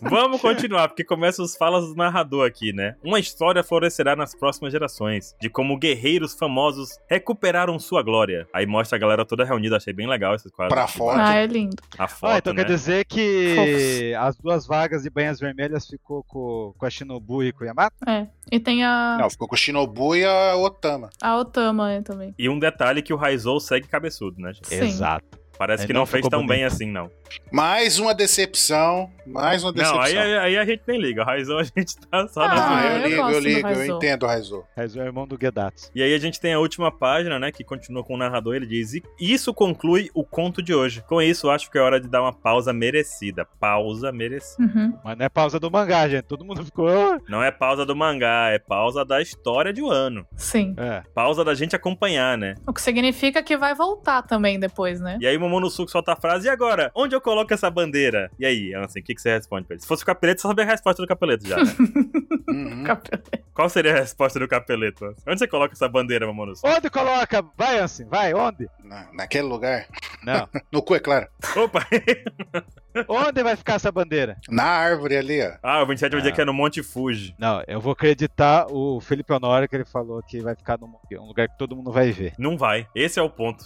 Speaker 1: Vamos continuar, porque começa os falas do narrador aqui, né? Uma história florescerá nas próximas gerações, de como guerreiros famosos recuperaram sua glória. Aí mostra a galera toda reunida, achei bem legal esses quadros.
Speaker 4: Pra fora.
Speaker 3: Ah, é lindo.
Speaker 1: A foto,
Speaker 2: Ah, então
Speaker 1: né?
Speaker 2: quer dizer que as duas vagas de banhas vermelhas ficou com, com a Shinobu e com o Yamato?
Speaker 3: É. E tem a,
Speaker 4: Não, ficou com o Shinobu e a Otama.
Speaker 3: a Otama aí também.
Speaker 1: E um detalhe que o Raizou segue cabeçudo, né, gente?
Speaker 3: Sim.
Speaker 2: Exato.
Speaker 1: Parece
Speaker 2: Aí
Speaker 1: que
Speaker 2: É, não
Speaker 1: não, fez
Speaker 2: ficou
Speaker 1: tão bem
Speaker 2: bonito.
Speaker 1: assim, não.
Speaker 4: Mais uma decepção. Mais uma decepção.
Speaker 1: Não, aí, é- aí- aí a gente nem liga. O Raizou a gente tá só na
Speaker 3: Ah,
Speaker 1: zoeira.
Speaker 4: Ah, eu,
Speaker 3: eu
Speaker 4: ligo, eu
Speaker 3: gosto do
Speaker 4: ligo, eu
Speaker 3: Raizou.
Speaker 4: entendo, Raizou.
Speaker 2: Mas o É, irmão do Gedatsu.
Speaker 1: E aí a gente tem a última página, né, que continua com o narrador, ele diz: "E isso conclui o conto de hoje. Com isso, acho que é hora de dar uma pausa merecida. Pausa merecida.
Speaker 3: Uhum.
Speaker 2: Mas não é pausa do mangá, gente. Todo mundo ficou. "Ah".
Speaker 1: Não é pausa do mangá, é pausa da história de um ano.
Speaker 3: Sim.
Speaker 2: É.
Speaker 1: Pausa da gente acompanhar, né?
Speaker 3: O que significa que vai voltar também depois, né?
Speaker 1: E aí o Momonosuke solta a frase, e agora? Onde eu coloco essa bandeira? E aí, Ansem, o que, que você responde pra ele? Se fosse o capeleto, você sabia a resposta do capeleto já, né?
Speaker 4: Uhum.
Speaker 1: Qual seria a resposta do capeleto? Ansem? Onde você coloca essa bandeira, Momonosuke?
Speaker 2: Onde coloca? Vai, Ansem, vai, onde?
Speaker 4: Na- naquele lugar.
Speaker 2: Não.
Speaker 4: No cu, é claro.
Speaker 1: Opa!
Speaker 2: onde vai ficar essa bandeira?
Speaker 4: Na árvore ali, ó.
Speaker 1: ah, o 27 vai dizer
Speaker 2: Ah.
Speaker 1: que é no Monte Fuji.
Speaker 2: Não, eu vou acreditar o Felipe Honório que ele falou que vai ficar num um lugar que todo mundo vai ver.
Speaker 1: Não vai. Esse é o ponto.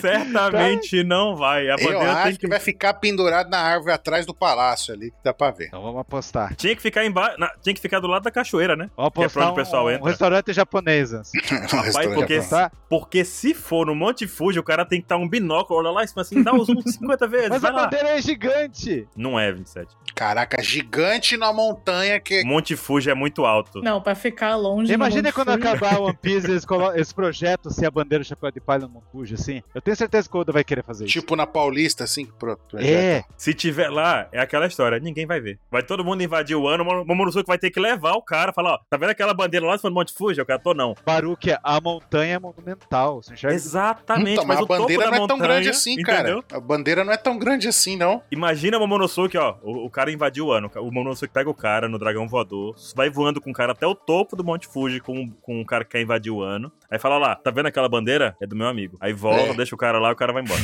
Speaker 1: Certamente não vai. A
Speaker 4: Tá. Eu
Speaker 1: bandeira tem
Speaker 4: acho
Speaker 1: que...
Speaker 4: que vai ficar pendurado na árvore atrás do palácio ali, que dá pra ver.
Speaker 2: Então vamos apostar.
Speaker 1: Tinha que ficar embaixo. na- Tinha que ficar do lado da cachoeira, né?
Speaker 2: Vamos
Speaker 1: Que é pra
Speaker 2: apostar
Speaker 1: onde o pessoal
Speaker 2: um, um
Speaker 1: entra.
Speaker 2: restaurante japonês, assim, Ansem.
Speaker 4: O restaurante
Speaker 1: porque
Speaker 4: é
Speaker 1: esse-
Speaker 4: pronto.
Speaker 2: Tá?
Speaker 1: Porque se for no Monte Fuji, o cara tem que estar um binóculo, olha lá, isso assim, dá uns 50 vezes.
Speaker 2: Mas
Speaker 1: vai
Speaker 2: a
Speaker 1: lá.
Speaker 2: bandeira é gigante!
Speaker 1: Não é 27.
Speaker 4: Caraca, gigante na montanha que.
Speaker 1: Monte Fuji é muito alto.
Speaker 3: Não, pra ficar longe.
Speaker 2: Imagina
Speaker 3: no
Speaker 2: quando
Speaker 3: Monte Fuji.
Speaker 2: acabar o One Piece esse, esse projeto ser a bandeira do chapéu de palha no Monte Fuji, assim. Eu tenho certeza que o Oda vai querer fazer isso.
Speaker 4: Tipo na Paulista, assim, pronto.
Speaker 2: É,
Speaker 1: Se tiver lá, é aquela história, ninguém vai ver. Vai todo mundo invadir o ano, o Momo- Momonosuke vai ter que levar o cara, falar, ó, tá vendo aquela bandeira lá em cima do Monte Fuji? O cara, tô não.
Speaker 2: Baruque, a montanha é monumental. Você enxerga?
Speaker 1: Exatamente,
Speaker 4: Então,
Speaker 1: mas
Speaker 4: mas a
Speaker 1: o topo
Speaker 4: bandeira
Speaker 1: da
Speaker 4: não é
Speaker 1: montanha,
Speaker 4: tão grande assim,
Speaker 1: entendeu?
Speaker 4: cara. A bandeira não é tão grande assim, não.
Speaker 1: Imagina o Momonosuke, ó. O, o cara invadiu o ano. O Momonosuke pega o cara no dragão voador, vai voando com o cara até o topo do Monte Fuji com, com o cara que quer invadir o ano. Aí fala lá, tá vendo aquela bandeira? É do meu amigo. Aí volta,
Speaker 4: É.
Speaker 1: deixa o cara lá e o cara vai embora.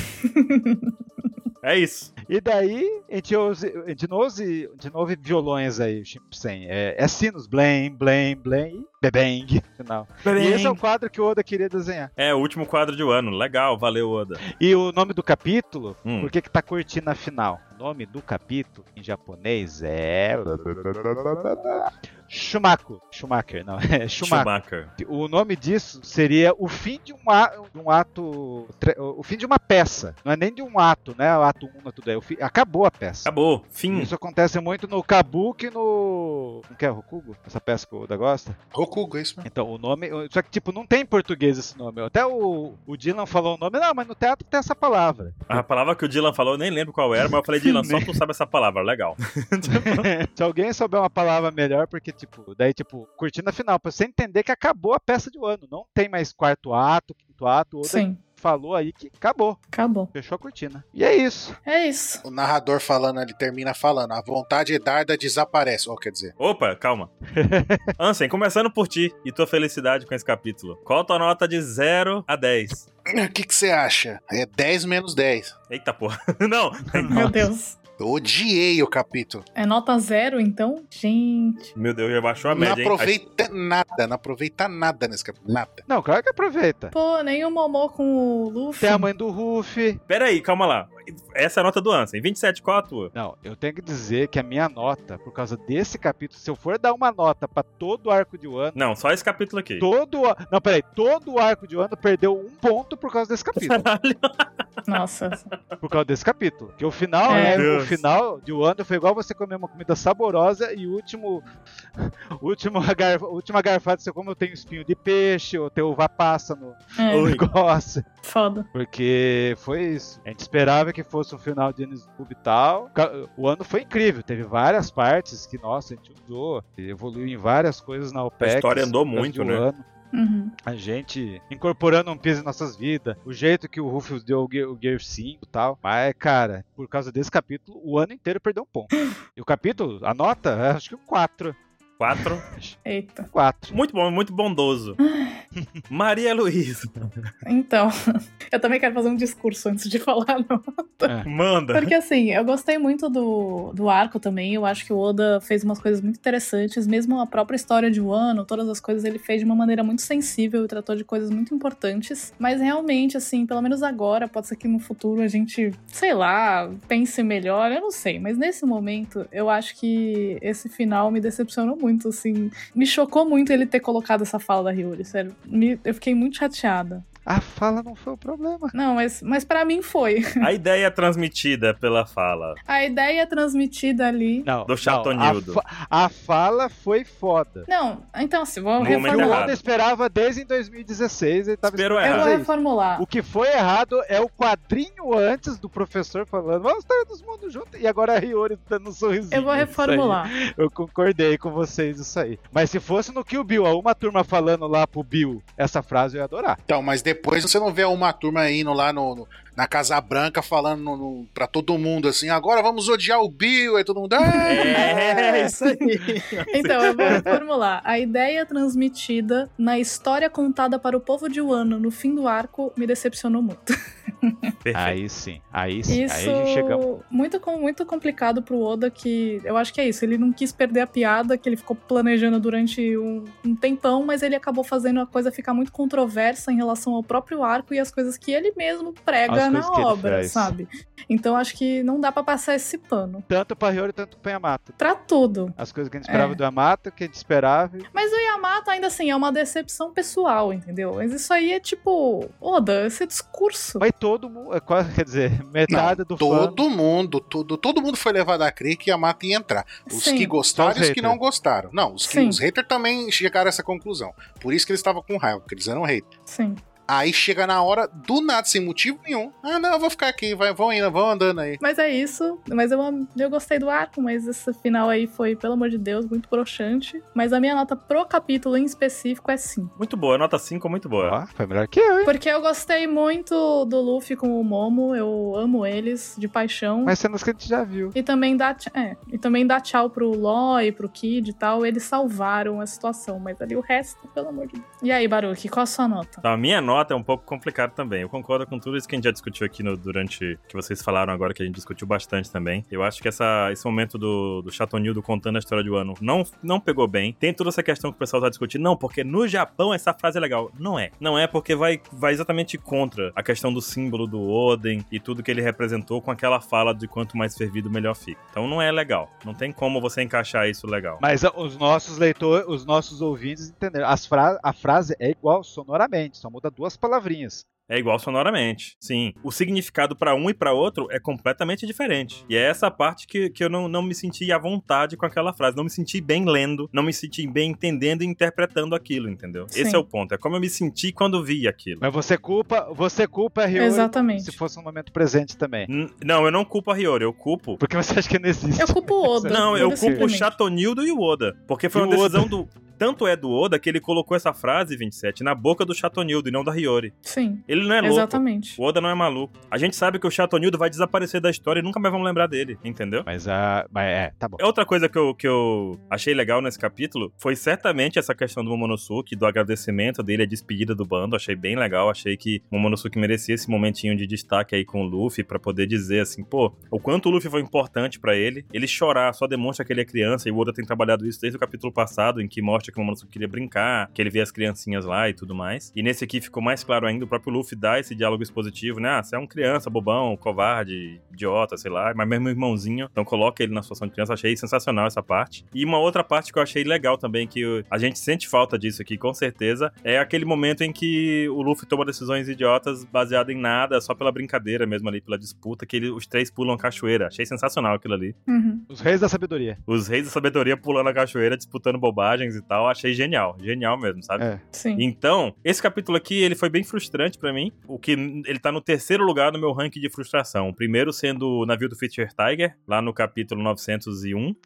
Speaker 1: é isso.
Speaker 2: E daí, a gente, ouve, a gente não ouve, a gente não ouve violões aí, Shimpsen. É, é sinos, blém, blém, blém e bebeng, final. E esse é o quadro que o Oda queria desenhar.
Speaker 1: É o último quadro de um ano. Legal, valeu, Oda.
Speaker 2: E o nome do capítulo,
Speaker 1: Hum.
Speaker 2: por que que tá curtindo a final? O nome do capítulo, em japonês, é... Shumaku. Schumacher, não, é Shumaku.
Speaker 1: Schumacher.
Speaker 2: O nome disso seria o fim de um, a- de um ato. tre- O fim de uma peça. Não é nem de um ato, né? O ato 1, tudo aí. O fi- Acabou a peça.
Speaker 1: Acabou. Fim.
Speaker 2: Isso acontece muito no Kabuki e no. Não quer Rokugo? Essa peça que o Oda gosta?
Speaker 4: Rokugo, é isso mesmo.
Speaker 2: Então, o nome. Só que, tipo, não tem em português esse nome. Até o, o Dylan falou o nome. Não, mas no teatro tem essa palavra.
Speaker 1: A palavra que o Dylan falou, eu nem lembro qual era, mas eu falei, Dylan, só tu sabe essa palavra. Legal.
Speaker 2: Se alguém souber uma palavra melhor, porque, tipo, daí, tipo, curtindo a final, pra você entender que acabou a peça de um ano. Não tem mais quarto ato, quinto ato. O Oda
Speaker 3: Sim,
Speaker 2: falou aí que acabou.
Speaker 3: acabou.
Speaker 2: Fechou a cortina. E é isso.
Speaker 3: É isso.
Speaker 4: O narrador falando, ele termina falando, a vontade darda desaparece. Ó, quer dizer,
Speaker 1: Opa, calma. Ansem, começando por ti e tua felicidade com esse capítulo. Qual a tua nota de 0 a 10?
Speaker 4: o "Ah, que, que você acha? É 10 menos 10.
Speaker 1: Eita porra. Não.
Speaker 3: Meu Deus.
Speaker 4: Eu odiei o capítulo.
Speaker 3: É nota zero, então? Gente.
Speaker 1: Meu Deus, já baixou a
Speaker 4: Não
Speaker 1: média, hein?
Speaker 4: aproveita nada, não aproveita nada nesse capítulo. Nada.
Speaker 2: Não, claro que aproveita.
Speaker 3: Pô, nem o Momô com o Luffy.
Speaker 2: Tem a mãe do Ruffy.
Speaker 1: Acho- Pera aí, calma lá. Essa é a nota do Ansem. 27, qual a tua?
Speaker 2: Não, eu tenho que dizer que a minha nota, por causa desse capítulo, se eu for dar uma nota pra todo o arco de Wano,
Speaker 1: Não, só esse capítulo aqui.
Speaker 2: todo o- Não, peraí, todo o arco de Wano perdeu um ponto por causa desse capítulo.
Speaker 1: Caralho.
Speaker 3: Nossa.
Speaker 2: por causa desse capítulo. Que o final,
Speaker 3: Meu
Speaker 2: é, o
Speaker 1: Deus.
Speaker 2: final de Wano foi igual você comer uma comida saborosa e o último. o último garf- última garfada, você como eu tenho espinho de peixe, ou tenho uva passa no
Speaker 3: É,
Speaker 1: Oi.
Speaker 2: negócio.
Speaker 3: foda.
Speaker 2: Porque foi isso. A gente esperava que fosse um final de Anisbub e tal. Ca- O ano foi incrível. Teve várias partes que, nossa, a gente usou. Evoluiu em várias coisas na OPEC.
Speaker 1: história andou
Speaker 2: por causa
Speaker 1: muito,
Speaker 2: de
Speaker 1: né?
Speaker 2: Wano.
Speaker 3: Uhum.
Speaker 2: a gente incorporando um piso em nossas vidas, o jeito que o Ruffles deu o Gear, o Gear 5 e tal. Mas, cara, por causa desse capítulo, o ano inteiro perdeu um ponto. E o capítulo, a nota, é, acho que um 4.
Speaker 1: Quatro.
Speaker 3: Eita.
Speaker 2: 4.
Speaker 1: Muito bom, muito bondoso. Maria Luísa,
Speaker 3: Então, eu também quero fazer um discurso antes de falar, não. Tá.
Speaker 2: É.
Speaker 1: manda.
Speaker 3: Porque assim, eu gostei muito do, do arco também. Eu acho que o Oda fez umas coisas muito interessantes, mesmo a própria história de Wano, todas as coisas ele fez de uma maneira muito sensível e tratou de coisas muito importantes. Mas realmente, assim, pelo menos agora, pode ser que no futuro a gente, sei lá, pense melhor, eu não sei. Mas nesse momento, eu acho que esse final me decepcionou muito, assim. Me chocou muito ele ter colocado essa fala da Hiyori, sério. Me- eu fiquei muito chateada.
Speaker 2: A fala não foi o problema.
Speaker 3: Não, mas, mas para mim foi.
Speaker 1: A ideia é transmitida pela fala.
Speaker 3: A ideia transmitida ali
Speaker 2: Não,
Speaker 1: Do
Speaker 2: não,
Speaker 1: Chatonildo.
Speaker 2: a, fa- a fala foi foda.
Speaker 3: Não, então assim, vou
Speaker 1: No momento
Speaker 2: O
Speaker 1: Tá
Speaker 2: Oda
Speaker 1: errado. tá
Speaker 3: reformular.
Speaker 2: esperava desde em 2016, ele tava
Speaker 1: Esperou
Speaker 3: Eu
Speaker 2: esperando
Speaker 3: vou
Speaker 2: isso.
Speaker 3: reformular.
Speaker 2: O que foi errado é o quadrinho antes do professor falando, vamos todos mundo junto, e agora a Hiyori dando um sorrisinho.
Speaker 3: Eu vou
Speaker 2: Isso aí.
Speaker 3: reformular.
Speaker 2: Eu concordei com vocês isso aí. Mas se fosse no Kill Bill, a uma turma falando lá pro Bill essa frase, eu ia adorar.
Speaker 4: Então, mas depois você não vê uma turma indo lá no, no- na Casa Branca falando no, no- pra todo mundo assim, agora vamos odiar o Bill, aí todo mundo. "Ah!"
Speaker 1: É,
Speaker 6: isso aí.
Speaker 3: Então, eu vou reformular. A ideia transmitida na história contada para o povo de Wano no fim do arco me decepcionou muito.
Speaker 1: perfeito.
Speaker 2: Aí sim, aí sim,
Speaker 3: Isso
Speaker 2: aí a gente chegamos.
Speaker 3: muito, com- muito complicado pro Oda, que eu acho que é isso. Ele não quis perder a piada que ele ficou planejando durante um, um tempão, mas ele acabou fazendo a coisa ficar muito controversa em relação ao próprio arco e as coisas que ele mesmo prega
Speaker 2: As
Speaker 3: na
Speaker 2: coisas que ele
Speaker 3: obra,
Speaker 2: faz.
Speaker 3: sabe? Então, acho que não dá pra passar esse pano.
Speaker 2: Tanto pra Hiyori, tanto pro Yamato.
Speaker 3: Pra tudo.
Speaker 2: As coisas
Speaker 3: É.
Speaker 2: que a gente esperava do Yamato, que a gente esperava. e-
Speaker 3: Mas o Yamato ainda assim é uma decepção pessoal, entendeu? Mas isso aí é tipo, Oda, esse discurso.
Speaker 2: Mas todo mundo, é quase- quer dizer, metade do fã.
Speaker 4: Todo mundo, todo, todo mundo foi levado a crer que a mata ia entrar. Os
Speaker 3: Sim.
Speaker 4: que gostaram
Speaker 2: Só
Speaker 4: e
Speaker 2: os
Speaker 4: os que não gostaram. Não, os, que,
Speaker 3: Sim.
Speaker 4: os haters também chegaram a essa conclusão. Por isso que eles estavam com raiva, porque eles eram haters.
Speaker 3: Sim.
Speaker 4: Aí chega na hora, do nada, sem motivo nenhum. Ah, não, eu vou ficar aqui, vai, vão indo, vão andando aí.
Speaker 3: Mas é isso. Mas eu, am- eu gostei do arco, mas esse final aí foi, pelo amor de Deus, muito broxante. Mas a minha nota pro capítulo em específico é 5.
Speaker 1: Muito boa, nota 5, muito boa.
Speaker 2: Ó, foi melhor que eu, hein?
Speaker 3: Porque eu gostei muito do Luffy com o Momo, eu amo eles de paixão.
Speaker 2: Mas cenas que a gente já viu.
Speaker 3: E também dá, tch- é, e também dá tchau pro Loy, pro Kid e tal. Eles salvaram a situação, mas ali o resto, pelo amor de Deus. E aí, Baruque, qual a sua nota?
Speaker 1: Então, a minha nota é um pouco complicada também. Eu concordo com tudo isso que a gente já discutiu aqui no- durante. que vocês falaram agora, que a gente discutiu bastante também. Eu acho que essa- esse momento do, do Chatonildo contando a história de Wano não, não pegou bem. Tem toda essa questão que o pessoal tá discutindo. Não, porque no Japão essa frase é legal. Não é. Não é porque vai, vai exatamente contra a questão do símbolo do Oden e tudo que ele representou com aquela fala de quanto mais fervido, melhor fica. Então não é legal. Não tem como você encaixar isso legal.
Speaker 2: Mas ah, os nossos leitores, os nossos ouvintes entenderam. As fra- a frase é igual sonoramente, só muda duas palavrinhas.
Speaker 1: É igual sonoramente, sim. O significado pra um e pra outro é completamente diferente. E é essa parte que, que eu não, não me senti à vontade com aquela frase. Não me senti bem lendo, não me senti bem entendendo e interpretando aquilo, entendeu?
Speaker 3: Sim.
Speaker 1: Esse é o ponto. É como eu me senti quando vi aquilo.
Speaker 2: Mas você culpa, você culpa a Hiyori
Speaker 3: Exatamente.
Speaker 2: se fosse um momento presente
Speaker 3: É.
Speaker 2: também.
Speaker 1: N- não, eu não culpo a Hiyori, eu culpo.
Speaker 2: Porque você acha que não existe.
Speaker 3: Eu culpo o Oda.
Speaker 1: Não, eu culpo
Speaker 3: pura e
Speaker 1: o
Speaker 3: simplesmente.
Speaker 1: Chatonildo e o Oda. Porque foi
Speaker 2: E
Speaker 1: uma
Speaker 2: o Oda.
Speaker 1: decisão do. Tanto é do Oda que ele colocou essa frase, 27, na boca do Chatonildo e não da Hiyori.
Speaker 3: Sim,
Speaker 1: Ele não é louco.
Speaker 3: exatamente.
Speaker 1: O Oda não é maluco. A gente sabe que o Chatonildo vai desaparecer da história e nunca mais vamos lembrar dele, entendeu?
Speaker 2: Mas a. Mas é, tá bom.
Speaker 1: Outra coisa que eu, que eu achei legal nesse capítulo foi certamente essa questão do Momonosuke, do agradecimento dele, a despedida do bando. Achei bem legal, achei que o Momonosuke merecia esse momentinho de destaque aí com o Luffy pra poder dizer assim, pô, o quanto o Luffy foi importante pra ele. Ele chorar só demonstra que ele é criança e o Oda tem trabalhado isso desde o capítulo passado, em que mostra que o Momonosuke queria brincar, que ele vê as criancinhas lá e tudo mais. E nesse aqui ficou mais claro ainda, o próprio Luffy dá esse diálogo expositivo, né? Ah, você é um criança, bobão, covarde, idiota, sei lá, mas mesmo irmãozinho. Então coloca ele na situação de criança, achei sensacional essa parte. E uma outra parte que eu achei legal também, que eu- a gente sente falta disso aqui, com certeza, é aquele momento em que o Luffy toma decisões idiotas baseado em nada, só pela brincadeira mesmo ali, pela disputa, que ele- os três pulam a cachoeira. Achei sensacional aquilo ali.
Speaker 3: Uhum.
Speaker 2: Os reis da sabedoria.
Speaker 1: Os reis da sabedoria pulando a cachoeira, disputando bobagens e tal, achei genial, genial mesmo, sabe?
Speaker 2: É.
Speaker 3: Sim.
Speaker 1: Então, esse capítulo aqui, ele foi bem frustrante pra mim, o que ele tá no terceiro lugar no meu ranking de frustração. O primeiro sendo o navio do Fischer Tiger, lá no capítulo 901,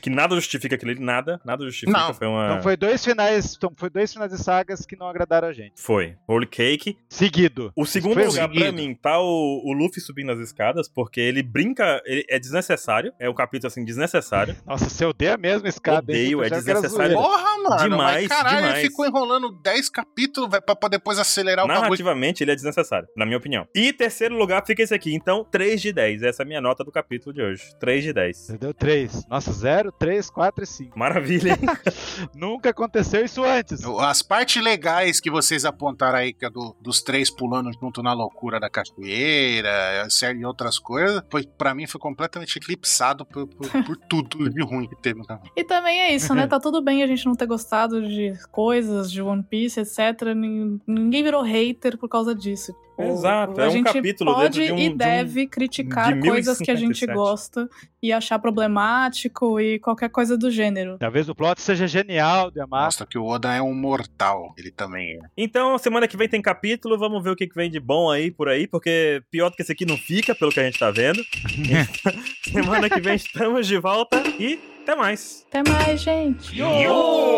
Speaker 1: que nada justifica aquilo ali, nada, nada justifica,
Speaker 4: Não,
Speaker 1: foi uma...
Speaker 2: Então foi dois finais, então foi dois finais de sagas que não agradaram a gente.
Speaker 1: Foi. Holy Cake,
Speaker 2: Seguido.
Speaker 1: O segundo
Speaker 2: Foi
Speaker 1: lugar pra
Speaker 4: seguido.
Speaker 1: mim tá o, o Luffy subindo as escadas, porque ele brinca, ele é desnecessário, é um capítulo assim desnecessário.
Speaker 2: Nossa, você odeia mesmo esse cara. hein?
Speaker 1: Odeio,
Speaker 2: Eu
Speaker 1: é
Speaker 2: pensava que era
Speaker 1: desnecessário.
Speaker 2: zoeira.
Speaker 4: Porra, mano.
Speaker 1: Demais,
Speaker 4: mas caralho,
Speaker 1: demais.
Speaker 4: ele ficou enrolando 10 capítulos, velho, pra, pra depois acelerar o bagulho.
Speaker 1: Narrativamente ele é desnecessário, na minha opinião. E terceiro lugar fica esse aqui, então 3 de 10, essa é a minha nota do capítulo de hoje, 3 de 10.
Speaker 2: Você deu três. Nossa, zero, três, quatro e cinco.
Speaker 1: Maravilha, hein?
Speaker 2: Nunca aconteceu isso antes.
Speaker 4: As partes legais que vocês apontaram aí, que é do- dos três pulando junto na loucura da cachoeira, série e outras coisas, foi, pra mim foi completamente eclipsado por, por- por tudo de ruim que teve no canal.
Speaker 3: E também é isso, né? Tá tudo bem a gente não ter gostado de coisas, de One Piece, etc. Nin- Ninguém virou hater por causa disso. Tipo,
Speaker 1: Exato, é
Speaker 3: a
Speaker 1: um
Speaker 3: gente
Speaker 1: capítulo
Speaker 3: pode
Speaker 1: dentro de um-
Speaker 3: e
Speaker 1: de um-
Speaker 3: deve criticar
Speaker 1: de
Speaker 3: coisas que a gente
Speaker 1: 1057.
Speaker 3: gosta e achar problemático e qualquer coisa do gênero.
Speaker 2: Talvez o plot seja genial, Demar.
Speaker 4: Mostra que o Oda é um mortal. Ele também é.
Speaker 1: Então, semana que vem tem capítulo, vamos ver o que que vem de bom aí por aí, porque pior do que esse aqui não fica, pelo que a gente tá vendo. Então, semana que vem estamos de volta e até mais.
Speaker 3: Até mais, gente!
Speaker 1: Yo!